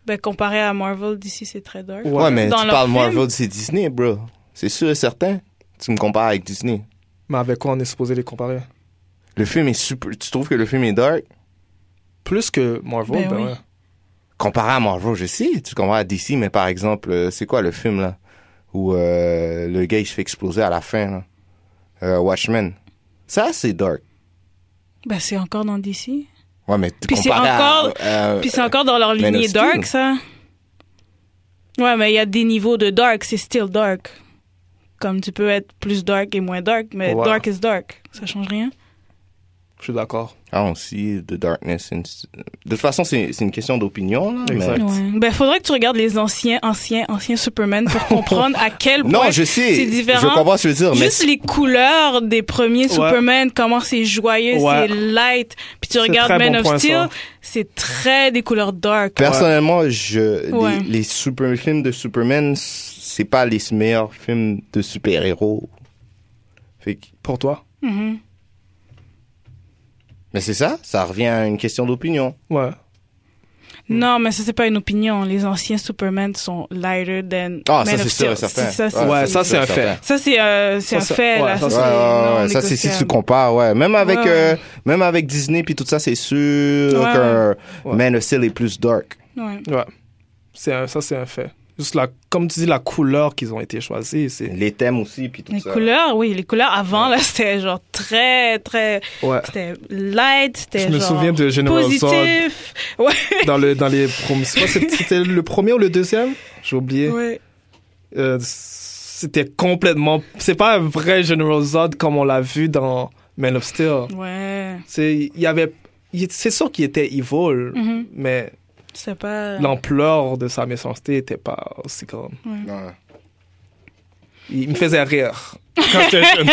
Speaker 6: Ben, comparé à Marvel, d'ici, c'est très dark.
Speaker 5: Ouais, mais
Speaker 6: Dans
Speaker 5: tu
Speaker 6: leur
Speaker 5: parles
Speaker 6: film-
Speaker 5: Marvel, c'est Disney, bro. C'est sûr et certain. Tu me compares avec Disney.
Speaker 4: Mais avec quoi on est supposé les comparer
Speaker 5: Le film est super. Tu trouves que le film est dark
Speaker 4: Plus que Marvel,
Speaker 6: Ben
Speaker 4: ben
Speaker 6: oui.
Speaker 4: ouais.
Speaker 5: Comparé à Marvel, je sais. Tu compares à DC, mais par exemple, euh, c'est quoi le film là Où euh, le gars il se fait exploser à la fin là Euh, Watchmen. Ça, c'est dark.
Speaker 6: Ben, c'est encore dans d'ici.
Speaker 5: Ouais, mais
Speaker 6: Puis c'est
Speaker 5: comparé à- euh,
Speaker 6: encore-
Speaker 5: à-
Speaker 6: Puis c'est encore dans
Speaker 4: Euh,
Speaker 6: leur
Speaker 5: Man of
Speaker 6: lignée
Speaker 5: Steel.
Speaker 6: dark, ça. Ouais, mais il y a des niveaux de dark, c'est still dark. Comme tu peux être plus dark et moins dark, mais
Speaker 4: Ouais.
Speaker 6: dark is dark. Ça change rien.
Speaker 4: Je suis d'accord.
Speaker 5: Ah, on see the darkness. in- De toute façon, c'est c'est une question d'opinion. là,
Speaker 4: Exact.
Speaker 5: mais-
Speaker 6: Ouais. Ben, faudrait que tu regardes les anciens, anciens, anciens Superman pour comprendre à quel
Speaker 5: Non,
Speaker 6: point
Speaker 5: je sais.
Speaker 6: c'est différent.
Speaker 5: Je comprends ce que tu veux dire, mais
Speaker 6: Juste les couleurs des premiers Superman, comment c'est joyeux,
Speaker 4: Ouais.
Speaker 6: c'est light. Puis tu
Speaker 4: C'est
Speaker 6: regardes
Speaker 4: très
Speaker 6: Man
Speaker 4: bon
Speaker 6: of
Speaker 4: point,
Speaker 6: Steel,
Speaker 4: ça. Ben
Speaker 6: c'est très des couleurs dark.
Speaker 5: personnellement, je les-
Speaker 6: Ouais.
Speaker 5: les, super films de Superman, c'est pas les meilleurs films de super héros. Fait que-
Speaker 4: Pour toi
Speaker 6: Mhm.
Speaker 5: mais c'est ça, ça revient à une question d'opinion.
Speaker 4: Ouais.
Speaker 5: Hmm.
Speaker 6: Non, mais ça c'est pas une opinion. Les anciens Superman sont lighter than
Speaker 5: Ah,
Speaker 6: Man
Speaker 5: ça
Speaker 6: of
Speaker 5: c'est sûr
Speaker 6: Steel.
Speaker 5: et certain.
Speaker 6: Si, Ça c'est
Speaker 4: Ouais, ça, c'est un
Speaker 5: sûr et
Speaker 4: fait.
Speaker 5: certain.
Speaker 6: ça, c'est euh, c'est
Speaker 4: Ça,
Speaker 6: un
Speaker 4: c'est-
Speaker 6: fait
Speaker 4: ouais,
Speaker 6: là.
Speaker 4: ça,
Speaker 6: Ça,
Speaker 5: Ouais,
Speaker 6: c'est
Speaker 5: ouais,
Speaker 6: non
Speaker 5: ouais, ça c'est si tu
Speaker 6: négociable.
Speaker 5: compares, ouais. Même avec,
Speaker 6: Ouais.
Speaker 5: euh, même avec Disney puis tout ça, c'est sûr
Speaker 6: Ouais,
Speaker 5: que
Speaker 4: ouais.
Speaker 5: Man of Steel est plus dark.
Speaker 6: Ouais.
Speaker 4: Ouais. C'est un- ça, c'est un fait. Juste la, comme tu dis, la couleur qu'ils ont été choisis, c'est.
Speaker 5: Les thèmes aussi puis tout
Speaker 6: Les
Speaker 5: ça.
Speaker 6: couleurs, oui, les couleurs avant là, c'était genre très très
Speaker 4: Ouais.
Speaker 6: c'était light, c'était
Speaker 4: Je me
Speaker 6: genre
Speaker 4: souviens de General Zod.
Speaker 6: positif. Ouais.
Speaker 4: Dans, le, dans les prom- soit c'est- C'était le premier ou le deuxième J'ai oublié.
Speaker 6: ouais.
Speaker 4: Euh, c'était complètement. C'est pas un vrai General Zod comme on l'a vu dans Man of Steel.
Speaker 6: Ouais.
Speaker 4: C'est, il y avait, il- c'est sûr qu'il était evil,
Speaker 6: Mhm.
Speaker 4: mais
Speaker 6: C'est pas
Speaker 4: l'ampleur de sa méchanceté était pas aussi grande.
Speaker 5: Ouais.
Speaker 4: Il me faisait rire quand j'étais jeune.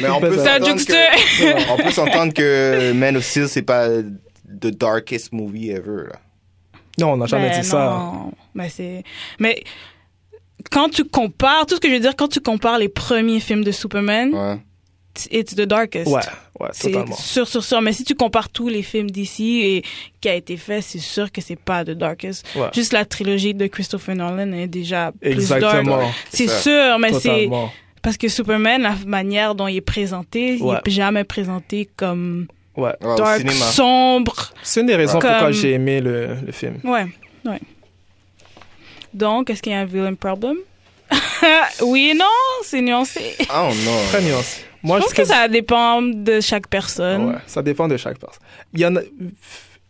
Speaker 5: Mais on peut
Speaker 4: C'est
Speaker 6: un
Speaker 5: s'entendre
Speaker 6: jokester.
Speaker 5: que- on peut s'entendre que Man of Steel, c'est pas the darkest movie ever. Là.
Speaker 4: Non, on n'a jamais
Speaker 6: Ben
Speaker 4: dit ça.
Speaker 6: non. Ben c'est... Mais quand tu compares, tout ce que je veux dire, quand tu compares les premiers films de Superman,
Speaker 5: Ouais.
Speaker 6: it's- it's the darkest.
Speaker 4: Ouais, ouais,
Speaker 6: C'est
Speaker 4: totalement.
Speaker 6: sûr, sûr, sûr. Mais si tu compares tous les films d'ici et qui a été fait, c'est sûr que c'est pas The Darkest.
Speaker 4: Ouais.
Speaker 6: Juste la trilogie de Christopher Nolan est déjà plus dark.
Speaker 4: Exactement,
Speaker 6: C'est
Speaker 5: ça.
Speaker 6: sûr, mais c'est
Speaker 4: totalement.
Speaker 6: parce que Superman, la manière dont il est présenté,
Speaker 4: Ouais.
Speaker 6: il est jamais présenté comme
Speaker 4: Ouais,
Speaker 5: Ouais, au
Speaker 6: dark,
Speaker 5: cinéma.
Speaker 6: sombre.
Speaker 4: c'est une des raisons
Speaker 6: Comme-
Speaker 4: pourquoi j'ai aimé le, le film.
Speaker 6: Ouais, ouais. Donc, est-ce qu'il y a un villain problem? oui et non, c'est nuancé.
Speaker 5: Ah non.
Speaker 4: Très nuancé. Moi,
Speaker 6: je pense
Speaker 4: ce
Speaker 6: que, ça dépend de chaque personne.
Speaker 4: Ah Ouais, ça dépend de chaque personne. Il y en a...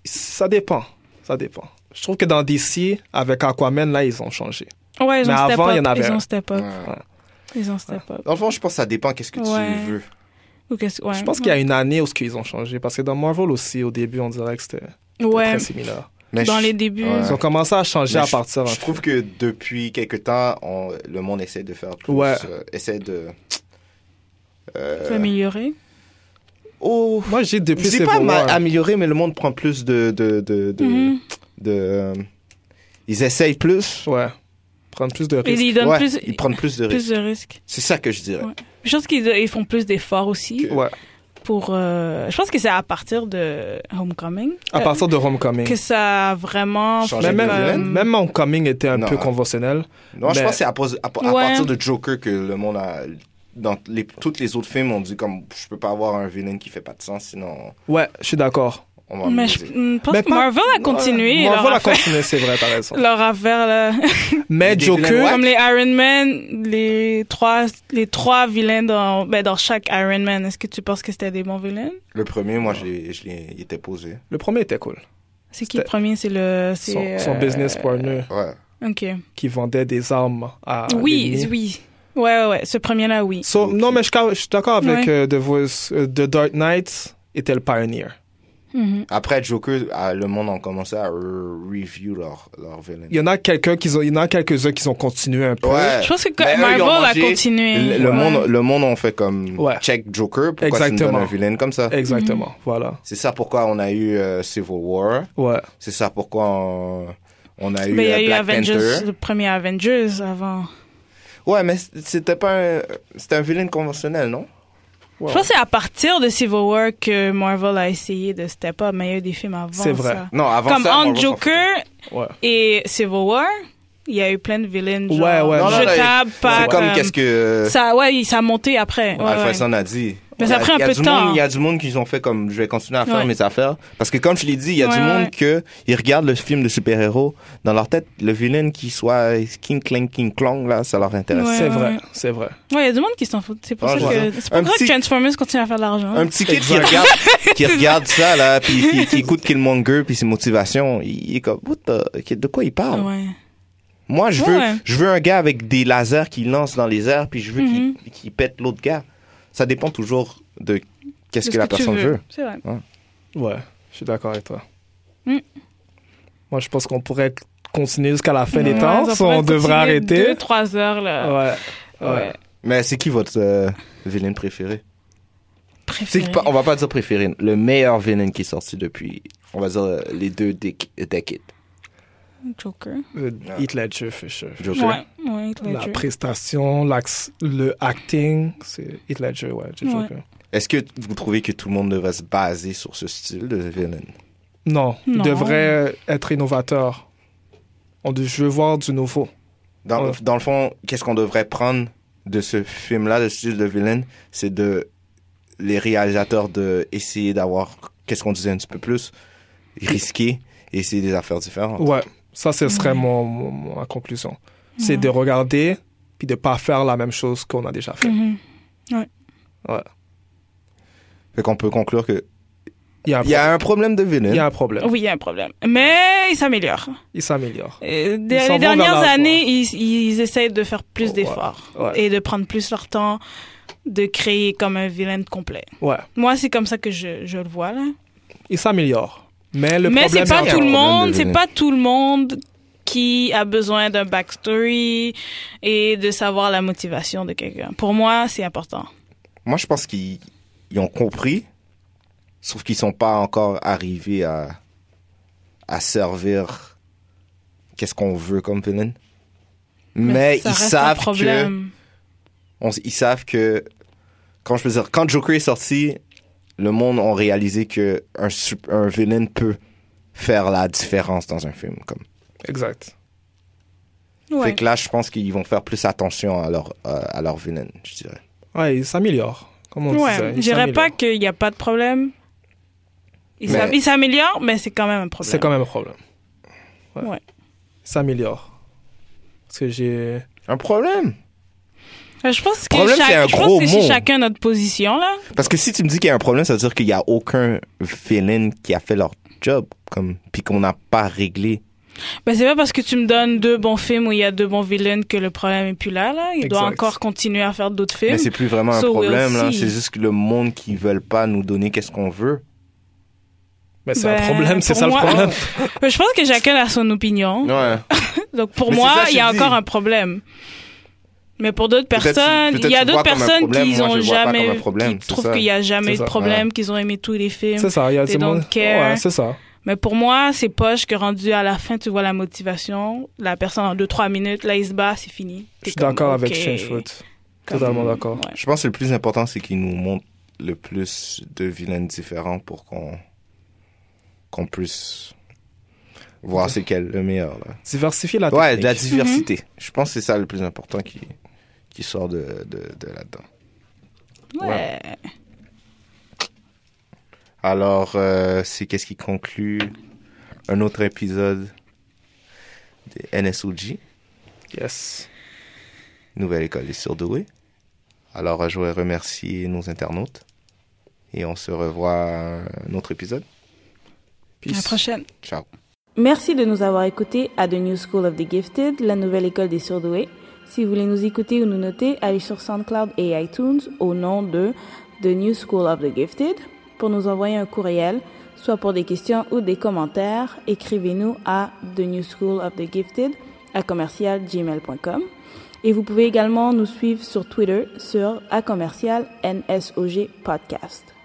Speaker 4: Ça dépend. Ça dépend. Je trouve que dans DC, avec Aquaman, là, ils ont changé.
Speaker 6: Ouais, ils
Speaker 4: Mais
Speaker 6: ont step
Speaker 4: avant,
Speaker 6: up.
Speaker 4: il y en avait
Speaker 6: Ils
Speaker 4: un.
Speaker 6: ont step up.
Speaker 5: Ouais.
Speaker 6: Ils ont step up.
Speaker 5: Dans le fond, je pense que ça dépend qu'est-ce que
Speaker 6: Ouais.
Speaker 5: tu veux.
Speaker 6: Ou qu'est-ce- ouais.
Speaker 4: Je pense qu'il y a une année où ce qu'ils ont changé. Parce que dans Marvel aussi, au début, on dirait que c'était
Speaker 6: Ouais,
Speaker 4: très similaire.
Speaker 5: Mais
Speaker 6: dans
Speaker 5: je-
Speaker 6: les débuts.
Speaker 5: Ouais.
Speaker 4: Ils ont commencé à
Speaker 5: mais
Speaker 4: changer à
Speaker 5: je-
Speaker 4: partir.
Speaker 5: Je trouve que depuis quelque temps, on- le monde essaie de faire plus.
Speaker 4: Ouais.
Speaker 5: euh, essaie de. euh,
Speaker 6: faut améliorer.
Speaker 5: Oh.
Speaker 4: Moi, j'ai depuis
Speaker 5: C'est
Speaker 4: Civil
Speaker 5: pas mal
Speaker 4: War.
Speaker 5: amélioré, mais le monde prend plus de. de, de, de,
Speaker 6: Mhm.
Speaker 5: de, euh, ils essayent plus.
Speaker 4: Ouais. Prendre plus de
Speaker 6: Et
Speaker 4: risques.
Speaker 6: ils donnent
Speaker 5: Ouais,
Speaker 6: plus,
Speaker 5: Ils prennent plus de
Speaker 6: plus
Speaker 5: risques.
Speaker 6: de risques.
Speaker 5: C'est ça que je dirais.
Speaker 6: Ouais. Je pense qu'ils ils font plus d'efforts aussi
Speaker 4: Ouais.
Speaker 6: pour. euh, je pense que c'est à partir de Homecoming.
Speaker 4: À
Speaker 6: euh,
Speaker 4: partir de Homecoming.
Speaker 6: que ça a vraiment.
Speaker 5: Changé
Speaker 4: Même,
Speaker 5: de
Speaker 6: euh,
Speaker 5: vilaine.
Speaker 4: même, même Homecoming était un
Speaker 5: Non,
Speaker 4: peu
Speaker 5: hein.
Speaker 4: conventionnel.
Speaker 5: Non, je
Speaker 4: Mais-
Speaker 5: pense que c'est à, pos- à- à
Speaker 6: Ouais.
Speaker 5: partir de Joker que le monde a. Dans les, toutes les autres films, on dit comme je peux pas avoir un villain qui fait pas de sens, sinon
Speaker 4: Ouais, je suis d'accord.
Speaker 5: on va
Speaker 6: Mais
Speaker 5: me
Speaker 6: je
Speaker 5: poser.
Speaker 6: mm, pense
Speaker 4: Mais
Speaker 6: que
Speaker 4: pas-
Speaker 6: Marvel a continué
Speaker 4: Bon,
Speaker 6: leur,
Speaker 4: voilà,
Speaker 6: affaire,
Speaker 4: continuer, c'est vrai, t'as raison.
Speaker 6: leur affaire, là.
Speaker 4: Mais
Speaker 5: Des
Speaker 4: Joker,
Speaker 5: vilains
Speaker 6: Comme les Iron Man, les trois, les trois vilains dans, ben, dans chaque Iron Man. Est-ce que tu penses que c'était des bons vilains?
Speaker 5: Le premier, moi, je l'ai, je l'ai- il était posé.
Speaker 4: le premier était cool.
Speaker 6: C'est qui
Speaker 4: C'était-
Speaker 6: le premier? C'est le, c'est,
Speaker 4: Son, son
Speaker 6: euh,
Speaker 4: business partner
Speaker 5: Ouais.
Speaker 6: Ok.
Speaker 4: qui vendait des armes à.
Speaker 6: oui,
Speaker 4: l'ennemi.
Speaker 6: oui. Ouais, ouais, ouais. Ce premier-là, oui.
Speaker 4: So, non, mais je, suis- je suis d'accord avec
Speaker 6: Ouais.
Speaker 4: euh, The Voice. euh, The Dark Knight était le pioneer.
Speaker 6: Mhm.
Speaker 5: Après Joker, ah, le monde a commencé à re- review leur, leur villain.
Speaker 4: Il y en a quelques-uns qui ont, il y en a quelques-uns qui ont continué un peu.
Speaker 5: Ouais.
Speaker 6: Je pense que
Speaker 5: Mais eux, ils
Speaker 6: Marvel
Speaker 5: ont
Speaker 6: a
Speaker 5: mangé
Speaker 6: continué.
Speaker 5: Le, le
Speaker 6: Ouais.
Speaker 5: monde, le monde, on fait comme
Speaker 4: Ouais.
Speaker 5: check Joker, pourquoi tu me
Speaker 4: Exactement.
Speaker 5: donnes un villain comme ça
Speaker 4: Exactement.
Speaker 6: Mhm.
Speaker 4: Voilà.
Speaker 5: C'est ça pourquoi on a eu euh, Civil War.
Speaker 4: Ouais.
Speaker 5: C'est ça pourquoi on, on a eu,
Speaker 6: Ben, il y a
Speaker 5: euh,
Speaker 6: eu
Speaker 5: Black
Speaker 6: Avengers,
Speaker 5: Panther.
Speaker 6: le premier Avengers avant.
Speaker 5: Ouais, mais c'était pas un, c'était un villain conventionnel, non
Speaker 4: Ouais.
Speaker 6: Je pense que c'est à partir de Civil War que Marvel a essayé de step up, mais il y a eu des films avant.
Speaker 4: C'est vrai.
Speaker 6: ça.
Speaker 5: Non, avant
Speaker 6: Comme
Speaker 5: ça.
Speaker 6: entre
Speaker 5: Marvel s'en foutait.
Speaker 6: Joker
Speaker 4: Ouais.
Speaker 6: et Civil War, il y a eu plein de villains. Genre,
Speaker 4: Ouais, ouais. Non, non,
Speaker 5: non,
Speaker 6: jetables, pas
Speaker 5: C'est comme qu'est-ce que euh,
Speaker 6: Ça, ouais, ça a monté après. Ouais, ouais.
Speaker 5: Alfredson a dit.
Speaker 6: Mais
Speaker 5: Il y
Speaker 6: ça a pris un
Speaker 5: il y
Speaker 6: peu
Speaker 5: du
Speaker 6: de temps.
Speaker 5: monde- Il y a du monde qui ont fait comme je vais continuer à faire
Speaker 6: Ouais.
Speaker 5: mes affaires. Parce que comme je l'ai dit, il y a du
Speaker 6: Ouais,
Speaker 5: monde
Speaker 6: ouais.
Speaker 5: que ils regardent le film de super-héros. Dans leur tête, le vilain qui soit King Clang King Clong, là, ça leur intéresse.
Speaker 6: Ouais,
Speaker 4: C'est
Speaker 6: ouais,
Speaker 4: vrai.
Speaker 6: ouais.
Speaker 4: C'est vrai.
Speaker 6: Ouais, il y a du monde qui s'en fout. C'est pour
Speaker 5: Ah,
Speaker 6: ça
Speaker 5: je
Speaker 6: que.
Speaker 5: vois.
Speaker 6: C'est pour
Speaker 5: Un
Speaker 6: ça que
Speaker 5: petit-
Speaker 6: Transformers continue à faire de l'argent.
Speaker 5: Un petit kid qui
Speaker 4: Exact.
Speaker 5: regarde, qui regarde ça, là, puis qui, qui écoute Killmonger, puis ses motivations, il, il est comme, What the- de quoi il parle?
Speaker 6: Ouais.
Speaker 5: Moi, je
Speaker 6: Ouais,
Speaker 5: veux,
Speaker 6: ouais.
Speaker 5: je veux un gars avec des lasers qui lance dans les airs, puis je veux qu'il-
Speaker 6: Mhm.
Speaker 5: qu'il pète l'autre gars. Ça dépend toujours de qu'est-ce
Speaker 6: De
Speaker 5: que, la
Speaker 6: tu
Speaker 5: personne veut.
Speaker 6: C'est vrai.
Speaker 4: Ouais. Je suis d'accord avec toi.
Speaker 6: Mm.
Speaker 4: Moi, je pense qu'on pourrait continuer jusqu'à la fin des
Speaker 6: Ouais,
Speaker 4: temps.
Speaker 6: ça
Speaker 4: so
Speaker 6: pourrait
Speaker 4: on devrait
Speaker 6: continuer
Speaker 4: arrêter.
Speaker 6: Deux, trois heures, là.
Speaker 4: Ouais. Ouais.
Speaker 6: Ouais.
Speaker 5: Mais c'est qui votre euh, vilain préféré C'est
Speaker 6: Préféré.
Speaker 5: qui- on va pas dire préféré, le meilleur vilain qui est sorti depuis, on va dire euh, les deux déc- decades.
Speaker 6: Joker.
Speaker 4: Euh, Heath Ledger, Fisher.
Speaker 5: Joker.
Speaker 6: Ouais, ouais, Heath
Speaker 4: La
Speaker 6: Ledger.
Speaker 4: prestation, l'ax- le acting, c'est Heath Ledger, ouais, j'ai
Speaker 6: Ouais.
Speaker 4: Joker.
Speaker 5: Est-ce que vous trouvez que tout le monde devrait se baser sur ce style de vilain
Speaker 4: Non, il
Speaker 6: Non.
Speaker 4: devrait être innovateur. On de- je veux voir du nouveau.
Speaker 5: dans,
Speaker 4: Ouais.
Speaker 5: le, dans le fond, qu'est-ce qu'on devrait prendre de ce film-là, de ce style de vilain C'est de les réalisateurs de essayer d'avoir, qu'est-ce qu'on disait un petit peu plus, risqué, et essayer des affaires différentes.
Speaker 4: Ouais, ça, ce serait
Speaker 6: Ouais.
Speaker 4: mon, mon- mon- ma conclusion. C'est
Speaker 6: Ouais.
Speaker 4: de regarder puis de pas faire la même chose qu'on a déjà fait.
Speaker 6: Mhm.
Speaker 5: Fait qu'on peut conclure que
Speaker 4: Il y a un,
Speaker 5: il y a un problème de vilain.
Speaker 4: il y a un problème.
Speaker 6: Oui, il y a un problème. Mais ils s'améliorent.
Speaker 4: Il s'améliore.
Speaker 6: Euh, des-
Speaker 4: s'en
Speaker 6: les
Speaker 4: vont vers
Speaker 6: dernières
Speaker 4: la-
Speaker 6: années, ils, ils essayent de faire plus
Speaker 4: Ouais,
Speaker 6: d'efforts
Speaker 4: ouais.
Speaker 6: et de prendre plus leur temps de créer comme un vilain complet.
Speaker 4: Ouais,
Speaker 6: Moi, c'est comme ça que je, je le vois. Là.
Speaker 4: il s'améliore. Mais le
Speaker 6: Mais
Speaker 4: problème,
Speaker 6: c'est pas
Speaker 4: il y a
Speaker 6: tout le
Speaker 5: problème
Speaker 6: monde,
Speaker 5: de
Speaker 6: c'est
Speaker 5: vilain.
Speaker 6: pas tout le monde qui a besoin d'un backstory et de savoir la motivation de quelqu'un. Pour moi, c'est important.
Speaker 5: Moi, je pense qu'ils ils ont compris, sauf qu'ils sont pas encore arrivés à, à servir qu'est-ce qu'on veut comme vilain. Mais,
Speaker 6: ça
Speaker 5: ils
Speaker 6: reste un
Speaker 5: savent que
Speaker 6: problème.
Speaker 5: on s- ils savent que quand je peux dire quand Joker est sorti, le monde ont réalisé que un sup- un villain peut faire la différence dans un film comme.
Speaker 4: Exact.
Speaker 6: Ouais.
Speaker 5: Fait que là, je pense qu'ils vont faire plus attention à leur euh, à leur villain, je dirais.
Speaker 4: Ouais, il s'améliore. Comme on disait.
Speaker 6: Ouais, je
Speaker 4: il
Speaker 6: dirais pas
Speaker 4: s'améliore.
Speaker 6: qu'il n'y a pas de problème. Il
Speaker 5: Mais-
Speaker 6: s'am- il s'améliore, mais c'est quand même un problème.
Speaker 4: C'est quand même un problème.
Speaker 6: Ouais.
Speaker 4: Il s'améliore. Parce que j'ai.
Speaker 5: Un problème.
Speaker 6: Euh, Je pense que,
Speaker 5: Problème,
Speaker 6: chaque-
Speaker 5: c'est un
Speaker 6: je pense
Speaker 5: gros
Speaker 6: que c'est
Speaker 5: mot.
Speaker 6: chacun notre position, là.
Speaker 5: Parce que si tu me dis qu'il y a un problème, ça veut dire qu'il y a aucun villain qui a fait leur job comme puis qu'on n'a pas réglé.
Speaker 6: Ben, c'est pas parce que tu me donnes deux bons films où il y a deux bons villains que le problème est plus là, là. Il doit
Speaker 4: Exact.
Speaker 6: encore continuer à faire d'autres
Speaker 5: Mais
Speaker 6: films.
Speaker 5: c'est plus vraiment un
Speaker 6: So we'll
Speaker 5: problème là,
Speaker 6: see.
Speaker 5: c'est juste que le monde qui veulent pas nous donner qu'est-ce qu'on veut.
Speaker 4: Mais c'est
Speaker 6: Ben,
Speaker 4: un problème, c'est
Speaker 6: pour
Speaker 4: ça
Speaker 6: moi-
Speaker 4: le problème.
Speaker 6: Mais je pense que chacun a son opinion.
Speaker 5: Ouais.
Speaker 6: Donc, pour
Speaker 5: Mais c'est
Speaker 6: moi,
Speaker 5: ça que
Speaker 6: il y a
Speaker 5: je dis.
Speaker 6: encore un problème. Mais pour d'autres
Speaker 5: Peut-être tu-
Speaker 6: personnes,
Speaker 5: peut-être
Speaker 6: il y a
Speaker 5: tu le
Speaker 6: d'autres
Speaker 5: vois comme un
Speaker 6: personnes
Speaker 5: problème.
Speaker 6: qui
Speaker 5: Moi, je
Speaker 6: ont
Speaker 5: le vois pas
Speaker 6: jamais,
Speaker 5: comme un
Speaker 6: qui
Speaker 5: problème, c'est
Speaker 6: trouvent
Speaker 5: ça.
Speaker 6: qu'il n'y a jamais
Speaker 4: C'est
Speaker 6: eu de
Speaker 4: ça.
Speaker 6: problème, qu'ils ont aimé tous les films.
Speaker 4: C'est ça, il y a
Speaker 6: They
Speaker 4: du
Speaker 6: don't
Speaker 4: monde.
Speaker 6: care.
Speaker 4: Ouais, c'est ça.
Speaker 6: Mais pour moi, c'est poche que rendu à la fin, tu vois la motivation. La personne en 2-3 minutes, là, il se bat, c'est fini.
Speaker 4: Je
Speaker 6: T'es
Speaker 4: suis
Speaker 6: comme,
Speaker 4: d'accord
Speaker 6: OK.
Speaker 4: avec Changefoot.
Speaker 6: Comme-
Speaker 4: Totalement d'accord.
Speaker 6: Ouais.
Speaker 5: Je pense que le plus important, c'est qu'ils nous montrent le plus de vilains différents pour qu'on qu'on puisse voir c'est quel le meilleur. Là.
Speaker 4: Diversifier la
Speaker 5: Ouais, de
Speaker 4: Ah, technique.
Speaker 5: la diversité.
Speaker 6: Mm-hmm.
Speaker 5: Je pense que c'est ça le plus important qui, qui sort de, de, de là-dedans.
Speaker 8: Ouais.
Speaker 5: Alors, euh, c'est qu'est-ce qui conclut un autre épisode de NSOG,
Speaker 4: Yes.
Speaker 5: Nouvelle École des Surdoués. Alors, euh, je voudrais remercier nos internautes et on se revoit à un autre épisode.
Speaker 8: À la prochaine.
Speaker 5: Ciao.
Speaker 6: Merci de nous avoir écoutés à The New School of the Gifted, la nouvelle école des surdoués. Si vous voulez nous écouter ou nous noter, allez sur SoundCloud et iTunes au nom de The New School of the Gifted pour nous envoyer un courriel, soit pour des questions ou des commentaires. Écrivez-nous à The New School of the Gifted à commercialgmail.com. Et vous pouvez également nous suivre sur Twitter sur à commercial NSOG Podcast.